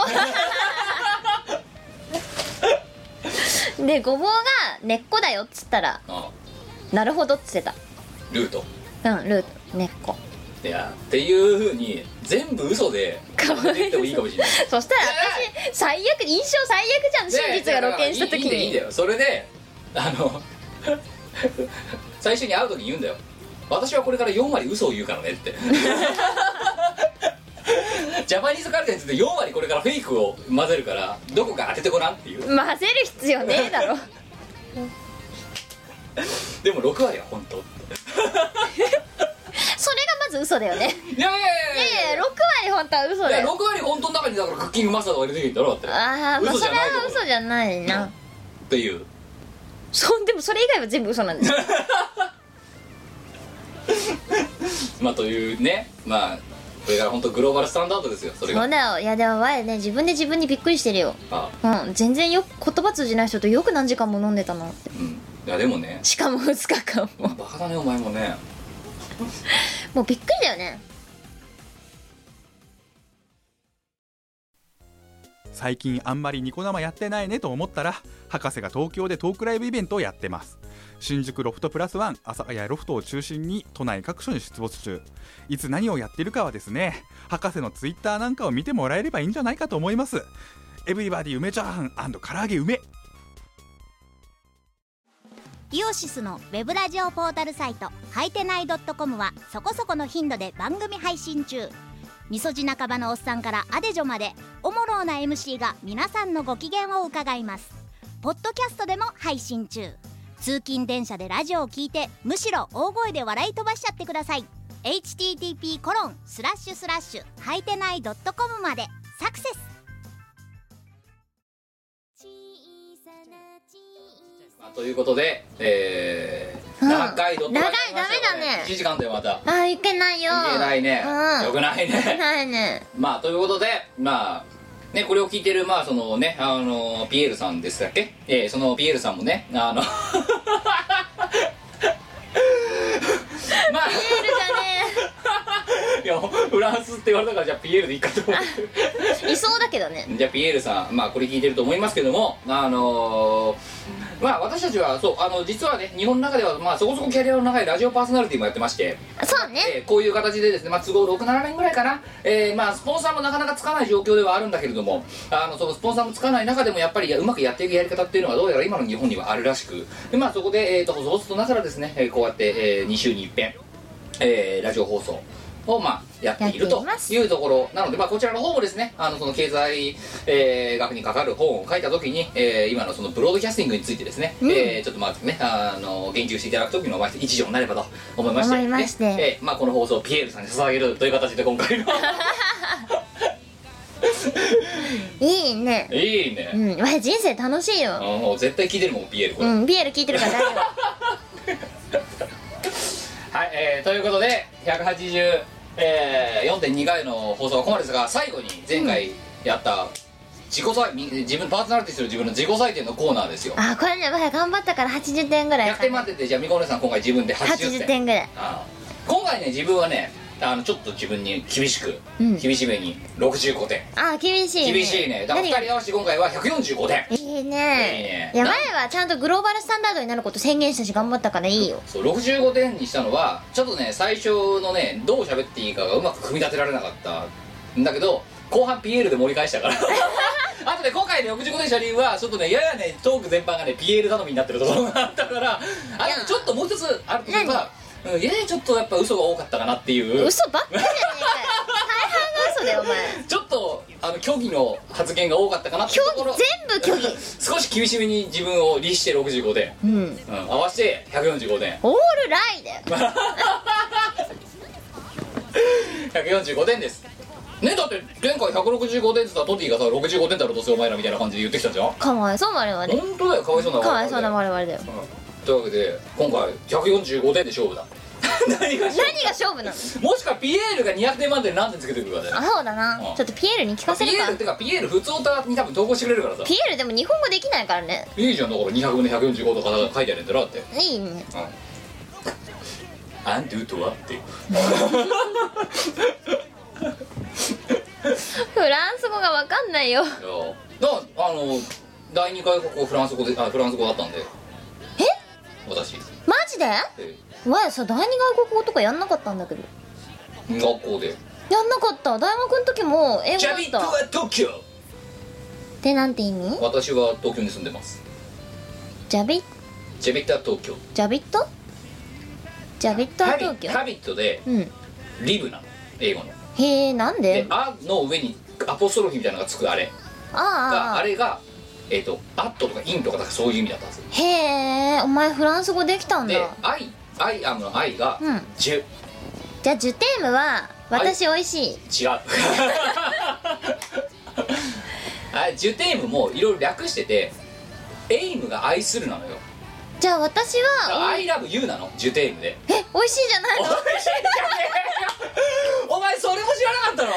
[SPEAKER 1] うでごぼうが根っこだよっつったら
[SPEAKER 4] あ
[SPEAKER 1] なるほどっつって
[SPEAKER 4] ルート
[SPEAKER 1] たうんルート根っこ
[SPEAKER 4] いやっていうふうに全部嘘で
[SPEAKER 1] かわいそう
[SPEAKER 4] 言ってもいいかもしれない
[SPEAKER 1] そしたら私最悪印象最悪じゃん真実が露見した時
[SPEAKER 4] いやいいんだよいいん
[SPEAKER 1] に
[SPEAKER 4] だよそれであの最初に会う時に言うんだよ私はこれから4割嘘を言うからねってジャパニーズカルテンツで4割これからフェイクを混ぜるからどこか当ててごらんっていう
[SPEAKER 1] 混ぜる必要ねえ だろ
[SPEAKER 4] でも6割は本当って
[SPEAKER 1] それがまず嘘だよね
[SPEAKER 4] いやいやいやいや
[SPEAKER 1] ええ6割本当は嘘だ
[SPEAKER 4] いや
[SPEAKER 1] よ
[SPEAKER 4] 6割本当の中にだからクッキングマスターとか入れてきてんだろだっ
[SPEAKER 1] ああまあ
[SPEAKER 4] 嘘じ
[SPEAKER 1] そ
[SPEAKER 4] ゃ
[SPEAKER 1] れ
[SPEAKER 4] ない
[SPEAKER 1] は嘘じゃないな、
[SPEAKER 4] てっていう
[SPEAKER 1] そうでもそれ以外は全部嘘なんですよ
[SPEAKER 4] まあというねまあこれから本当グローバルスタンダードですよそれ
[SPEAKER 1] そ
[SPEAKER 4] が
[SPEAKER 1] うだよいやでも前ね自分で自分にびっくりしてるよ
[SPEAKER 4] あ
[SPEAKER 1] うん全然よく言葉通じない人とよく何時間も飲んでたなって
[SPEAKER 4] うんいやでもね
[SPEAKER 1] しかも2日間も
[SPEAKER 4] バカだねお前もね
[SPEAKER 1] もうびっくりだよね
[SPEAKER 5] 最近あんまりニコ生やってないねと思ったら博士が東京でトークライブイベントをやってます新宿ロフトプラスワン朝谷ロフトを中心に都内各所に出没中いつ何をやっているかはですね博士のツイッターなんかを見てもらえればいいんじゃないかと思いますエブリバディ梅チャーハン唐揚げ梅
[SPEAKER 2] イオシスのウェブラジオポータルサイトはいてない .com はそこそこの頻度で番組配信中みそじ半ばのおっさんからアデジョまでおもろうな MC が皆さんのご機嫌を伺いますポッドキャストでも配信中通勤電車でラジオを聞いてむしろ大声で笑い飛ばしちゃってください http コロンスラッシュスラッシュはいてない .com までサクセス
[SPEAKER 4] まあということでえー、
[SPEAKER 1] うん
[SPEAKER 4] 長いドットが
[SPEAKER 1] 長い
[SPEAKER 4] 来ましたよ
[SPEAKER 1] ダメだね
[SPEAKER 4] 1時間だよまたい
[SPEAKER 1] あーいけないよ
[SPEAKER 4] けないね、
[SPEAKER 1] うん
[SPEAKER 4] よくない
[SPEAKER 1] いけ
[SPEAKER 4] ね
[SPEAKER 1] ないね
[SPEAKER 4] まあということでまあね、これを聞いてる、まあ、そのね、あの、ピエールさんでしたっけえー、そのピエールさんもね、あの、
[SPEAKER 1] ピエールじ
[SPEAKER 4] まあ、いやフランスって言われたからじゃあピエールでいいかと思 っ
[SPEAKER 1] ゃねえいそうだけどね
[SPEAKER 4] てじゃあピエールさんまあこれ聞いてると思いますけどもあのーまあ私たちはそうあの実はね日本の中ではまあそこそこキャリアの長いラジオパーソナリティもやってまして、
[SPEAKER 1] そうね
[SPEAKER 4] えーこういう形でですね、まあ、都合67年ぐらいかな、えーまあスポンサーもなかなかつかない状況ではあるんだけれどもあのそのスポンサーもつかない中でもやっぱりいやうまくやっていくやり方っていうのはどうやら今の日本にはあるらしくでまあそこで、えー、とそうするとながらですねえーこうやって、え2週に一遍えーラジオ放送を、まあやっている
[SPEAKER 1] やって
[SPEAKER 4] と
[SPEAKER 1] います
[SPEAKER 4] いうところなので、まあ、こちらの方もですねあのその経済、えー学にかかる本を書いた時に、えー今のそのブロードキャスティングについてですね、
[SPEAKER 1] うん
[SPEAKER 4] えーちょっとまあねあの言及していただく時のまあ一助になればと思いまして
[SPEAKER 1] 思いまして
[SPEAKER 4] ねえーまあ、この放送をピエールさんに捧げるという形で今回の
[SPEAKER 1] いいね
[SPEAKER 4] いいね、
[SPEAKER 1] うんわ人生楽しい
[SPEAKER 4] あ
[SPEAKER 1] よ
[SPEAKER 4] のもう絶対聞いてるもんピエールこれ、
[SPEAKER 1] うんビエル聞いてるから大丈
[SPEAKER 4] はい、えーということで184.2、えー4.2回の放送はここまでですが最後に前回やった自己採み自分パーソナリティする自分の自己採点のコーナーですよ
[SPEAKER 1] 夫 あこれねわや頑張ったから80点ぐらい
[SPEAKER 4] 100点満点でじゃあみこお姉さん今回自分で80点
[SPEAKER 1] 80点ぐらい
[SPEAKER 4] あー今回ね自分はねあのちょっと自分に厳しく、
[SPEAKER 1] うん
[SPEAKER 4] 厳しめに65点
[SPEAKER 1] あ厳しいね
[SPEAKER 4] 厳しいねだから
[SPEAKER 1] 何が
[SPEAKER 4] 2人合わせて今回は145点
[SPEAKER 1] いい
[SPEAKER 4] いいね
[SPEAKER 1] ねいや前はちゃんとグローバルスタンダードになること宣言したし頑張ったからいいよ
[SPEAKER 4] そう65点にしたのはちょっとね最初のねどう喋っていいかがうまく組み立てられなかったんだけど後半 PL で盛り 返したからあとね今回ね65点した理由はちょっとねややねトーク全般がね PL 頼みになってるところがあったからあ
[SPEAKER 1] いや
[SPEAKER 4] とちょっともう一つあるとすればうんややちょっとやっぱ嘘が多かったかなっていう
[SPEAKER 1] 嘘ばっかりじゃねえかよ大半が嘘だよお前
[SPEAKER 4] ちょっとあの虚偽の発言が多かったかなっていうところ
[SPEAKER 1] 虚偽全部虚
[SPEAKER 4] 少し厳しめに自分を律して65点、
[SPEAKER 1] うん
[SPEAKER 4] うん、合わせて145点
[SPEAKER 1] オールライだよ
[SPEAKER 4] 145点ですねだって前回165点っつったらトティがさ65点だろどうせお前らみたいな感じで言ってきたじゃん
[SPEAKER 1] かわいそう我々
[SPEAKER 4] 本当だよかわいそうな
[SPEAKER 1] かわいそうな我々だよ
[SPEAKER 4] うんというわけで今回145点で勝負だ何が
[SPEAKER 1] 何
[SPEAKER 4] 勝負
[SPEAKER 1] が勝負なの
[SPEAKER 4] もしくはピエールが200点満点で何点つけてくるかだよ
[SPEAKER 1] あそうだな
[SPEAKER 4] うん
[SPEAKER 1] ちょっとピエールに聞かせ
[SPEAKER 4] ピ
[SPEAKER 1] る
[SPEAKER 4] エー
[SPEAKER 1] か
[SPEAKER 4] ルってかピエール普通歌に多分投稿してくれるからさ
[SPEAKER 1] ピエールでも日本語できないからね
[SPEAKER 4] いいじゃんだから200分の145とか書いてあるんだろだって
[SPEAKER 1] いいね
[SPEAKER 4] アンドゥとはって
[SPEAKER 1] フランス語がわかんないよ
[SPEAKER 4] いやだあの第2回ここフランス語であフランス語だったんでえ私
[SPEAKER 1] マジで
[SPEAKER 4] え
[SPEAKER 1] わやさ第二外国語とかやんなかったんだけど
[SPEAKER 4] ー学校で
[SPEAKER 1] やんなかった大学の時も英語
[SPEAKER 4] ジ
[SPEAKER 1] だ
[SPEAKER 4] ャ
[SPEAKER 1] っ
[SPEAKER 4] ビットは
[SPEAKER 1] た
[SPEAKER 4] 東京
[SPEAKER 1] ってなんて意味
[SPEAKER 4] 私は東京に住んでます
[SPEAKER 1] ジャビ
[SPEAKER 4] ジャビットは東京
[SPEAKER 1] ジャビットジャビットは東京
[SPEAKER 4] ハビットで
[SPEAKER 1] うん
[SPEAKER 4] リブなの英語の
[SPEAKER 1] へえなん
[SPEAKER 4] で
[SPEAKER 1] で
[SPEAKER 4] 「あ」の上にアポストロフィーみたいなのがつくあれが
[SPEAKER 1] あ
[SPEAKER 4] あ
[SPEAKER 1] あ
[SPEAKER 4] れがえっ、と「アット」とか「イン」とかだからそういう意味だったんですよ
[SPEAKER 1] へえお前フランス語できたん
[SPEAKER 4] で
[SPEAKER 1] だ
[SPEAKER 4] 「アイ」「アイアム」の「アイ」が
[SPEAKER 1] うん
[SPEAKER 4] 「ジュ」
[SPEAKER 1] じゃあジュテームは私おいしい
[SPEAKER 4] 違う あジュテームもいろいろ略しててエイムが愛するなのよ
[SPEAKER 1] じゃあ私
[SPEAKER 4] だから
[SPEAKER 1] は
[SPEAKER 4] 「ILOVEYOU」なのジュテームで
[SPEAKER 1] え美味しいじゃない
[SPEAKER 4] お
[SPEAKER 1] の
[SPEAKER 4] い
[SPEAKER 1] だっ
[SPEAKER 4] しいじゃねえよお前それも知らなかったの
[SPEAKER 1] て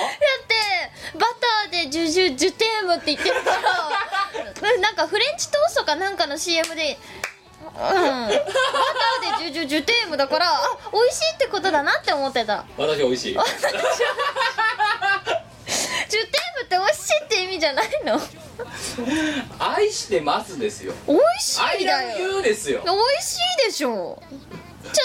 [SPEAKER 1] バターでジュジュジュテームって言ってるから なんかフレンチトーストかなんかの CM でうんバターでジュジュジュテームだからあ美味しいってことだなって思ってた
[SPEAKER 4] 私美味しい
[SPEAKER 1] ジュテームって美味しいって意味じゃないの
[SPEAKER 4] 愛してますですよ
[SPEAKER 1] 美味しいだよ
[SPEAKER 4] ILOVEYOU ですよ
[SPEAKER 1] 美味しいでしょじゃあ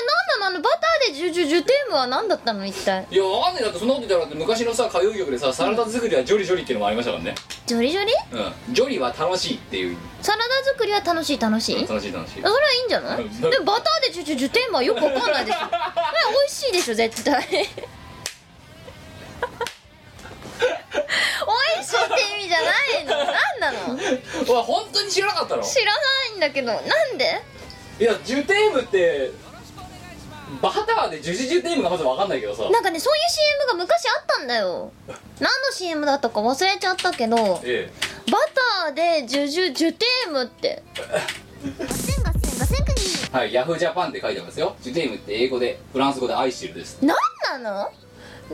[SPEAKER 1] 何なのあのバターでジュジュジュテームは何だったの一体
[SPEAKER 4] いやわかんないだってそんなこと言ったらだって昔のさ歌謡曲でさサラダ作りはジョリジョリっていうのもありましたからね
[SPEAKER 1] ジョリジョリ
[SPEAKER 4] うんジョリは楽しいっていう
[SPEAKER 1] サラダ作りは楽しい楽しいそれ
[SPEAKER 4] 楽しい楽しい
[SPEAKER 1] はいいんじゃないでもバターでジュジュジュテームはよくわかんないですよこれ美味しいでしょ絶対美味しいって意味じゃないの何なの
[SPEAKER 4] お前本当に知らなかったの
[SPEAKER 1] 知らないんだけどなんで
[SPEAKER 4] いやジュテームってバターでジュジュジュテームがまず分かんないけどさ
[SPEAKER 1] なんかねそういう CM が昔あったんだよ何の CM だったか忘れちゃったけどバ
[SPEAKER 4] え
[SPEAKER 1] ターでジュジュジュテームって
[SPEAKER 4] えはいヤフージャパンって書いてますよジュテームって英語でフランス語で愛してるです
[SPEAKER 1] 何なの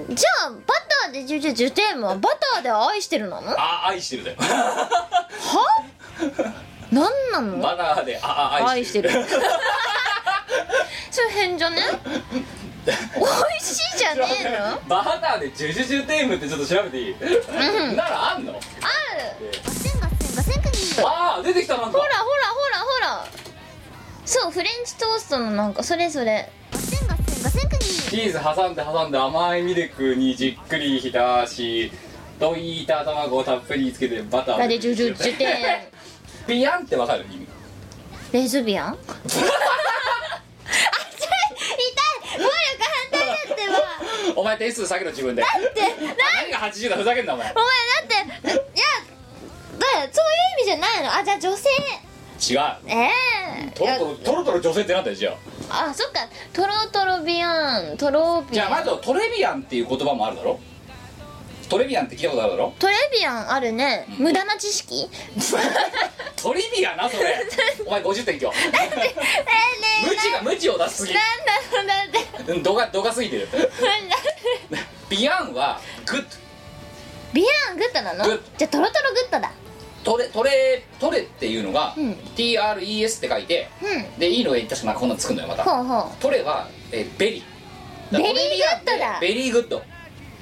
[SPEAKER 1] じゃあバターでジュジュジュテームはバターで愛してるなの
[SPEAKER 4] ああ愛し てるだよ
[SPEAKER 1] は何なの
[SPEAKER 4] バターでああ愛
[SPEAKER 1] 愛
[SPEAKER 4] し
[SPEAKER 1] してて
[SPEAKER 4] る
[SPEAKER 1] るそれ変 じゃね美味しいじゃねえのあ
[SPEAKER 4] バターでジュジュジュテームってちょっと調べていい、ならあんの
[SPEAKER 1] る
[SPEAKER 4] ああ出てきたなんか
[SPEAKER 1] ほらほらほらほらそうフレンチトーストのなんかそれそれ
[SPEAKER 4] チーズ挟んで挟んで甘いミルクにじっくり浸し溶いた卵をたっぷりつけてバタ
[SPEAKER 1] バ
[SPEAKER 4] ー
[SPEAKER 1] ターでジュジュジュテーム
[SPEAKER 4] ピヤンってわかる意味
[SPEAKER 1] レズビアン あちょい痛い暴力反対だってば
[SPEAKER 4] お前点数下げろ自分でだって何が80だふざけんなお前
[SPEAKER 1] お前だっていやだからそういう意味じゃないのあじゃあ女性
[SPEAKER 4] 違う
[SPEAKER 1] ええ
[SPEAKER 4] トロトロトロトロ女性ってなんだよじゃあ
[SPEAKER 1] あそっかトロトロビアントロビ
[SPEAKER 4] じゃ
[SPEAKER 1] ア
[SPEAKER 4] あ
[SPEAKER 1] ン
[SPEAKER 4] まずトレビアンっていう言葉もあるだろトレビアンって聞いたことあるだろ
[SPEAKER 1] トレビアンあるね無駄な知 識
[SPEAKER 4] トリビアな それお前50点今日
[SPEAKER 1] えー、
[SPEAKER 4] 無知が無知を出しすぎ
[SPEAKER 1] なんだろうだって
[SPEAKER 4] うん度が度が過ぎてる
[SPEAKER 1] なんだ
[SPEAKER 4] ビアンはグッ
[SPEAKER 1] ビアングッドなの
[SPEAKER 4] グッド
[SPEAKER 1] じゃあトロトログッドだ
[SPEAKER 4] トレトレトレっていうのが、
[SPEAKER 1] うん
[SPEAKER 4] TRES って書いて
[SPEAKER 1] うん
[SPEAKER 4] でいいのが確かなんかこんなのつくんだよまた
[SPEAKER 1] ほうほ
[SPEAKER 4] トレは、えーベリーだから
[SPEAKER 1] ベリー
[SPEAKER 4] トレビアンって
[SPEAKER 1] グッドだ
[SPEAKER 4] ベリーグッド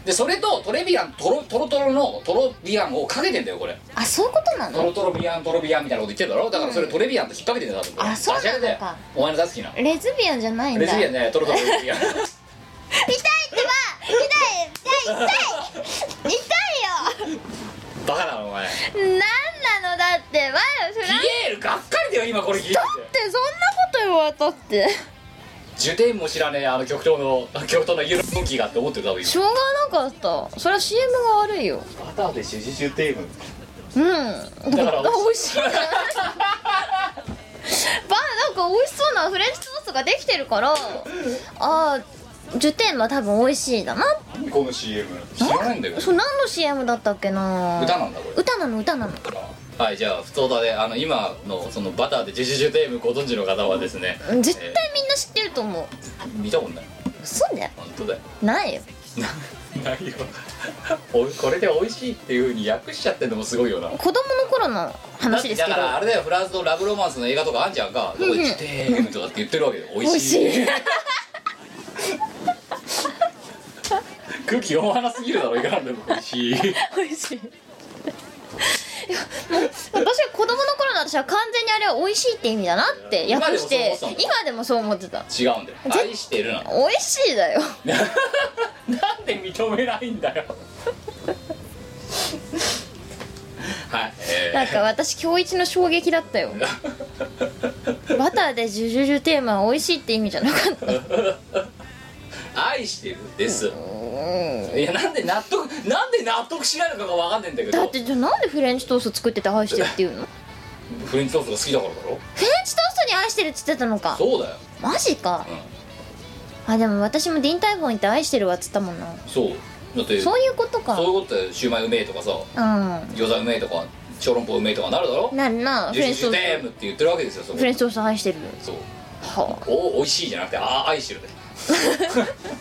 [SPEAKER 4] でそれとトレビアントロトロトロのトロビアンをかけてんだよこれ
[SPEAKER 1] うあそういうことな
[SPEAKER 4] ト
[SPEAKER 1] の
[SPEAKER 4] ロトロビアントロビアンみたいなこと言ってるだろだからそれトレビアンって引っ掛けてんだよ多分
[SPEAKER 1] あそうなのか
[SPEAKER 4] ダジャレだよお前の大好きな
[SPEAKER 1] レズビアンじゃないんだ
[SPEAKER 4] レズビアンねトロトロビアン
[SPEAKER 1] 痛いってば痛い痛い痛い痛いよ
[SPEAKER 4] バカだなお前
[SPEAKER 1] なんなのだって前はそれ
[SPEAKER 4] ピエールがっかりだよ今これ聞いてて
[SPEAKER 1] ってそんなこと言われたって
[SPEAKER 4] 受典も知らねえあの極東の極東のユーロモンキーがって思ってる多分
[SPEAKER 1] しょうがなかったそれは CM が悪いよ
[SPEAKER 4] 今バターでシュシュシュテーム
[SPEAKER 1] うんだ
[SPEAKER 4] だから
[SPEAKER 1] 美味 しいねばなんか美味しそうなフレンチトーストができてるからあー10点は多分美味しいだな
[SPEAKER 4] この CM 知らないんだよ
[SPEAKER 1] そう何の CM だったっけな
[SPEAKER 4] 歌なんだこれ
[SPEAKER 1] 歌なの歌なの
[SPEAKER 4] はいじゃあ普通だであの今のそのバターでジュジュジュテームご存知の方はですね
[SPEAKER 1] 絶対みんな知ってると思う
[SPEAKER 4] 見たことない
[SPEAKER 1] 嘘だよ
[SPEAKER 4] 本当だよ
[SPEAKER 1] ないよ
[SPEAKER 4] ないよおこれで美味しいっていうふうに訳しちゃってんのもすごいよな
[SPEAKER 1] 子供の頃の話です
[SPEAKER 4] だ
[SPEAKER 1] けど
[SPEAKER 4] からあれだよフランスのラブロマンスの映画とかあんじゃんかどこでジュテームとかって言ってるわけで美
[SPEAKER 1] 美
[SPEAKER 4] 味
[SPEAKER 1] 味
[SPEAKER 4] しい
[SPEAKER 1] しい
[SPEAKER 4] 空気読まなすぎるだろいかなんでも美味しい
[SPEAKER 1] 美味しいいやもう私は子供の頃の私は完全にあれは美味しいって意味だなって訳して
[SPEAKER 4] 今でもそう思ってた
[SPEAKER 1] 今でもそう思ってた
[SPEAKER 4] 違うんだよ愛し てるな
[SPEAKER 1] 美味しいだよ
[SPEAKER 4] なんで認めないんだよはいえ
[SPEAKER 1] なんか私今日一の衝撃だったよバターでジュジュジュテーマは美味しいって意味じゃなか った
[SPEAKER 4] 愛してるです、
[SPEAKER 1] うん
[SPEAKER 4] いやなんで納得なんで納得しないのかがわかんねえんだけど
[SPEAKER 1] だってじゃあなんでフレンチトースト作ってて愛してるっていうのフ
[SPEAKER 4] フレンチトーストが好きだからだろ
[SPEAKER 1] レンチトーストに愛してるっつってたのか
[SPEAKER 4] そうだよ、
[SPEAKER 1] マジか
[SPEAKER 4] う、
[SPEAKER 1] あでも私もディンタイフォン行って愛してるわっつったもんなん
[SPEAKER 4] そうだって
[SPEAKER 1] そういうことか
[SPEAKER 4] そういうことでシュウマイうめえとかさ
[SPEAKER 1] う
[SPEAKER 4] 餃子うめえとか小籠包うめえとかなるだろ
[SPEAKER 1] んなるなフ
[SPEAKER 4] ジュ
[SPEAKER 1] レン
[SPEAKER 4] ジ
[SPEAKER 1] チ
[SPEAKER 4] ュ
[SPEAKER 1] ト
[SPEAKER 4] ジュテ
[SPEAKER 1] ー
[SPEAKER 4] ー
[SPEAKER 1] ス
[SPEAKER 4] ムって言ってるわけですよそ
[SPEAKER 1] ト
[SPEAKER 4] こ
[SPEAKER 1] フレンチトースト愛してる
[SPEAKER 4] そう
[SPEAKER 1] は
[SPEAKER 4] お美味しいじゃなくてあ愛してるで
[SPEAKER 1] あ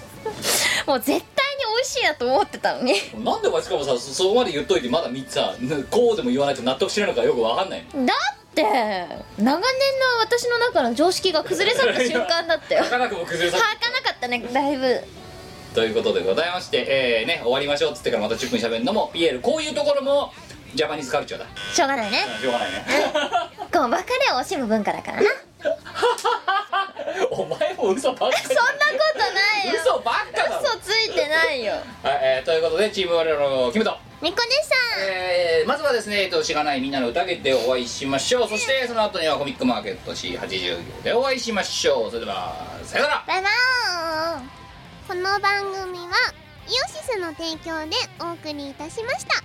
[SPEAKER 1] もう絶対に美味しいなと思ってたのに
[SPEAKER 4] なんでお前しかもさそそこまで言っといてまだ3つさこうでも言わないと納得しないのかよくわかんない
[SPEAKER 1] だって長年の私の中の常識が崩れ去った瞬間だ ったよ
[SPEAKER 4] なかなかも崩れさ
[SPEAKER 1] はかなかったねだいぶ
[SPEAKER 4] ということでございまして、えーね、終わりましょうっつってからまた10分しゃべるのもピエールこういうところもジャパニーズカルチャーだ
[SPEAKER 1] しょうがないね
[SPEAKER 4] しょうがないね
[SPEAKER 1] こう別れを惜しむ文化だからな
[SPEAKER 4] お前も嘘ばっか
[SPEAKER 1] そんなことないよ
[SPEAKER 4] 嘘ばっかだろ、
[SPEAKER 1] 嘘ついてないよ
[SPEAKER 4] はいえーということでチーム我々のキムト、
[SPEAKER 1] ニコ姉さん
[SPEAKER 4] えーまずはですね、えっと、しがないみんなの宴でお会いしましょうそしてその後にはコミックマーケット C80 でお会いしましょうそれではさよなら
[SPEAKER 2] バイバーイこの番組はイオシスの提供でお送りいたしました